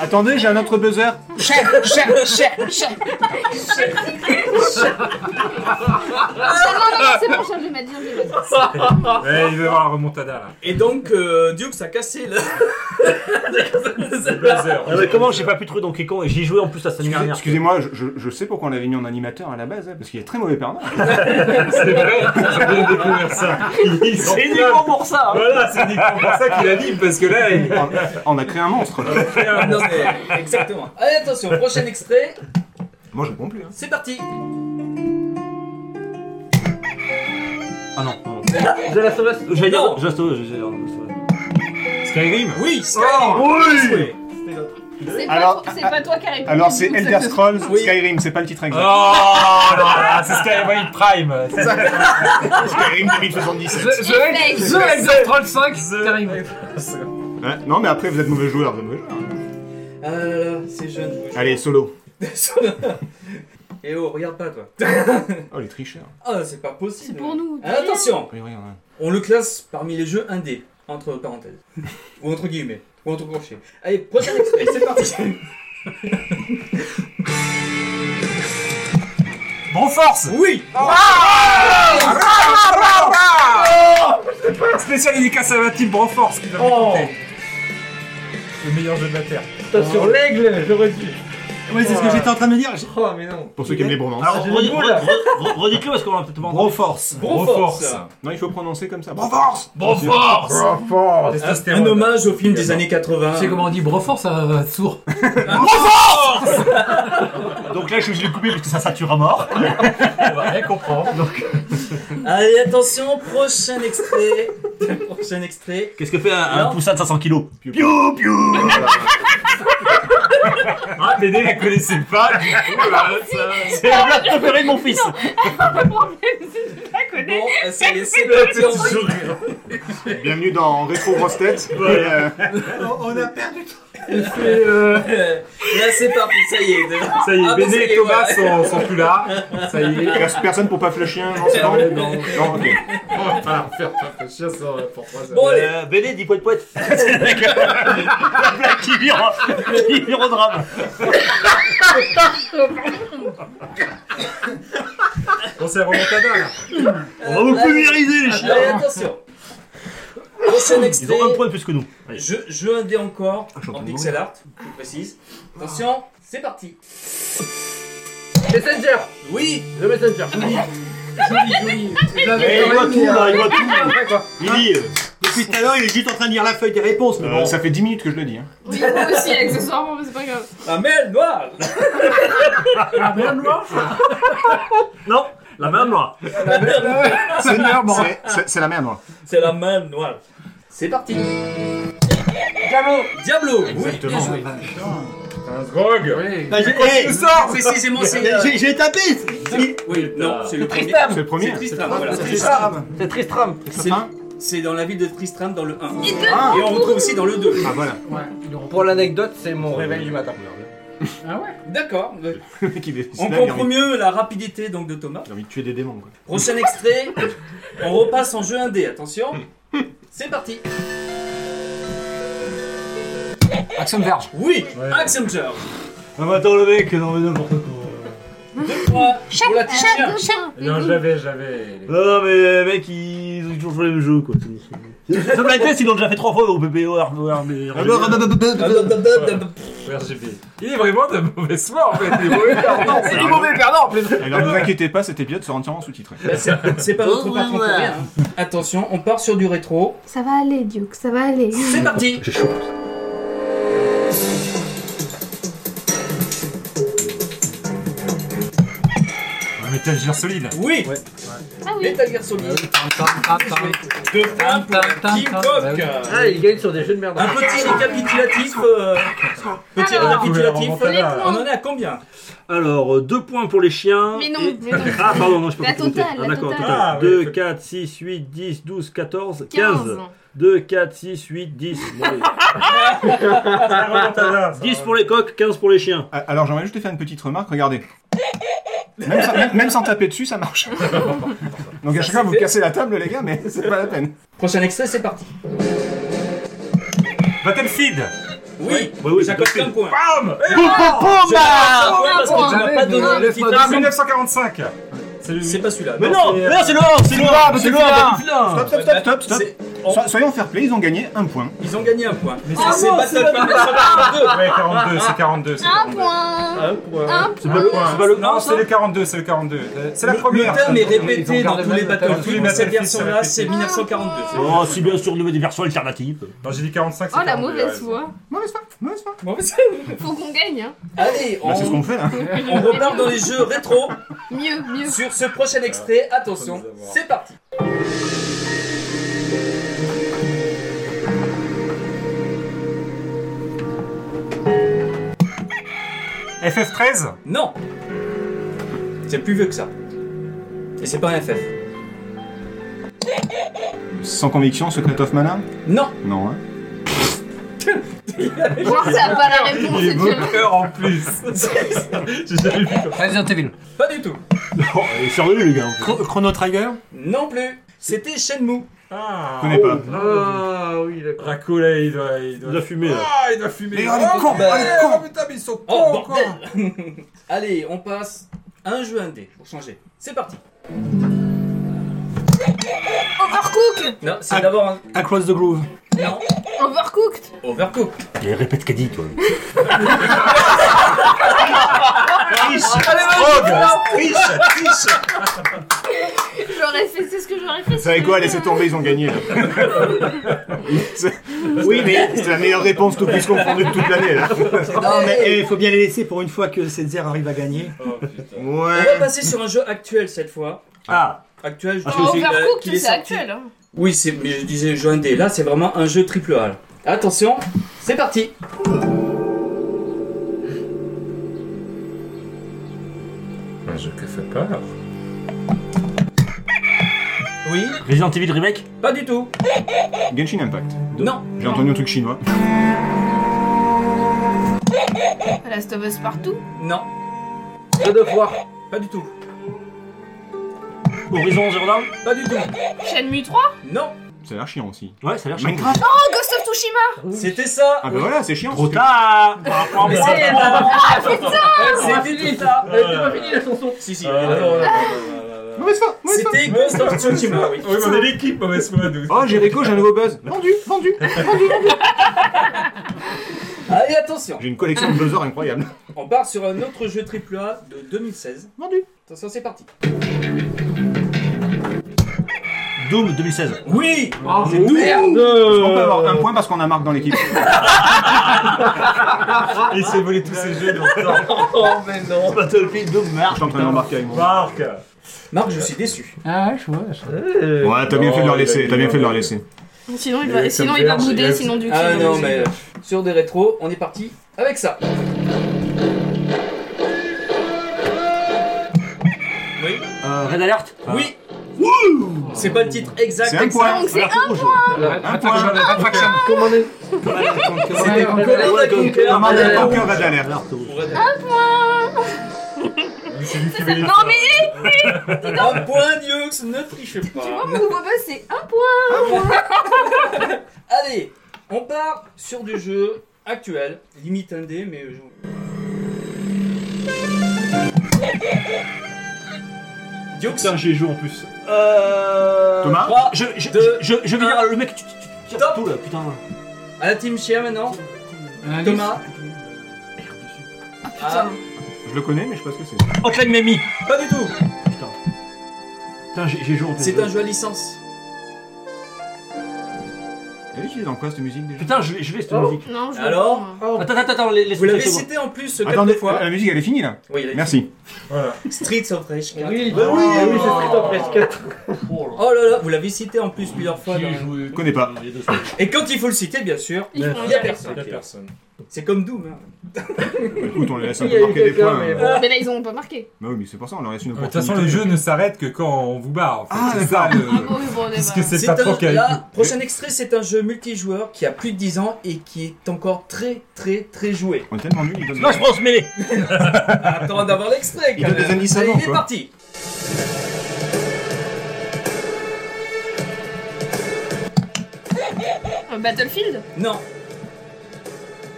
D: Attendez, j'ai un autre buzzer.
B: Ah, non, non, non, c'est bon, je vais mettre, je vais mettre.
E: Ouais, Eh, il veut voir la remontada là.
L: Et donc, euh, Duke, ça a cassé le...
E: Le buzzer.
O: Ah, mais comment j'ai pas pu trouver Donkey Kong et j'y jouais en plus la semaine
D: Excusez-
O: dernière.
D: Excusez-moi, je, je- je sais pourquoi on l'avait mis en animateur à la base, hein, parce qu'il est très mauvais perdant.
E: C'est vrai, j'ai bien découvert ça. Il s'en
O: C'est
E: plaint.
O: uniquement pour ça. hein.
E: Voilà, c'est uniquement pour ça qu'il anime, parce que là, il
D: On, on a créé un monstre.
L: non, mais, exactement. Allez, attention, prochain extrait,
D: Moi, je comprends plus. hein.
L: c'est parti
O: Ah non. non.
G: De la Sauvage.
O: J'allais
L: Non.
O: dire Just Cause, j'allais dire Just Cause.
E: Skyrim.
L: Oui, Skyrim Oui
B: C'est pas,
D: Alors,
B: toi- c'est pas toi qui as répondu.
D: Alors, c'est
B: donc ça
D: Elder
B: te-
D: Scrolls
L: Oui.
D: Skyrim, c'est pas le titre
E: Oh
D: exact.
E: là là, c'est Skyrim Prime. C'est ça.
D: Skyrim (laughs) 2077.
J: The
B: Effect.
J: The Elder Scrolls 5, c'est terrible.
D: Ouais, Euh, non, mais après, vous êtes mauvais joueur, vous êtes mauvais joueur.
L: Ah là là, c'est jeune. moi, je-
D: Allez, solo.
L: (laughs) Eh oh, regarde pas, toi.
D: Oh, les tricheurs.
L: Ah, c'est pas possible.
B: C'est pour nous,
L: Ah, attention
D: Oui, regarde. hein.
L: On le classe parmi les jeux indés, entre parenthèses. (laughs) ou entre guillemets, ou entre crochets. Allez, prochain extrait, c'est parti
E: Bon force.
L: (laughs) Oui
E: Spécial dédicace à ma team Broforce qui va
G: Oh.
E: m'écouter. Le meilleur jeu de la Terre.
G: Putain, sur l'aigle, j'aurais dû.
H: Ouais, c'est ce que j'étais en train de me dire. j'ai-
G: Oh, mais non.
D: Pour ceux qui aiment les bromances.
O: Alors, redis- re- re- re- redites-le parce qu'on l'a peut-être pas entendu.
H: Broforce.
L: Broforce
D: Non, il faut prononcer comme ça. Broforce
E: Broforce
D: Broforce
L: Un, un hommage au film des années 80.
J: Tu sais comment on dit Brofor, ça va sourd.
O: Donc là, je suis obligé de couper parce que ça sature à (laughs) mort.
E: On va rien comprendre.
L: Allez, attention, prochain extrait. (laughs) prochain extrait.
O: Qu'est-ce que fait un, un
L: Non.
O: poussin de 500 kilos
E: Ah, Dédé la connaissait pas. du coup, là, ça-
O: C'est la blague préférée de mon fils.
B: Le problème, c'est que je la connais.
L: Bon, ça y est, c'est parti.
E: (laughs)
L: on-
D: Bienvenue dans Rétro Grosse Tête. Et, euh,
O: On a perdu.
L: Il fait. (laughs) Là, c'est parti, ça y est.
E: Ça y est,
L: Ah,
E: Béné
L: bah, ça y
E: et
L: est,
E: Thomas
L: voilà.
E: sont, sont plus là. Ça
D: (laughs)
E: y est.
D: Il reste personne pour pas flusher un, non, c'est bon
E: non.
D: Non, ok.
E: On va pas leur faire pas chier sans, pour trois heures.
O: Bon, allez. Béné, dis poète poète. La blague qui vire, qui vire au drame.
E: Bon, c'est la remontada là.
O: On va vous pulvériser, les
L: Allez,
O: chiens.
L: attention. Prochain
O: Ils ont un
L: extrait.
O: point de plus que nous. Allez. Ah,
L: Je, je un dé encore
O: en
L: en
O: train de
L: pixel art, je précise. Attention, c'est parti.
G: Messenger
L: Oui,
G: Le Messenger
L: joli, joli, joli.
O: Eh, il voit tout, là, il voit tout. Il lit. euh,
H: Depuis tout à l'heure, il est juste en train de lire la feuille des réponses, mais
D: Euh,
H: bon.
D: ça fait 10 minutes que je le dis. Hein.
B: Oui, moi aussi, accessoirement, mais c'est pas grave.
L: La mer noire.
O: La mer noire Non, la mer noire.
L: La mer noire.
D: C'est une merde, c'est- c'est- C'est la merde, moi.
L: C'est la main noire. C'est parti.
G: Diablo
L: Diablo. Oui, bien
D: Exactement.
L: joué.
E: Un grog.
G: Oui
H: Bah, j'ai- eh,
L: Précisément, c'est.
H: j'ai- j'ai tapé Il-
L: Oui, non, c'est le premier.
G: Tristram
D: C'est le premier.
L: C'est Tristram, voilà.
H: C'est ça.
G: C'est Tristram
L: C'est- C'est dans la ville de Tristram dans le 1. Et
H: Ah.
L: on retrouve aussi dans le 2.
D: Ah voilà.
G: Pour l'anecdote, c'est mon réveil du matin.
J: Ah ouais
L: D'accord.
D: Le mec, il est
L: On
D: là, il a
L: comprend
D: envie-
L: mieux la rapidité donc de Thomas.
D: il a envie de tuer des démons, quoi.
L: Prochain extrait. On repasse en jeu 1D, attention. C'est parti.
J: Action Verge.
L: Oui, Accenture.
O: Non, mais attends, le mec, non, mais n'importe quoi.
L: Deux fois pour la t-shirt.
B: Eh,
E: Non, Eh
B: Mmh.
E: j'avais, j'avais.
O: Non, non, mais mec, ils ont toujours joué le même jeu, quoi. Ce blind test, ils l'ont déjà fait trois fois au PPO,
E: RGB. Il est vraiment de mauvaise foi en fait. Il est mauvais perdant.
G: Il est mauvais perdant en plus
D: Alors ne vous inquiétez pas, cet épisode sera entièrement sous-titré.
L: Bah, c'est- C'est pas votre patron pour rien. hein. Attention, on part sur du rétro.
Q: Ça va aller, Duke, ça va aller.
L: C'est parti.
G: J'ai chaud.
E: Un métal gire solide.
L: Oui,
B: Ah oui.
L: Metal Gear Solid. Deux points pour Team
J: Bah
L: Coq.
J: oui.
G: Ah, il gagne sur des jeux de merde.
L: Un petit récapitulatif. euh, Petit
B: Alors,
L: récapitulatif.
E: on va la
L: On en est à combien
O: Alors, 2 points pour les chiens.
B: Mais non,
O: et-
B: mais non.
O: (laughs) Ah, pardon, non, je peux
B: La
O: pas compter.
B: totale,
O: Ah,
B: la
O: d'accord,
B: totale.
E: Ah, oui.
O: 2, 4, 6, 8, 10, 12, 14, 15.
B: 15.
O: 2, 4, 6, 8, 10. Bon, allez. 10 pour les coqs, 15 pour les chiens.
D: Ah, Alors j'aimerais juste te faire une petite remarque, regardez. Même sans, même- même sans taper dessus, ça marche. Donc à chaque fois, vous cassez la table, les gars, mais c'est pas la peine.
L: Prochain extrait, c'est parti.
E: Battlefield.
L: Oui,
O: Oui, oui,
L: j'accorde
O: Battlefield.
L: un point. Eh,
J: Pompomba
L: Un point parce que tu m'as pas donné le titre.
E: Ah, 1945. C'est lui.
L: C'est pas celui-là.
O: Mais non, mais non, c'est loin, c'est loin, c'est loin.
D: Stop, stop, stop, stop, stop.
L: C'est- on-
D: So- soyons fair play, ils ont gagné un point.
L: Ils ont gagné un point. Mais
B: Ah
L: c'est
B: non,
L: Battlefield 1942.
E: Ouais, 42, c'est 42.
O: Ah,
E: c'est
B: Un
E: 42.
B: point.
E: Un point.
B: Un
E: C'est pas le
B: point.
E: Non, c'est le 42, c'est le 42. Euh, C'est la
L: Le-
E: première.
L: Le thème est
J: Ils
L: répété
J: ont
L: dans
J: gardé
L: tous
J: le
L: les
J: même
L: battles.
J: thème.
E: Tous les
L: Cette
E: battles
L: version-là,
E: sont
L: c'est 1942.
O: Oh, si bien sûr, nous met des versions alternatives.
E: Non, j'ai dit 45, c'est
B: Oh la
E: 42,
B: mauvaise
E: ouais.
B: foi.
D: Mauvaise foi, mauvaise foi.
L: Bon, Bah, c'est-
B: Faut qu'on gagne. Hein.
L: Allez, on,
D: Bah, c'est ce qu'on fait là.
L: on repart dans les jeux rétro
B: Mieux, mieux.
L: sur ce prochain extrait. Attention, c'est parti.
E: FF13
L: Non C'est plus vieux que ça. Et c'est pas un FF.
D: Sans conviction, Secret of Mana
L: Non
D: Non, hein.
B: Genre, ça a pas la réponse.
E: Il est
B: c'est que-
E: moqueur en
L: (laughs)
E: plus. J'ai jamais vu comme ça.
J: Resident Evil.
L: Pas du tout.
O: Oh, il est sérieux, les gars. en fait.
H: Chro- Chrono Trigger
L: Non plus. C'était Shenmue.
E: Ah,
D: connais pas.
G: Ah oui, d'accord.
E: Raco là, il doit, il
O: Il a
E: doit.
O: fumé, là.
E: Ah, il doit fumer.
D: Mais oh, les cons,
L: bah,
D: oh, les cons.
E: putain, mais ils sont
L: Oh,
E: cons quoi.
L: bordel (laughs) Allez, on passe à un jeu indé pour changer. C'est parti.
B: Overcooked.
L: Non, c'est d'abord un.
H: Across the Groove.
L: Non.
B: Overcooked.
L: Overcooked.
O: Et répète qu'a dit, toi.
B: Ah, J'aurais fait, c'est ce que j'aurais fait.
D: Vous savez quoi, laissez tomber, ils ont (laughs) gagné. Là. oui, mais c'est la meilleure réponse tout plus confondue de toute l'année. Là.
H: Non, mais eh, il faut bien les laisser pour une fois que Setzer arrive à gagner.
E: Oh, putain.
L: On va
D: Ouais.
L: passer sur un jeu actuel cette fois.
O: Ah,
L: Actuel, je
B: Oh,
L: dis, euh,
B: Overcooked,
L: qu'il est
B: c'est
L: sorti.
B: actuel. hein.
L: Oui, c'est- mais je disais jeu indé. Là, c'est vraiment un jeu triple A. là. Attention, c'est parti.
E: Un jeu qui fait peur.
L: Oui,
O: Resident Evil Remake
L: pas du tout.
D: Genshin Impact.
L: Non,
D: J'ai entendu un truc chinois.
B: Last of Us partout
L: Non.
G: God of War
L: Pas du tout.
C: Horizon Zero Dawn
L: Pas du tout.
B: Shenmue 3
L: Non.
D: Ça a l'air chiant aussi.
C: Ouais, ça a l'air
D: chiant.
B: Oh,
D: Minecraft
B: Ghost of Tsushima
L: C'était ça
D: Ah bah voilà, c'est chiant.
C: Trop
D: c'est-
C: tard
L: Mais
D: Ah,
L: c'est-
B: Ah putain
L: C'était
H: Euh.
L: ça
G: Elle était Eh, pas finie la chanson
L: Si, si.
G: Ah.
L: attends, attends, attends. C'était Ghost of Tsushima, oui.
E: Oui, mais on est l'équipe, mauvaise foi, nous.
D: Oh, Jericho, j'ai un nouveau buzz.
H: Vendu, vendu, vendu.
L: Allez, attention
D: J'ai une collection de buzzers incroyable.
L: On part sur un autre jeu AAA de 2016.
H: Vendu.
L: Attention, c'est parti.
C: Doom 2016.
L: Oui
D: Oh,
L: C'est tout.
D: Est-ce qu'on peut avoir un point parce qu'on a Marc dans (laughs) l'équipe
E: Il s'est volé tous ces jeux longtemps.
G: Oh, mais non
C: Battlefield Doom, Marc
D: Je suis en train d'embarquer avec moi.
E: Marc
L: Marc, je suis déçu.
J: Ah, je vois. je-
G: Eh.
D: Ouais, t'as bien fait de leur laisser, t'as bien fait de leur laisser.
B: Sinon, il
L: Et
B: va, sinon, il va
L: Tom
B: bouder,
L: Clancy.
B: sinon du
L: Ah
B: coup,
L: non,
B: il va
L: mais
B: bouder.
L: euh, sur des rétros, on est parti avec ça. Oui
C: Euh, Red Alert
L: Oui Ah. C'est pas le titre exact.
D: C'est un
L: exact.
D: point.
B: Donc c'est un point
D: Un point.
G: Commandé
D: C'était
L: Command and Conquer.
D: Command and Conquer Red Alert.
B: Ah, C'est ça. Non mais hé,
L: Un point, Diox, ne trichez
B: tu
L: pas.
B: vois, mon nouveau buzz, c'est un point
L: Allez, on part sur du jeu actuel, limite indé, mais je- Diox,
O: Putain, j'ai joué en plus. Euh.
D: Thomas
L: Trois,
O: Je, je,
L: deux,
O: je, je vais
L: un.
O: dire, le mec, tu, tu, tu tires
L: Top.
O: tout là, putain.
L: à la team chien maintenant.
J: Alice.
L: Thomas. Ah,
D: Je le connais, mais je sais pas ce que c'est.
O: Hotline Mamie
L: pas du tout.
O: Putain, j'ai j'ai joué en plus.
L: C'est un jeu à licence.
D: Elle est utilisée dans quoi cette musique déjà
O: Putain, je l'ai- je l'ai cette
G: Oh.
O: musique.
B: Non, je
L: Alors
O: Attends, attends, attends, laisse
L: Vous l'avez
O: laisse-
L: cité en plus quelques
D: Attendez, euh,
L: fois.
D: la musique elle est finie là
L: Oui, il a-
D: Merci.
E: Voilà.
L: Streets of Rage 4.
G: Oui, bah oui, bah oui, c'est Street of Rage 4.
L: Oh là là, vous l'avez cité en plus plusieurs fois.
O: J'y ai
L: dans-
O: joué.
D: Je connais pas.
O: Il y a deux semaines.
L: Et quand il faut le citer, bien sûr,
B: Ils font
L: il y a
B: rien.
L: personne.
E: La personne.
L: C'est comme Doom. hein.
D: Écoute, on les laisse un
G: Il y a
D: peu
G: eu
D: marquer des
G: quelqu'un,
D: points.
G: mais
D: euh.
G: bon.
B: Mais là, ils ont pas marqué.
D: Bah oui, mais c'est pour ça, on leur laisse une
E: De toute
D: opportunité.
E: façon, le jeu ne s'arrête que quand on vous barre. En fait.
D: Ah,
E: c'est ça
D: d'accord.
E: le.
B: Ah bon, oui, bon, on est
E: Puisque
B: pas-
E: c'est
L: C'est
E: pas
L: un-
E: trop qu'avec
L: là, prochain extrait, c'est un jeu multijoueur qui a plus de 10 ans et qui est encore très très très joué.
D: On est tellement nuls, ils donnent.
O: Smash Bros Melee
L: (laughs) Attends d'avoir l'extrait.
D: Il
L: quand
D: donne
L: même.
D: des indices
L: Allez,
D: avant,
L: Il est
D: quoi.
L: parti.
B: Euh, Battlefield
L: Non.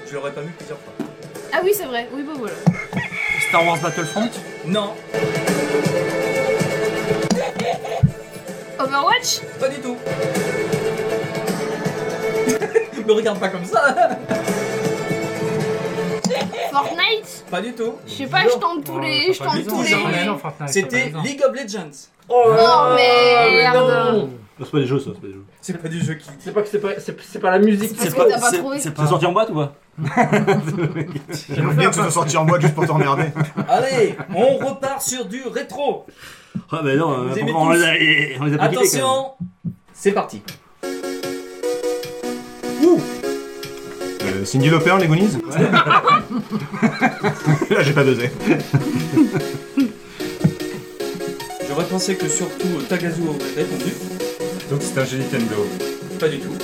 L: Je l'aurais pas vu plusieurs fois.
B: Ah oui, c'est vrai. Oui, bah voilà.
C: Star Wars Battlefront
L: Non,
B: Overwatch
L: pas du
D: (laughs)
L: tout. (laughs) Me regarde pas comme ça.
B: Fortnite
L: Pas du tout.
B: Je sais pas, je tente tous les... Je tente tous
L: bizarre, mais
B: les...
L: non. C'était League of Legends.
G: Oh là
B: Non,
L: Ah,
G: là,
B: mais
G: non.
C: Non, C'est pas des jeux ça, c'est pas des jeux.
L: C'est pas du jeu qui.
G: C'est pas que c'est pas, c'est, c'est pas la musique.
B: Parce que t'as pas trouvé.
O: C'est
C: C'est sorti en boîte ou (laughs) pas
D: J'aimerais bien que ça soit sorti en boîte juste pour t'emmerder.
L: Allez, on repart sur du rétro.
C: Ah bah non,
L: Vous
C: euh,
L: aimez
C: on,
L: tous.
C: les a, on les a pas quittés, quand même.
L: Attention, c'est parti.
D: Euh, Cindy Lauper, les Goonies (laughs) Là, j'ai pas dosé.
L: J'aurais pensé que surtout euh, Tagazu aurait répondu.
E: Donc c'est un jeu Nintendo.
L: Pas du tout.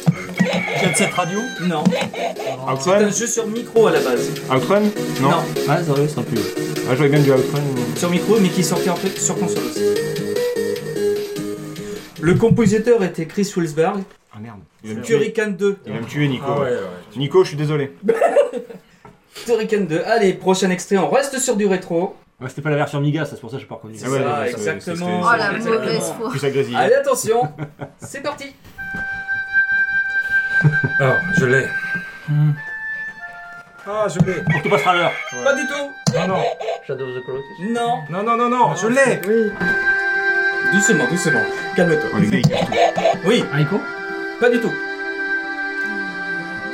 C: Jet Set Radio
L: Non. C'est un
D: Outrun
L: jeu sur micro à la base.
D: Outrun Non.
L: Non.
C: Ah, c'est vrai, c'est un peu.
D: Ah, je voyais bien du Outrun.
L: Sur micro, mais qui sortait en fait sur console aussi. Le compositeur était Chris Wilsberg.
D: Ah merde. Il va me tuer.
L: Turrican 2.
D: Il va me tuer, Nico.
E: Ah ouais, ouais.
D: Nico, je suis désolé.
L: Turrican 2. Allez, prochain extrait, on reste sur du rétro.
C: Ouais, c'était pas la version Amiga, ça, c'est pour ça que j'ai pas reconnu.
L: C'est
D: Ah ouais,
L: ça,
D: ouais, ça,
L: exactement.
D: c'est-
Q: Oh la
L: Exactement.
Q: mauvaise foi.
D: Plus agressif.
L: Allez, attention, c'est (laughs) parti.
E: Alors, je l'ai. Ah, je l'ai.
C: On te passera l'heure.
L: Pas du tout.
E: Non, non,
G: Shadow of the Colossus.
L: Non.
E: non, non, non, non, je l'ai.
L: Doucement, doucement. Calme-toi.
D: Oh, les gars, ils cachent tout.
L: Oui,
J: Aiko
L: pas du tout.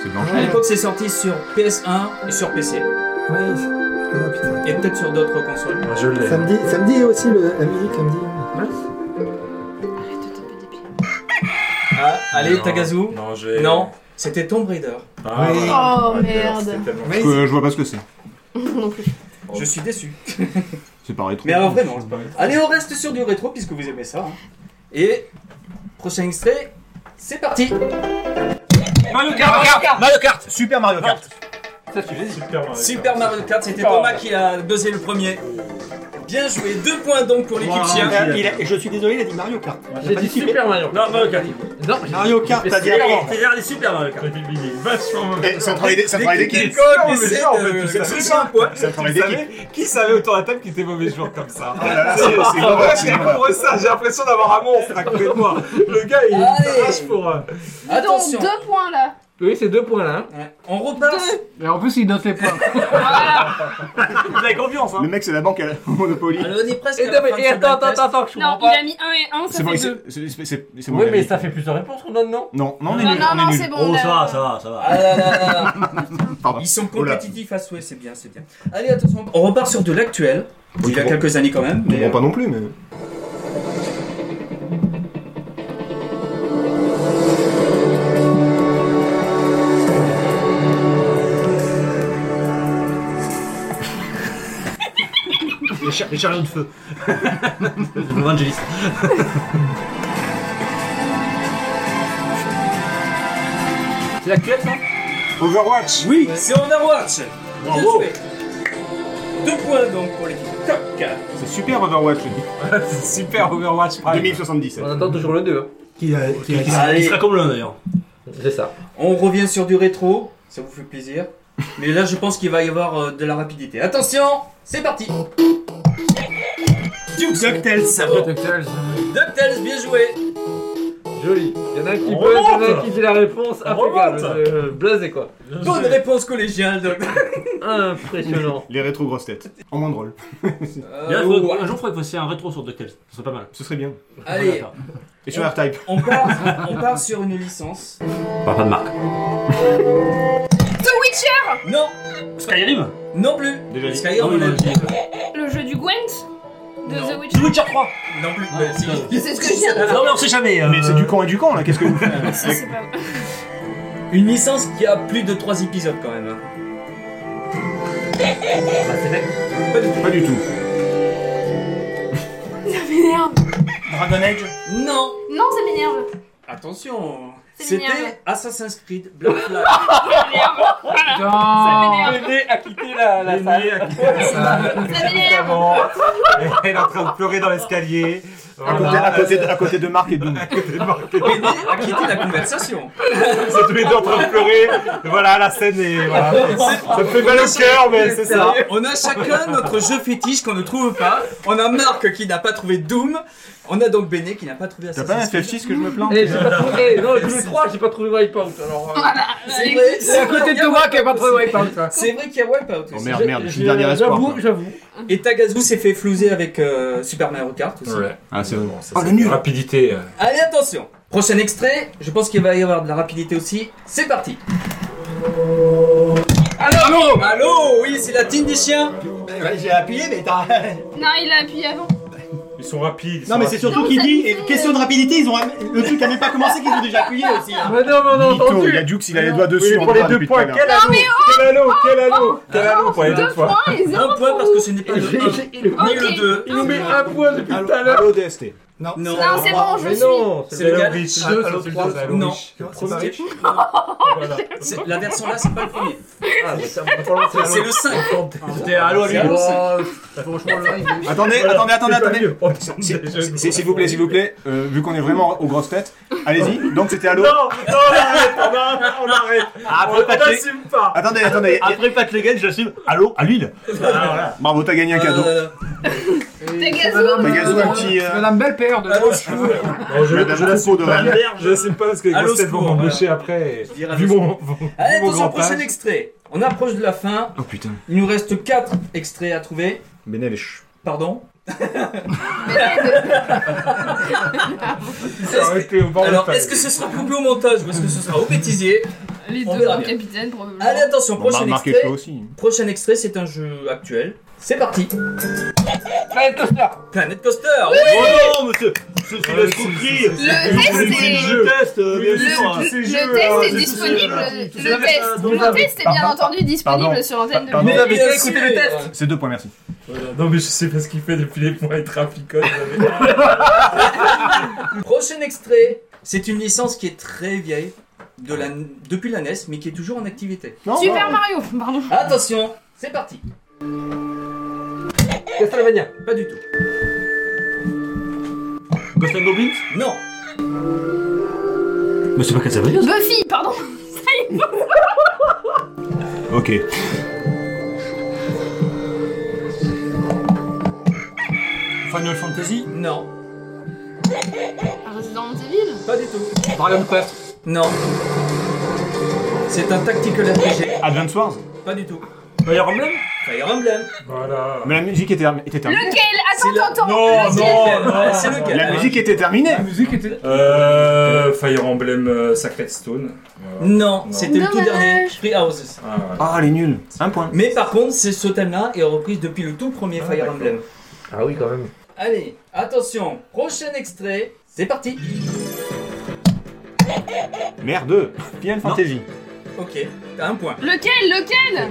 D: C'est
L: À
D: Blanchet.
L: l'époque, c'est sorti sur PS1 et sur PC.
R: Ouais, c'est-
H: Oh,
R: ah, putain.
L: Et peut-être sur d'autres consoles.
E: Ah, Je l'ai.
R: Ça me dit, ça me dit aussi le, la musique, ça me dit.
B: Arrête de taper des pieds.
L: Ah, allez,
E: Non,
L: Tagazu.
E: Non, je l'ai.
L: Non, c'était Tomb Raider.
E: Ah,
R: Oui.
E: voilà.
B: Oh,
E: Ah,
B: merde.
E: c'était tellement-
D: Parce que Je vois pas ce que c'est.
B: Non plus.
L: Je suis déçu.
D: C'est pas rétro.
L: Oh. Mais alors vraiment, c'est pas vrai. Allez, on reste sur du rétro puisque vous aimez ça. hein. Et prochain extrait, c'est parti.
C: Mario Kart
L: Kart.
C: Mario Kart
D: Super Mario Kart.
G: c'est ce que j'ai dit.
E: hein,
L: Super Mario Kart, c'était
G: Super
L: Thomas
G: Mario.
L: qui a buzzé le premier. Bien joué, deux points donc pour l'équipe
O: Ah,
L: chien.
H: Il a- Je suis désolé, il a dit Mario Kart. Il a pas dit
G: Mario
C: Non, Mario Kart.
G: Non,
H: Mario Kart, t'as dit avant.
C: C'est-à-dire les Super Mario Kart.
D: Eh, c'est un travail d'é- c'est un travail d'équipe.
C: Non, mais
L: c'est
C: ça, en
L: de-
C: fait, tu sais,
L: de-
C: c'est
L: de-
C: ça.
D: C'est un travail
E: Vous
D: d'équipe.
E: savez, qui savait autour de la table qu'il était mauvais joueur comme ça
D: Ah là là, c'est- c'est- c'est-
E: Moi, je découvre ça, j'ai l'impression d'avoir un monstre à côté de moi. Le gars, il
C: Ah,
L: Allez.
E: arrache pour. euh,
L: Attention.
B: Donc, deux points là.
G: Oui, c'est deux points là. hein.
L: On repasse.
S: Et en plus, il note les points.
C: Vous avez confiance, hein
D: Le mec, c'est la banque à- (laughs) au Monopoly.
L: Alors, on est presque.
G: Et,
L: à la fin de ce
G: attends,
L: blind
G: attends,
L: test.
G: attends, je
B: Non,
G: comprends
B: il
G: pas.
B: a mis 1 et 1, ça
D: C'est bon,
B: fait
D: c'est
B: 2.
D: c'est- c'est- c'est- c'est mon
G: Oui, mais
D: avis.
G: ça fait plusieurs réponses qu'on donne, non
D: Non, non, on est
B: Non,
D: nul.
B: non,
D: on est
B: non,
D: nul.
B: c'est bon.
C: Oh,
B: là.
C: ça va, ça va, ça va.
L: Ah là là là
C: (laughs)
L: là.
D: Pardon.
L: Ils sont
D: Oh là.
L: compétitifs à souhait, c'est bien, c'est bien. Allez, attention. On repart sur de l'actuel. Il y a quelques années quand même. Mais
D: Bon, pas non plus, mais.
C: Les, char- les chariots de feu. (laughs) Evangelist.
G: C'est l'actuel, ça
D: Overwatch
L: euh, Oui, c'est Overwatch.
C: Bravo.
L: Bien joué. Deux points donc pour l'équipe. Toc.
D: C'est super Overwatch, je dis.
E: Super Overwatch Prime.
D: 2077.
G: On attend toujours le 2.
H: Qui, euh, qui, qui-
C: Il
L: Allez,
C: sera comme l'un d'ailleurs.
G: C'est ça.
L: on revient sur du rétro. Ça vous fait plaisir. Mais là, je pense qu'il va y avoir euh, de la rapidité. Attention, c'est parti. Duke DuckTales. DuckTales, bien joué.
G: Joli. Il y en a un qui
C: On
G: buzz, il y en a un
C: remonte
G: qui dit la réponse. Impeccable.
C: remonte
G: Euh, Blasé quoi.
L: Bonne réponse collégiale. donc.
G: Impressionnant.
D: Les rétro grosses têtes. En moins drôle.
L: Euh,
C: Bien,
L: ouais.
C: faudrait- Un jour, il faudrait que vous fassiez un rétro sur DuckTales. Ce serait pas mal.
D: Ce serait bien.
L: Allez,
D: Et sur R-Type.
L: on part, on part sur une licence.
C: Pas de marque.
B: The Witcher,
L: Non,
C: Skyrim
L: non plus.
D: Déjà dit.
L: Skyrim,
C: Ah oui,
L: on l'a
C: non,
L: dit.
B: le jeu du Gwent de
L: Non.
B: The Witcher.
C: Witcher 3
L: Non plus. mais si.
B: C'est ce que je viens de
C: Non, mais on sait jamais. euh,
D: Mais c'est du camp et du camp, là, qu'est-ce que vous faites
B: dire. Si, c'est pas vrai.
L: Une licence qui a plus de 3 épisodes quand même. hein.
D: Pas du tout.
B: Ça m'énerve.
H: Dragon Age
L: Non.
B: Non, ça m'énerve.
L: Attention.
B: C'est mignon.
L: C'était Assassin's Creed Black
S: (laughs)
L: Flag.
B: Ça m'énerve. Ça
S: Putain
B: m'énerve.
G: L'aîné a quitté la, la salle.
E: L'aîné a quitté
B: Ça m'énerve.
E: Exactement. Et Elle est en train de pleurer dans l'escalier.
D: À côté, à, côté de, à côté de Marc et Doom.
L: L'aîné a quitté la conversation.
E: Ils sont tous les deux en train de pleurer. Voilà, la scène est. Voilà. Ça me fait mal au cœur, mais c'est ça.
L: On a chacun notre jeu fétiche qu'on ne trouve pas. On a Marc qui n'a pas trouvé Doom. On a donc Béné qui n'a pas trouvé
D: T'as pas un
L: Assassin's Creed.
D: FF6 que je me plains
G: Eh, j'ai pas trouvé. Eh, non, tous les trois, j'ai pas trouvé Wipeout. Alors. euh,
L: C'est vrai,
S: C'est à côté de Thomas qui a pas trouvé Wipeout. quoi.
L: C'est vrai qu'il y a Wipeout
D: Oh
L: aussi.
D: merde, merde, je suis
G: je-
D: le dernier espoir.
G: Euh, J'avoue,
D: quoi.
G: j'avoue.
L: Et Tagazu s'est fait flouser avec euh, Super Mario Kart aussi.
D: Ah, c'est bon.
E: ça,
D: Oh,
E: c'est
D: le nul.
E: Rapidité. euh.
L: Allez, attention. Prochain extrait. Je pense qu'il va y avoir de la rapidité aussi. C'est parti. Allô, allô, Oui, c'est la team des chiens.
H: Ouais, J'ai appuyé, mais t'as.
B: Non, il a appuyé avant.
E: Ils sont rapides. ils
H: Non,
E: sont
H: mais c'est surtout qu'il dit, et question de rapidité, ils ont, le truc a même pas commencé qu'ils ont déjà appuyé aussi. hein.
G: Mais non, mais on
D: Mito,
G: a
D: il y a
G: entendu.
D: Dux, il a les doigts dessus.
E: Oui, mais
D: on
E: pour les
D: parle
E: deux
D: depuis
E: points,
D: tout à
E: quel anneau Quel anneau Quel anneau Quel anneau pour les deux
B: Deux
E: points
B: points et zéro.
L: Un point parce que ce n'est pas le
G: J'ai-
L: 1
G: j'ai- Il
L: ni le 2.
G: il nous met un point depuis
D: l'heure.
G: tout à l'heure.
D: Allô, DST.
H: Non,
L: Non.
B: Non, c'est bon, je
G: Mais
B: suis.
G: non, c'est
L: C'est le
E: Hello
L: gars.
E: Rich.
H: Ah,
E: Hello
H: Hello
E: Rich.
H: Rich.
E: Hello
L: Non.
E: Rich.
H: c'est pas riche.
E: Voilà.
L: C'est- La version là, c'est pas le premier.
G: Ah, mais ça, on parle de
L: C'est le 5.
C: C'était Halo à lui.
L: C'est Halo.
S: Oh, Franchement, le live, il-
D: Attendez,
E: Voilà.
D: attendez, attendez,
E: C'est pas
D: attendez.
E: mieux. Oh, putain,
D: Si-
E: des jeunes.
D: si- si- S'il vous plaît, s'il vous plaît, euh, vu qu'on est vraiment aux grosses têtes, allez-y. Donc c'était Allo.
C: Non, non, on arrête, on arrête, on arrête.
D: Après,
C: On n'assume pas.
D: Attendez, attendez.
C: Après Pat Legend, j'assume. Allô, à l'huile.
D: Bravo, t'as gagné un cadeau.
L: Euh,
S: Et
B: Tagazu,
S: c'est madame-
D: Tagazu, un petit, euh,
S: Madame Belle Père de.
L: Allô, chou.
E: Non, je
D: Madame
E: je
D: Troupeau de
E: l'assume pas.
D: Rennes.
E: Je l'assume pas parce que les
L: Allô,
E: grosses têtes vont
L: secours,
E: m'embaucher après.
L: Je dirais
E: Vu
L: le
E: mon
L: Allez,
E: vu mon
L: attention,
E: grand
L: prochain
E: âge.
L: extrait. On approche de la fin.
D: Oh putain.
L: Il nous reste 4 extraits à trouver.
D: Benel est ch-
G: (laughs)
L: Pardon.
E: Arrêtez, au bord de
L: Alors,
E: la
L: est-ce que ce sera coupé au montage ou est-ce que ce sera au bêtisier
B: Les
L: On
B: deux
L: verra
B: grands
L: bien.
B: capitaines, probablement.
L: Allez, attention,
D: Bon, Mar-
L: prochain
D: Marc est chaud
L: extrait.
D: aussi.
L: Prochain extrait, c'est un jeu actuel. C'est parti.
G: Planet Coaster.
L: Planet Coaster.
C: Oh non, monsieur. C'est c'est
E: Ouais,
C: l'escroquerie.
E: c'est-
B: Le
C: Vous
B: test
C: voulez
B: est-
C: jouer le test, euh, bien sûr.
B: Le,
E: ces
B: le
E: jeux,
B: test
E: hein,
B: est
E: ces
B: disponible.
E: jeux.
C: Tout
B: le
C: ça,
B: test,
C: euh,
B: le
C: pardon,
B: test est bien entendu disponible
D: pardon,
B: sur l'antenne de
D: pardon.
G: Vous
L: Mais
G: avez
L: bien
G: pas écouté
L: sûr.
G: le test
D: C'est deux points, merci.
E: Voilà. Non, mais je sais pas ce qu'il fait depuis les points, il traficote. mais-
L: Prochain extrait. C'est une licence qui est très vieille. de la, depuis la NES, mais qui est toujours en activité.
B: Super Mario, pardon.
L: Attention, c'est parti. Castlevania, pas du tout.
C: Ghost and Goblins
L: Non.
C: Mais c'est pas Castlevania ça
B: Buffy, pardon. Ça y est.
D: Ok.
C: Final Fantasy
L: Non.
B: Resident Evil
L: Pas du tout.
G: Dragon Quest.
L: Non. C'est un tactical RPG.
D: Advance Wars
L: Pas du tout.
C: Fire Emblem
L: Fire Emblem.
E: Voilà.
D: Mais la musique était, était terminée.
B: Lequel
L: C'est la-
B: Attends, attends, attends.
E: Non,
B: Lequel
E: non, non.
L: C'est lequel
D: Oh,
L: hein
D: La musique était terminée
G: La musique était.
E: Euh, Fire Emblem euh, Sacred Stone. Voilà.
L: Non,
E: Non.
L: c'était le tout
B: Dommage.
L: dernier. Free Houses.
E: Ah, voilà.
D: Ah, elle est nulle. Un point.
L: Mais par contre, c'est ce thème-là est repris depuis le tout premier Fire Emblem.
T: Ah oui, quand même.
L: Allez, attention, prochain extrait, c'est parti.
D: Merde. Final Fantasy.
L: Ok, t'as un point.
B: Lequel Lequel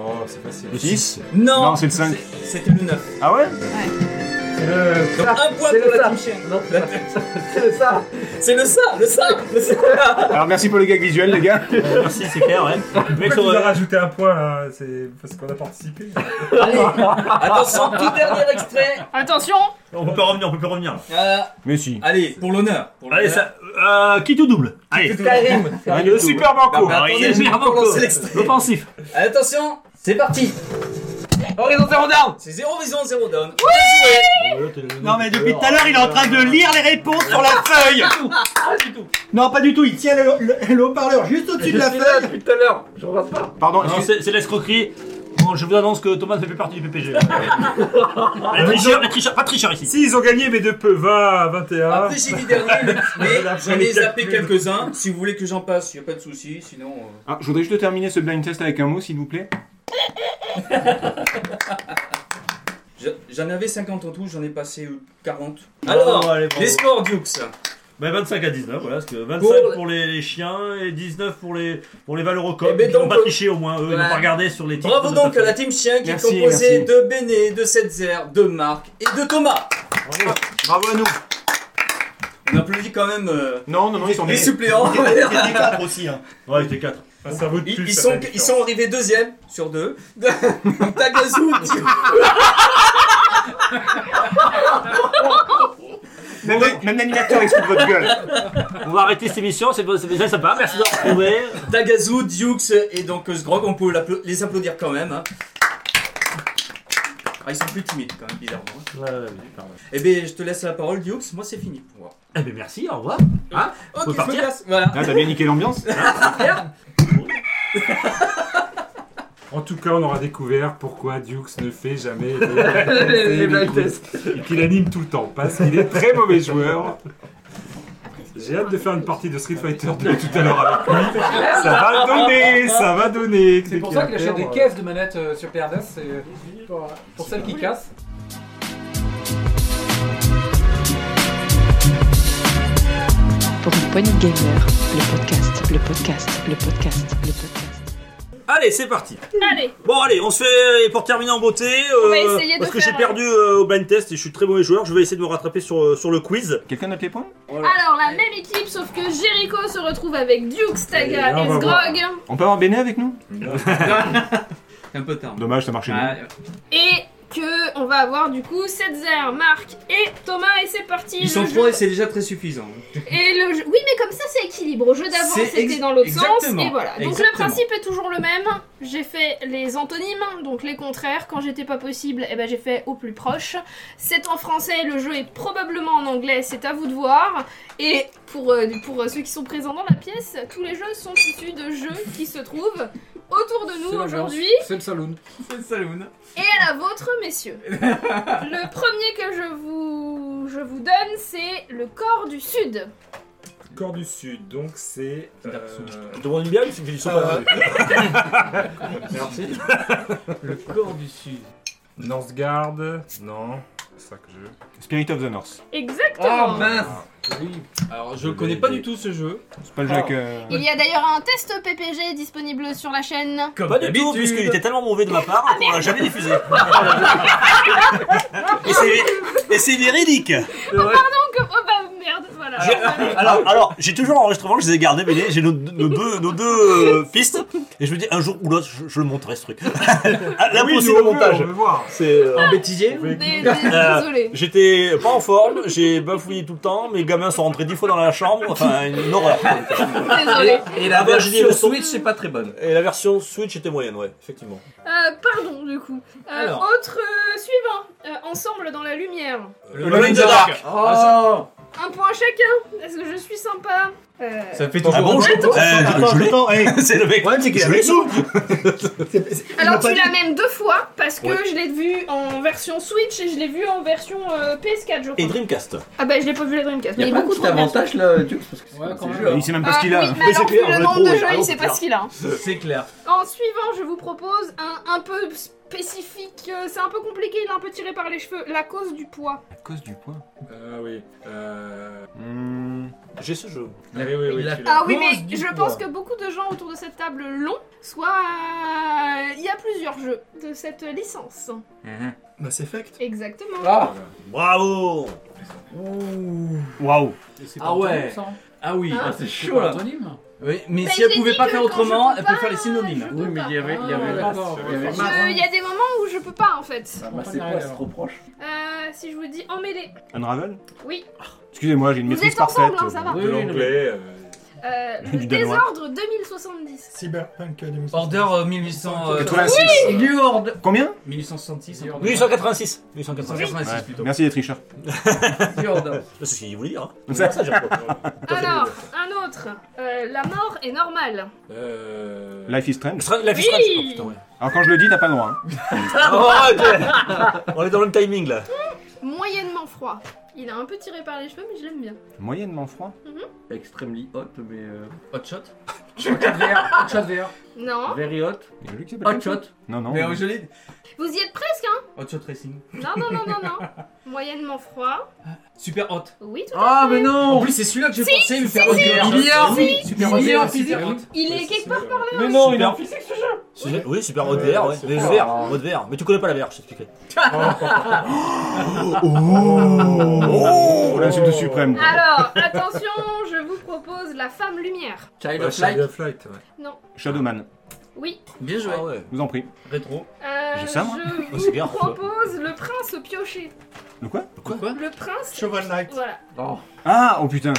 E: Oh, c'est facile.
D: Le 6
L: Non,
D: Non, c'est le cinq.
L: c'est- C'était le 9.
D: Ah ouais
T: C'est le.
L: Donc Euh, un point
T: c'est
L: pour
T: le
L: la
T: ça.
L: team Shen.
T: Non, c'est le ça.
L: C'est le ça, le ça, le ça.
D: Alors merci pour le gag visuel, les gars.
C: Merci, c'est clair, (laughs) ouais. Le mec,
E: Pourquoi tu
C: sur-
E: nous as rajouté un point là C'est parce qu'on a participé.
L: Allez, attention, tout dernier extrait.
B: Attention
C: on peut pas revenir, on peut plus revenir.
L: Euh,
D: Mais si.
L: allez, pour l'honneur. pour
C: Allez,
L: l'honneur.
C: ça. Euh, qui tout double Allez.
L: Skyrim.
D: Rien du tout.
C: Super
L: Non,
C: Banco
L: mais
C: Alors, il
L: attendez,
C: est
L: je vais
C: bien
L: encore
C: Banco.
L: lancer l'extrait.
C: Offensif
L: Attention, c'est parti.
D: Oh,
T: Horizon Zero Dawn.
L: C'est 0 vision, 0 down.
H: Non mais depuis tout à l'heure, il est en train de lire les réponses sur la feuille. Non, pas du tout. Il tient le- le le haut-parleur juste au-dessus
T: Je
H: de la
T: suis là
H: feuille.
T: depuis tout à l'heure. Je regarde pas.
D: Pardon,
C: Non,
D: excuse-
C: c'est c'est l'escroquerie. Bon, je vous annonce que Thomas ne fait plus partie du PPG. les tricheurs, les tricheurs, pas de tricheurs ici.
E: Si, ils ont gagné, mais de peu, 20 à 21.
D: Ah.
L: Après, j'ai dit
D: (laughs)
L: dernier, mais j'en ai
E: les
L: zappé
E: calculs.
L: quelques-uns. Si vous voulez que j'en passe, y a pas de souci, sinon. euh,
D: Ah, je voudrais juste terminer ce blind test avec un mot, s'il vous plaît.
L: Je- J'en avais 50 en tout, j'en ai passé euh, 40.
D: Oh,
L: Alors,
C: allez, bravo.
L: les scores, Dukes.
C: Bah, 25 à 19, voilà. Parce que 25
L: Pour-
C: pour, les, les chiens et 19 pour les, pour les Valorocom.
L: Eh ben
C: Ils n'ont
L: donc,
C: pas triché au moins, eux. Ils
L: ouais.
C: n'ont pas regardé sur les titres.
L: Bravo
C: de
L: donc
C: sa
L: à la team chien qui
D: Merci,
L: est composée
D: merci.
L: de Béné, de Setzer, de Marc et de Thomas.
D: Bravo à nous.
L: On applaudit quand même euh,
D: Non, non, non, (laughs) ils sont
L: les
D: nuls.
L: suppléants.
H: Il y a des cadres aussi. hein.
C: Ouais, c'était 4.
E: Un cerveau de
L: Ils,
E: plus,
L: ils
E: ça
L: sont,
E: fait
L: ils sont arrivés deuxième
D: (laughs)
L: sur deux. Donc Tagazu, tu-
D: Même, même l'animateur, il se fout de votre gueule.
C: On va arrêter cette émission, c'est c'est déjà sympa. Merci d'avoir trouvé.
L: Tagazu, Dukes et donc euh, Sgrog, on peut l'appla- les applaudir quand même. hein. Ah, ils sont plus timides quand même, bizarrement. hein.
C: Ouais, ouais, ouais, pardon.
L: Eh bien, je te laisse la parole, Dukes. Moi, c'est fini pour moi.
C: Eh ben, merci, au revoir.
L: Ok,
C: Faut
L: je me
C: partir
L: casse. Voilà.
D: Ah, t'as bien niqué l'ambiance.
E: En tout cas, on aura découvert pourquoi Dukes ne fait jamais
T: Les- les blind tests.
E: et qu'il anime tout le temps parce qu'il est très mauvais joueur. J'ai hâte de faire une partie de Street Fighter 2 tout à l'heure avec lui. Ça va donner, ça va donner.
G: C'est pour ça qu'il achète des caisses de manettes euh, sur PRNES, c'est euh, pour, pour celles qui cassent.
A: Pour une poignée de gamers, le podcast, le podcast, le podcast, le podcast.
C: Allez, c'est parti.
B: Allez
C: Bon, allez, on se fait. Et pour terminer en beauté, euh,
B: On va essayer de
C: parce que
B: faire
C: j'ai perdu euh, au blind test et je suis très mauvais joueur, je vais essayer de me rattraper sur, euh, sur le quiz.
D: Quelqu'un note les points
G: Ah.
B: Alors, la même équipe, sauf que Jericho se retrouve avec Duke,
E: Allez,
B: Staga
E: là, on
B: et
E: va
B: Sgrog.
D: On peut avoir Béné avec nous
L: C'est un peu tard.
D: Dommage, ça marchait
L: Ah,
D: bien.
B: Et que on va avoir du coup Setzer, Marc et Thomas. Et c'est parti.
L: Ils sont
B: le
L: trois
B: jeu...
L: et c'est déjà très suffisant. hein.
B: et le jeu- Oui, mais comme ça, c'est équilibre. Au jeu d'avant,
L: C'est
B: c'était
L: ex-
B: dans l'autre sens.
L: exactement,
B: Et voilà. Donc le
L: exactement.
B: principe est toujours le même. J'ai fait les antonymes, donc les contraires. Quand j'étais pas possible, eh ben, j'ai fait au plus proche. C'est en français, le jeu est probablement en anglais, c'est à vous de voir. Et pour, euh, pour euh, ceux qui sont présents dans la pièce, tous les jeux sont issus de jeux qui se trouvent autour de
G: C'est
B: nous
G: l'ambiance.
B: aujourd'hui.
G: C'est le saloon.
L: (laughs) C'est le saloon.
B: Et à la vôtre,
L: (laughs)
B: messieurs. le premier que je vous, je vous donne, c'est le corps du Sud.
E: Corps du Sud, donc c'est.
L: Dark
E: euh,
C: Je demande une bière, parce qu'ils sont pas.
L: Merci.
G: Le corps du sud.
E: Northgard, non. C'est ça que je.
D: Spirit of the North.
B: Exactement.
L: Ah,
G: mince Oui.
L: Alors, je connais pas du tout ce jeu.
D: C'est pas le jeu avec. euh,
B: Il y a d'ailleurs un test PPG disponible sur la chaîne.
L: Comme
C: Pas du tout,
L: d'habitude.
C: puisqu'il était tellement mauvais de ma
B: Ah,
C: part qu'on l'a
B: (laughs)
C: jamais diffusé. et c'est véridique
B: Donc, oh bah merde, voilà.
C: J'ai- (laughs) Alors, Ah, alors, j'ai toujours l'enregistrement, je les ai gardés, mais les- j'ai nos, nos deux, nos deux euh, pistes, et je me dis un jour ou l'autre, je, je le monterai ce truc. (laughs) Ah, Là,
U: Oui,
C: aussi
U: nous,
C: le
U: on veut,
C: montage.
U: on veut voir.
C: C'est euh,
L: Un bêtisier
C: Euh,
B: Désolé.
C: J'étais pas en forme, j'ai bafouillé tout le temps, mes gamins sont rentrés dix fois dans la chambre, enfin une horreur.
B: Désolé.
G: Et la
C: Ah bah, j'ai dit
G: version
C: le son.
G: Switch, c'est pas très bonne.
C: Et la version Switch était moyenne, ouais, effectivement.
B: Euh, pardon, du coup. Euh,
C: Alors.
B: Autre euh, suivant. Euh, ensemble dans la lumière.
C: Le Alone in the Dark.
L: Oh
B: Un point chacun. Est-ce que je suis sympa Euh,
L: Ça fait
C: Ah
L: toujours.
C: bon, je,
B: Attends,
C: eh, je-
V: attends,
C: je l'ai.
V: attends, hey.
C: C'est le mec.
V: qu'il
C: je
V: a
C: l'ai
V: raison.
C: sous.
B: Alors
V: pas
B: tu
V: dit.
B: l'as même deux fois parce que
C: Ouais.
B: je l'ai vu en version Switch et je l'ai vu en version euh, PS4 je crois.
C: Et Dreamcast.
B: Ah bah je l'ai pas vu la Dreamcast.
G: Il y
B: mais
G: a pas
B: beaucoup
G: cet
B: trop de versions.
G: avantage là, Dux, parce que c'est c'est le jeu, hein.
D: Il sait même
B: Ah,
D: pas ce qu'il
B: oui,
D: a.
B: mais alors, vu le nombre de jeux, il
C: allons,
B: sait
C: c'est
B: pas ce qu'il a. hein.
L: C'est clair.
B: En suivant, je vous propose un un peu spécifique. euh, C'est un peu compliqué, il est un peu tiré par les cheveux. La cause du poids.
D: À cause du poids.
E: Ah oui. Euh...
C: J'ai ce jeu.
E: Ah oui, oui, oui,
L: La-
E: tu l'as.
B: Ah oui,
L: cause
B: mais
L: du
B: je
L: poids.
B: pense que beaucoup de gens autour de cette table l'ont. Soit euh, il y a plusieurs jeux de cette licence.
E: Mhm.
H: Mass Effect.
B: Exactement.
L: Ah,
C: Bravo
D: Waouh.
L: ah ouais. Ah oui.
B: Hein
L: c'est
A: C'est pas un antonyme
L: Oui, mais
B: Bah,
L: si elle
B: j'ai
L: pouvait
B: dit
L: pas
B: que
L: faire
B: quand je
L: autrement,
B: peux
L: elle
B: pas,
L: peut
B: euh,
L: faire les synonymes.
B: je peux pas.
A: avait.
L: il y avait-
A: d'accord.
E: il y avait-
B: Je- Il y a des moments où je peux pas en fait.
G: Ah, bah, c'est quoi, c'est trop proche.
B: Euh, si je vous dis emmêlé,
D: Unravel
B: oui.
D: Excusez-moi, j'ai une
B: Vous
D: maîtrise
B: êtes ensemble,
D: parfaite.
B: hein, ça va.
G: Ah,
E: De
L: Oui, oui,
E: l'anglais. euh,
L: (laughs)
B: Euh,
D: Du
B: le
D: danois.
B: désordre 2070.
H: Cyberpunk 2000.
L: Order euh, 1886.
D: 86.
L: New Order
D: Combien
L: 1866. un truc comme ça.
C: 886. 886.
D: Ouais.
L: 1886 plutôt.
D: Merci les tricheurs.
L: New Order.
C: C'est ce qu'il voulait dire. hein.
D: C'est ça.
C: Ça, j'ai pas-
B: Alors, un autre. Euh, la mort est normale.
E: euh,
D: Life is Strange.
C: La
B: Oui.
C: fiche trash. Oh, putain, ouais.
D: Alors quand je le dis, t'as pas le droit. hein.
C: Ah, ouais, ok. (laughs) On est dans le timing là.
B: Moyennement froid. Il a un peu tiré par les cheveux, mais je l'aime bien.
D: Moyennement froid.
G: Extremely hot, mais. euh,
L: Hot shot.
A: Hot Shot VR.
B: Ah, Non.
G: Very hot.
D: Il y a lui qui s'appelle
A: Hot
D: comme ça
A: Shot.
D: Non, non.
L: Mais euh, je l'ai.
B: Vous y êtes presque, hein
L: Hot shot racing.
B: Non, non, non, non, non. (laughs) Moyennement froid.
L: Super hot.
B: Oui, tout à
A: Ah,
B: fait.
A: mais
L: En
A: non
L: plus, c'est celui-là que j'ai pensé me faire hot VR.
A: Milliard
L: Oui, super hot
A: Milliard
L: VR, super
A: physique.
L: hot.
B: Il est quelque part par là.
C: Mais non,
G: il est en
C: physique ce jeu Oui, super haute VR, ouais. Mais
G: pas-
C: VR, haute VR. Mais tu connais pas la VR, je t'expliquerai.
D: Oh, l'insulte suprême. quoi.
B: Alors, (laughs) attention, je vous propose la femme lumière.
G: Child
E: ouais,
G: of Light.
E: Child of Light, ouais.
D: Shadowman,
B: Oui.
L: Bien joué.
C: Ah ouais.
D: vous en prie.
L: Rétro.
B: Euh,
D: J'ai ça, moi.
B: je
C: Oh, c'est
B: vous
C: bien.
B: propose le prince pioché.
D: Le quoi
B: Le prince.
H: Cheval Knight.
B: Voilà.
G: Oh,
D: Ah, oh putain.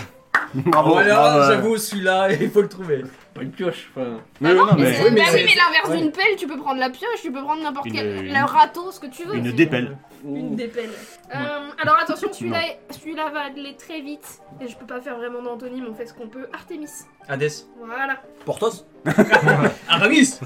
D: Bravo. bravo, euh,
L: Voilà,
D: ouais.
L: j'avoue, celui-là, (laughs) il faut le trouver.
G: pas une pioche. Enfin,
D: Mais
B: Bah
D: non,
B: mais
D: mais
B: c'est- bah oui,
L: c'est-
B: mais l'inverse
L: ouais.
B: d'une pelle, tu peux prendre la pioche, tu peux prendre n'importe
D: Une-
B: quel.
D: une-
B: Le râteau, ce que tu veux.
D: une dépelle.
B: Une des pelles. Euh, alors attention, celui-là celui va aller très vite. Et je peux pas faire vraiment d'antonyme, on fait ce qu'on peut. Artemis.
L: Hades.
B: Voilà.
C: Portos
L: Aramis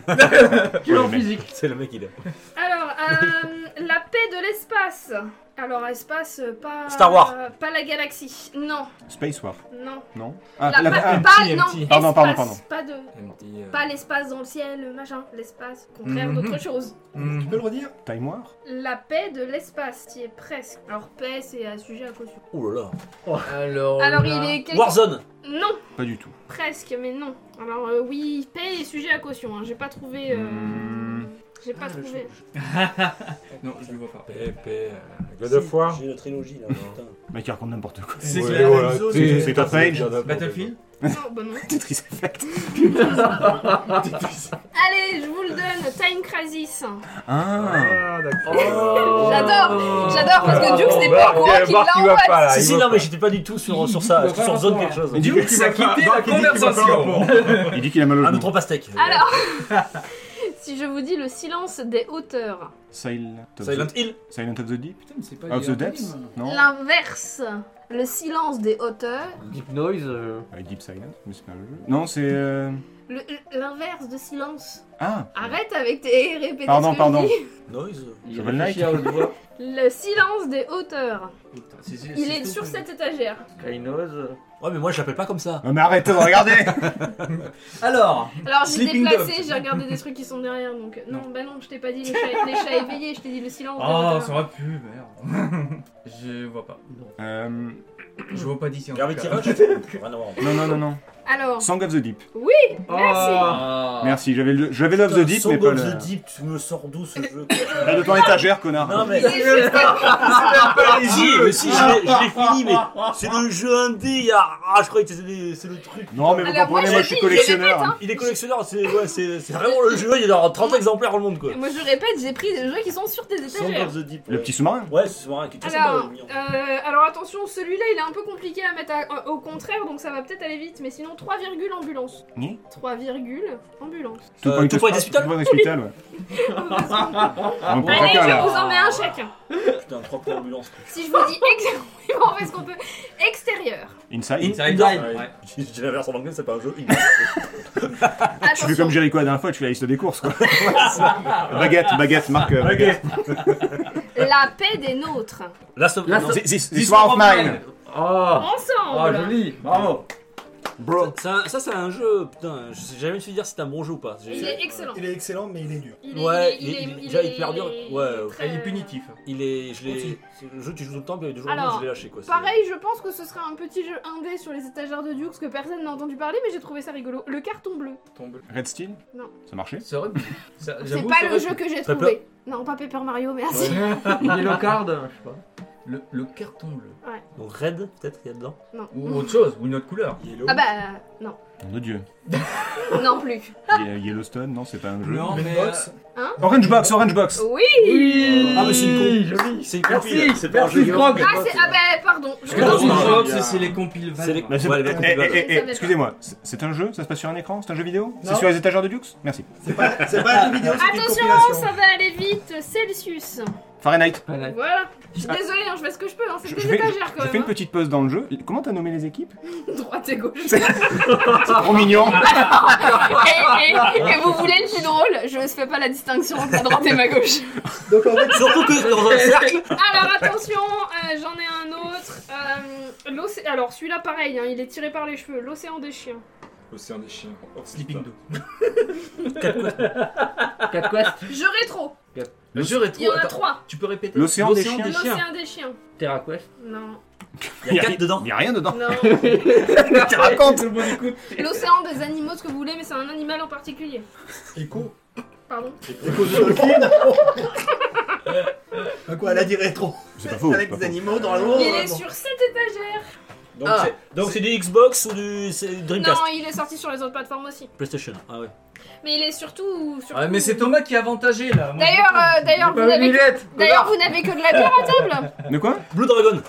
G: tu en
D: mais-
G: physique.
C: C'est le mec, il est.
D: (laughs)
B: Alors, euh, la paix de l'espace. Alors, espace, euh, pas.
C: Star Wars.
B: euh, pas la galaxie. Non,
D: Space War.
B: non.
D: Non. Ah,
B: la,
D: la-
B: pas,
D: ah,
B: pas-
L: MT.
B: non,
D: Pardon,
B: espace,
D: pardon, pardon.
B: Pas de.
E: MD, euh,
B: Pas l'espace dans le ciel, machin. L'espace, contraire
L: Mhm.
B: d'autre chose.
H: Tu peux le redire
D: Time War.
B: La paix de l'espace, qui est presque. Alors, paix, c'est un sujet à caution.
C: Ouh là là.
D: Oh
L: Alors,
B: Alors, il est. quelque-
C: Warzone
B: Non!
D: Pas du tout.
B: Presque, mais non. Alors euh, oui, paix et sujet à caution. hein. J'ai pas trouvé. euh,
D: Hmm.
B: J'ai
D: Ah,
B: pas trouvé.
L: Non, je le vois pas.
E: PP, euh, God of War.
C: J'ai une trilogie là, putain.
D: Mec, il Bah, raconte n'importe quoi.
L: C'est
D: Ouais,
L: clair.
D: voilà.
L: Enzo,
D: C'est-
L: c'est-
D: C'est ta page.
L: Battlefield
B: Non, bah non.
D: (laughs) Tetris
L: (laughs)
D: Effect.
B: Allez, je vous le donne. Time Crisis.
D: Oh. Ah.
B: J'adore, j'adore parce Oh. que
E: Ah,
B: Duke
E: bon,
B: c'est
E: bah,
B: pas au courant
E: Marc,
B: qu'il
E: Marc,
B: l'a
E: il
B: en
E: va
B: boîte.
E: pas, là,
C: Si,
E: Ah, il
C: si,
E: va
C: non,
E: pas.
C: mais j'étais pas du tout sur, sur ça,
L: Il va
C: sur
L: pas
C: zone
L: voir.
C: quelque chose.
D: Il dit
L: Duke, il a quitté la conversation.
D: Il dit qu'il a mal au
C: Un
D: genou.
C: autre pastèque.
B: Alors, si je vous dis le silence des hauteurs,
D: Silent of
C: Silent
D: the-
C: Hill
D: Silent of the Deep
A: Putain, mais c'est pas
D: Of
A: des
D: the Depths
A: antonymes.
D: Non.
B: l'inverse, le silence des hauteurs,
G: Deep Noise. euh,
D: Euh, Deep Silent, mais c'est pas le jeu. Non, c'est. euh,
B: le- l'inverse de silence.
D: Ah
B: Arrête avec tes répétitions.
D: Pardon, pardon.
C: Noise
G: Il
D: Shovel
G: réfléchit à haute voix.
B: (laughs) Le silence des hauteurs.
L: C'est- c'est-
B: Il
L: c'est
B: est
L: tout.
B: sur cette étagère.
G: Sky Noise.
C: Ouais, mais moi je l'appelle pas comme ça.
D: Non, mais arrêtez de regarder (laughs)
L: Alors,
B: Alors j'ai
L: Sleeping
B: déplacé,
L: Dogs.
B: j'ai regardé des trucs qui sont derrière donc non, bah non, je t'ai pas dit les chats, les chats éveillés, je t'ai dit le silence.
L: Oh,
D: Ah,
B: des
L: ça
B: hauteurs.
L: va plus, merde. (laughs) je vois pas.
D: Euh,
L: Je vois pas d'ici. en tout
C: Gravity
L: cas.
C: Rush Rien à voir.
D: Non, non, non, non.
B: Alors.
D: Song of the Deep.
B: Oui, merci.
D: Ah,
L: Ah.
D: Merci, j'avais le- j'avais Love the
C: Putain,
D: Deep,
C: Song
D: mais pas
C: of
D: le.
C: the Deep, tu me sors d'où ce jeu
D: Ah, de ton étagère, connard.
C: Non mais.
D: C'est
C: même Ah, pas Ah, les yeux, mais si, je l'ai- je l'ai fini, mais c'est le jeu indé, il y a- ah, je croyais que c'était les- c'est le truc.
D: Non, mais vous Alors, moi, comprenez, moi, je je suis dis, je collectionneur. répète, hein.
C: Il est collectionneur, c'est ouais, c'est- c'est vraiment le jeu, il y en aura 30 exemplaires dans le monde quoi.
B: Moi je répète, j'ai pris des jeux qui sont sur tes
C: Song
B: étagères.
C: of the Deep.
D: Le petit sous-marin
C: Ouais, ce sous-marin qui est très
B: Alors,
C: sympa. mignon.
B: euh, alors attention, celui-là il est un peu compliqué à mettre à- euh, au contraire, donc ça va peut-être aller vite, mais sinon 3, ambulance.
D: Ni
B: 3, ambulance.
D: Tout
C: Euh,
D: point
C: tout point hospital
D: hospital. Tout point hospital, (laughs) ouais. On prend
B: Allez,
D: chacun,
B: je
D: là.
B: vous en mets un chacun.
C: Putain, 3 points (laughs) ambulance.
B: Si je vous dis ex... oui, bon, on fait ce qu'on peut. Extérieur.
D: Inside.
C: Inside. Ouais. J'ai j'ai l'inverse en anglais, c'est pas un jeu.
D: Tu fais comme Jericho la dernière fois, tu fais la liste des courses, quoi. (laughs) baguette, baguette, marque. euh, Baguette.
B: La paix des nôtres.
C: Last of
D: Last of- This- this- this war of mine.
L: Oh,
D: Ah.
B: Ah, Ensemble.
C: bravo. Bro. Ça, ça, c'est un jeu, putain, je sais jamais me suis dire si c'est un bon jeu ou pas. J'ai-
B: Il est excellent.
H: Il est excellent, mais il est dur.
B: Il est-
C: Ouais,
B: il
C: il
B: est-
C: est
B: il est-
C: déjà
B: il est-
C: hyper dur.
B: il est
C: Ouais,
B: très- euh, Il est
C: punitif. Il est, je l'ai. c'est Le jeu, tu joues tout le temps, mais il y a des jours où je
B: Alors,
C: l'ai lâché quoi. c'est-
B: pareil, je pense que ce serait un petit jeu indé sur les étagères de Dukes que personne n'a entendu parler, mais j'ai trouvé ça rigolo. Le carton bleu.
D: Red Steel
B: Non.
D: Ça marchait
L: C'est vrai.
B: C'est pas le jeu que j'ai
D: Paper-
B: trouvé. Non, pas Paper Mario, merci.
L: Yellow card, je sais pas. (laughs) Le, le carton bleu.
B: Ouais.
C: Donc red, peut-être, il y a dedans
B: Non.
L: Ou autre chose, ou une autre couleur.
B: Ah bah, non.
D: Mon dieu.
B: Non plus.
D: Ye- Yellowstone, non, c'est pas un jeu.
L: Non, mais, Box.
B: Hein
D: Orange Box, Orange Box.
B: Oui
C: Ah, mais c'est une compile. C'est une compile. C'est pas un jeu.
B: Ah, c'est... ah bah, pardon.
L: Parce que dans une
D: Ah,
L: box,
D: il y a-
L: c'est les compiles vannes.
C: C'est les-
D: Bah, c'est-
C: Ouais, les
D: eh,
C: mecs, on
D: eh,
C: peut
D: eh,
C: pas.
D: eh, Excusez-moi, c'est- c'est un jeu Ça se passe sur un écran C'est un jeu vidéo C'est
B: Non.
D: sur les étagères de Dux Merci. C'est pas,
H: c'est pas un jeu vidéo, c'est une
B: Attention, ça va aller vite. Celsius.
D: Fahrenheit.
B: Voilà. Je suis
D: Ah.
B: désolée, hein, je fais ce que je peux. Hein. C'est
D: Je
B: des
D: fais,
B: étagères quand
D: je fais une
B: même.
D: petite pause dans le jeu. Comment t'as nommé les équipes
B: hein. (laughs) Droite et gauche. Ah.
D: C'est trop mignon
B: et, et- et vous voulez le plus drôle Je ne fais pas la distinction entre ma droite et ma gauche.
C: Donc
H: (laughs)
C: en fait, surtout que dans
L: (laughs)
C: un cercle.
B: Alors attention, euh, j'en ai un autre. Euh, l'océ- Alors celui-là pareil, hein, il est tiré par les cheveux. L'océan des chiens.
E: Océan des chiens. Sleeping Dog.
L: Quatre quests.
B: Je rétro.
L: Le jeu rétro.
B: Il y en a
L: Oh, attends,
B: trois.
L: Tu peux répéter
D: L'océan des chiens.
B: L'océan des chiens.
L: Terra Quest.
B: Non.
C: Il y a 4 dedans.
D: Il y a rien dedans.
B: Non.
D: Oh. tu racontes
B: L'océan des animaux, ce que vous voulez, mais c'est un animal en particulier.
H: Écho.
B: Pardon.
H: Écho de Dolphine. Ah quoi, elle a dit rétro.
D: C'est pas faux.
H: Avec
D: pas
H: des
D: faux.
H: animaux dans
L: Oh,
H: l'eau.
B: Il est
H: bon.
B: sur cette étagère.
C: Donc
B: Ah.
C: c'est- donc c'est du Xbox ou du c'est Dreamcast
B: Non, il est sorti sur les autres plateformes aussi.
C: PlayStation. Ah ouais.
B: Mais il est surtout. surtout-
L: Ah, Ouais, mais c'est Thomas qui est avantagé là. Moi,
B: D'ailleurs, euh, d'ailleurs,
L: J'ai pas
B: vous
L: mes
B: n'avez
L: lunettes,
B: que... d'ailleurs, vous n'avez que de la bière à table.
D: De quoi
C: Blue Dragon.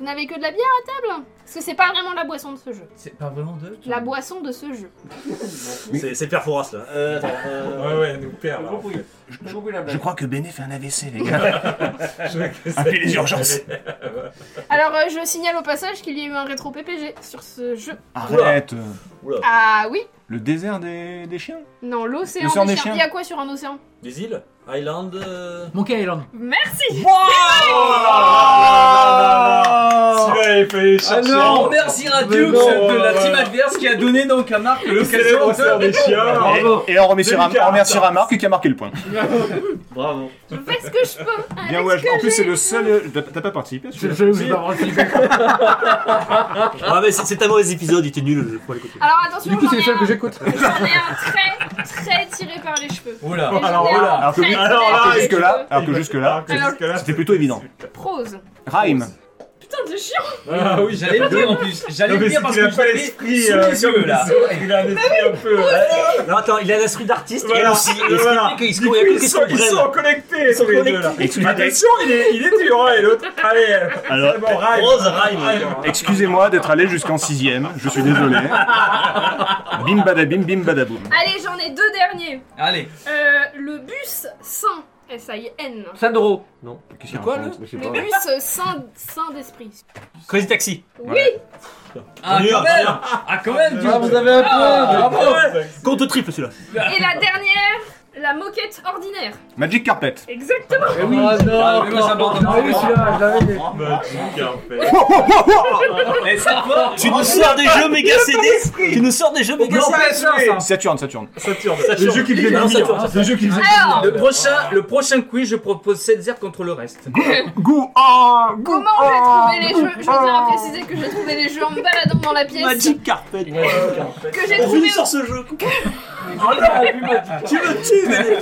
B: Vous n'avez que de la bière à table. Parce que c'est pas vraiment la boisson de ce jeu.
L: C'est pas vraiment deux.
B: La boisson de ce jeu.
C: C'est c'est Perforas là. Euh, attends, euh,
E: Ouais, ouais, nous perd là. en fait.
D: Je crois que Béné fait un AVC, les gars. Appelez les urgences.
B: Alors, euh, je signale au passage qu'il y a eu un rétro PPG sur ce jeu.
D: Arrête euh,
B: Ah oui
D: Le désert des, des chiens
B: Non, l'océan
D: L'océan
B: des
D: des
B: chiens.
D: chiens.
B: Il y a quoi sur un océan
C: Des îles Island. euh,
W: Monkey Island.
B: Merci
E: Celui-là, il fallait
L: Ah
E: chercher.
L: non, merci Radio
E: Mais non,
L: de la
E: ouais.
L: team adverse qui a donné donc à Marc
E: Le célèbre
L: l'occasion
E: Océan des chiens.
L: Bravo.
D: Et, et on remet sur un-
E: 2004.
D: on remerciera Marc qui a marqué le point.
C: Bravo.
B: Je fais ce que je peux avec
D: Bien
B: ce
D: ouais,
B: que
D: en plus
B: j'ai.
D: c'est le seul. euh, T'as t'as pas participé à
W: C'est le
D: celui-là
W: jeu où je vais pas avoir
C: Ah mais c'est c'est un mauvais épisode, il était nul, je pourrais l'écouter.
B: Alors attention,
W: Du coup, c'est le
B: j'en ai
W: seul
B: un-
W: que j'écoute.
B: J'en ai un très, très tiré par les cheveux.
L: Oula.
B: Et j'en ai
L: Alors,
B: un
L: oula.
D: Alors que,
B: très
D: alors
B: tiré
D: que
B: par les
D: Ah, jusque-là, alors que
E: Il va-
D: jusque-là,
E: alors que jusque-là,
D: c'était plutôt évident.
B: cheveux. Prose.
D: Rhyme.
B: Putain, c'est chiant
E: Ah oui,
L: J'allais le dire en plus. J'allais
E: Non,
L: le
E: mais
L: dire
E: c'est
L: parce
E: qu'il
L: que
E: a pas
L: j'avais
E: l'esprit
L: sous
E: euh,
L: les
E: comme
L: yeux
E: les
L: là.
E: autres. Il a un esprit un peu. euh,
C: Non attends, il a l'esprit d'artiste et
E: Voilà.
C: aussi et
E: Voilà.
C: ce qui- et ce
E: Du
C: qui-
E: coup,
C: il y a que
E: ils
C: qui
E: sont, ils sont connectés, tous les deux là.
D: Et tu-
E: Attention, il est, il est dur, hein, et l'autre. (laughs) Allez, euh,
D: Alors,
E: c'est bon, rhyme.
C: Rose Rhyme.
D: Excusez-moi d'être allé jusqu'en sixième, je suis désolé. Bim badabim, bim badaboum.
B: Allez, j'en ai deux derniers.
L: Allez.
B: Euh, le bus sain. S-I-N.
G: Sandro. Non.
D: Qu'est-ce
G: Quoi,
D: qu'il
G: le
D: raconte Je sais
B: Le
D: pas.
B: bus sain, sain d'esprit.
C: Crazy Taxi.
B: Oui
L: Ah
C: On y va.
L: quand même. Ah quand même. du
C: Ah,
L: coup.
C: vous avez un
L: Ah,
C: point,
L: Bravo.
C: Compte triple celui-là.
B: Et la dernière, la moquette ordinaire.
D: Magic Carpet.
B: Exactement.
D: Eh oui.
G: Oh,
D: Ah non, Ah, mais moi, ça m'en- ah oui, celui-là, je l'avais.
O: Magic Carpet.
D: Mais ça va.
O: Tu nous sors des jeux méga CD Tu nous sors des jeux méga CD
D: Saturne, Saturne.
O: Saturne.
F: Le jeu qui faisait
D: Non,
F: dormir.
D: Saturne, Saturne.
F: Le jeu qui faisait
L: Ah.
B: Alors.
F: dormir. Le prochain, le prochain quiz, je propose 7 heures contre le reste.
D: Goût ah, goût
B: Comment j'ai trouvé les jeux Je tiens à préciser que j'ai trouvé les jeux en me baladant dans la pièce.
O: Carpet.
B: Que j'ai
O: On
B: trouvé.
O: finit sur ce jeu. Tu me tues, mais-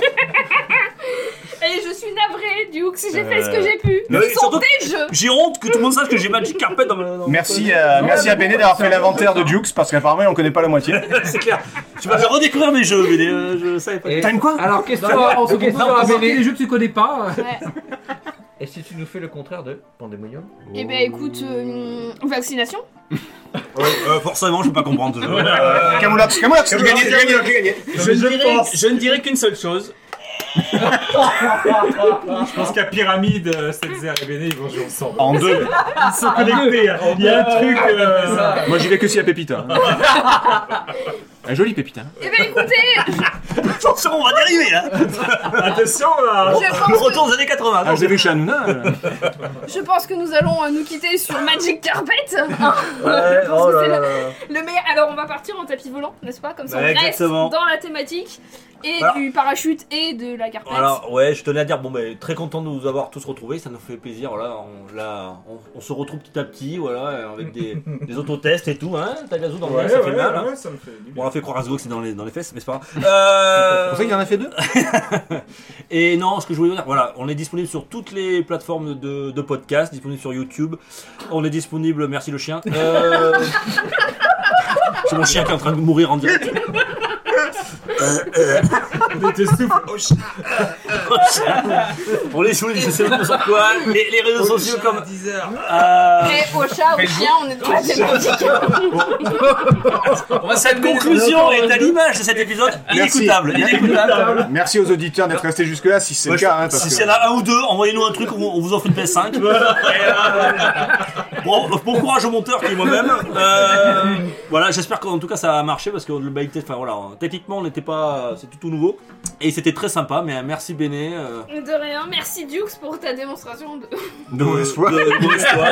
B: Et je suis navrée, Duke, si j'ai fait ce que j'ai pu.
O: Non, Euh, mais
B: Ce sont
O: surtout-
B: des jeux.
O: J'ai honte que tout le monde sache que j'ai Magic Carpet dans ma. dans-
D: Merci à, merci à Béné d'avoir fait l'inventaire de Dukes parce qu'apparemment il en connaît pas la moitié.
O: C'est clair. Tu m'as fait redécouvrir mes jeux, mais euh, je savais pas.
D: T'as une quoi
J: Alors, question
G: Non,
J: on se
G: ok,
J: concentre
G: non,
J: sur
G: on va
J: aborder
G: marquer.
J: les jeux que tu connais pas. euh.
G: Et si tu nous fais le contraire de Pandemonium
O: Oh.
B: Eh ben écoute, euh, vaccination.
C: Euh, forcément, je peux pas comprendre. ce jeu.
D: Camoulox, Camoulox, j'ai gagné, j'ai gagné, j'ai gagné.
F: Je ne dirais, je ne dirais qu'une seule chose.
E: Je pense qu'à Pyramide, euh, Setzer et Béné, ils vont jouer ensemble.
D: En deux.
E: Ils sont connectés. hein. Il y a un truc. euh,
D: Moi j'y vais que si à Pépita. Un joli Pépita.
B: Eh ben écoutez,
O: Attention, on va dériver là.
E: Attention euh, là.
B: Je pense
O: Le retour des années 80.
D: Ah, j'ai vu Shanouna. euh.
B: je pense que nous allons euh, nous quitter sur Magic Carpet.
O: oh
B: hein. Je pense que c'est le- Le meilleur. Alors on va partir en tapis volant, n'est-ce pas Comme ça
O: Ouais,
B: on reste
O: exactement. Ah.
B: dans la thématique et
O: Alors-
B: du parachute et de la carpette.
C: Alors ouais, je tenais à dire bon ben très content de nous avoir tous retrouvés, ça nous fait plaisir. Voilà, on, là, on, on se retrouve petit à petit, voilà, euh, avec
E: (laughs)
C: des, des autotests et tout. Hein, Tagazu dans le
E: Ouais,
C: nez, ça fait
E: ouais,
C: mal. hein.
E: ouais, ça me fait du
C: Bon,
E: bien.
C: on a fait croire à Zgo que c'est dans les dans les fesses, mais c'est pas
D: (laughs)
C: grave. Euh...
D: C'est pour ça qu'il en a fait deux.
C: (laughs) Et non, ce que je voulais dire, voilà, on est disponible sur toutes les plateformes de, de podcast, disponible sur YouTube. On est disponible, merci le chien. Euh,
D: (laughs)
C: C'est mon chien qui est en train de mourir en
D: (laughs)
C: direct. Euh, euh, oh, chien. on est sous les je sais pas sur quoi, les, les réseaux
D: Oh,
C: sociaux comme. Euh,
D: Eh,
B: Et au chat, au chien, on est dans la thématique.
O: Cette conclusion est à l'image de cet épisode
D: Merci.
O: inécoutable. inécoutable.
D: Merci aux auditeurs d'être restés jusque-là si c'est
O: Moi,
D: le
O: je-
D: cas. hein, parce
C: si
D: que-
C: c'est là un ou deux, envoyez-nous un truc, on, on vous offre une PS5. Et, euh, bon, bon courage au monteur qui est moi-même. Euh, voilà, j'espère qu'en tout cas ça a marché parce que le bail enfin voilà, techniquement on n'était pas, c'est tout, tout nouveau et c'était très sympa. Mais euh, merci Béné. euh,
B: De rien, merci Dukes pour ta démonstration de. (laughs)
D: de mauvaise foi.
C: de- de mauvaise foi.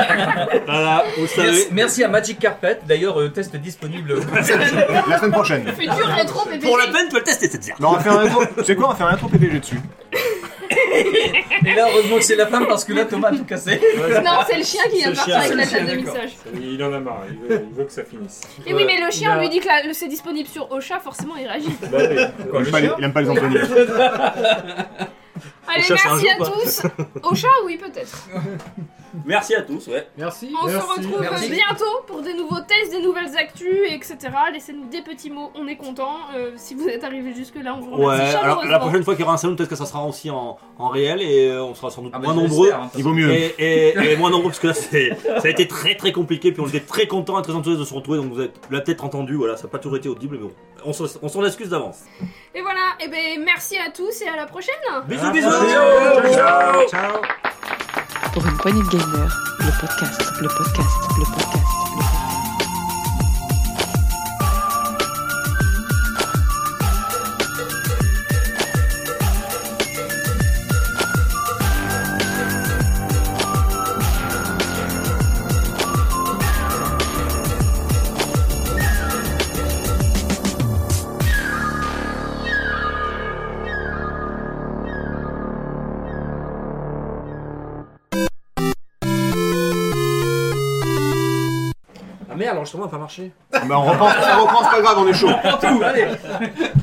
C: voilà, vous
F: Merci,
C: savez.
F: merci à Magic Carpet. D'ailleurs, euh, test disponible.
D: (laughs)
L: (laughs)
D: La semaine prochaine.
B: Futur
O: Ah,
B: rétro PPG.
C: Pour la peine, tu peux le tester, c'est dire.
D: Non, on va faire un intro. C'est quoi On va faire un intro PDG dessus.
F: Et là, heureusement que c'est la femme parce que là, Thomas a tout cassé.
B: Non, c'est le chien qui vient de
E: Ce
B: partir
E: chien,
B: avec la
E: c'est le
B: table de
E: chien,
B: mixage.
E: Il en a marre. Il veut, il veut que ça finisse.
B: Et oui, mais le chien,
E: Il
B: on
E: a-
B: lui dit que la- le- c'est disponible sur Ocha, forcément il
C: (laughs)
B: réagit.
E: Bah oui.
D: Il aime pas les- il aime pas les Anthony.
B: Allez,
C: Ocha, c'est un
B: merci
C: jeu
B: à
C: ou pas
B: tous.
C: (laughs)
B: Ocha, oui, peut-être.
C: Merci à tous, ouais.
J: Merci.
B: On se retrouve
J: Merci.
B: bientôt pour des nouveaux tests, des nouvelles actus, etc. Laissez-nous des petits mots, on est content. Euh, si vous êtes arrivé jusque-là, on vous
C: Ouais,
B: remercie
C: alors la
B: chaleureusement.
C: prochaine fois qu'il y aura un salon, peut-être que ça sera aussi en, en réel et euh, on sera sans doute
F: Ah bah,
C: moins
F: je l'espère,
C: nombreux.
F: hein, parce
D: Il vaut mieux.
C: Et, et- et moins nombreux parce que là c'est- ça a été très très compliqué puis on était très content et très enthousiaste de se retrouver donc vous êtes là peut-être entendu voilà ça n'a pas toujours été audible mais bon on s'en- on s'en excuse d'avance.
B: Et voilà, et ben merci à tous et à la prochaine.
L: Hein.
C: Bisous bisous.
E: Ciao, ciao.
A: Pour une poignée de gamers, le podcast, le podcast, le podcast, le podcast.
C: Ah merde l'enregistrement n'a pas marché.
D: Bah, on reprend, on reprend, c'est pas grave, on est chaud. Bah,
F: Prends tout, allez.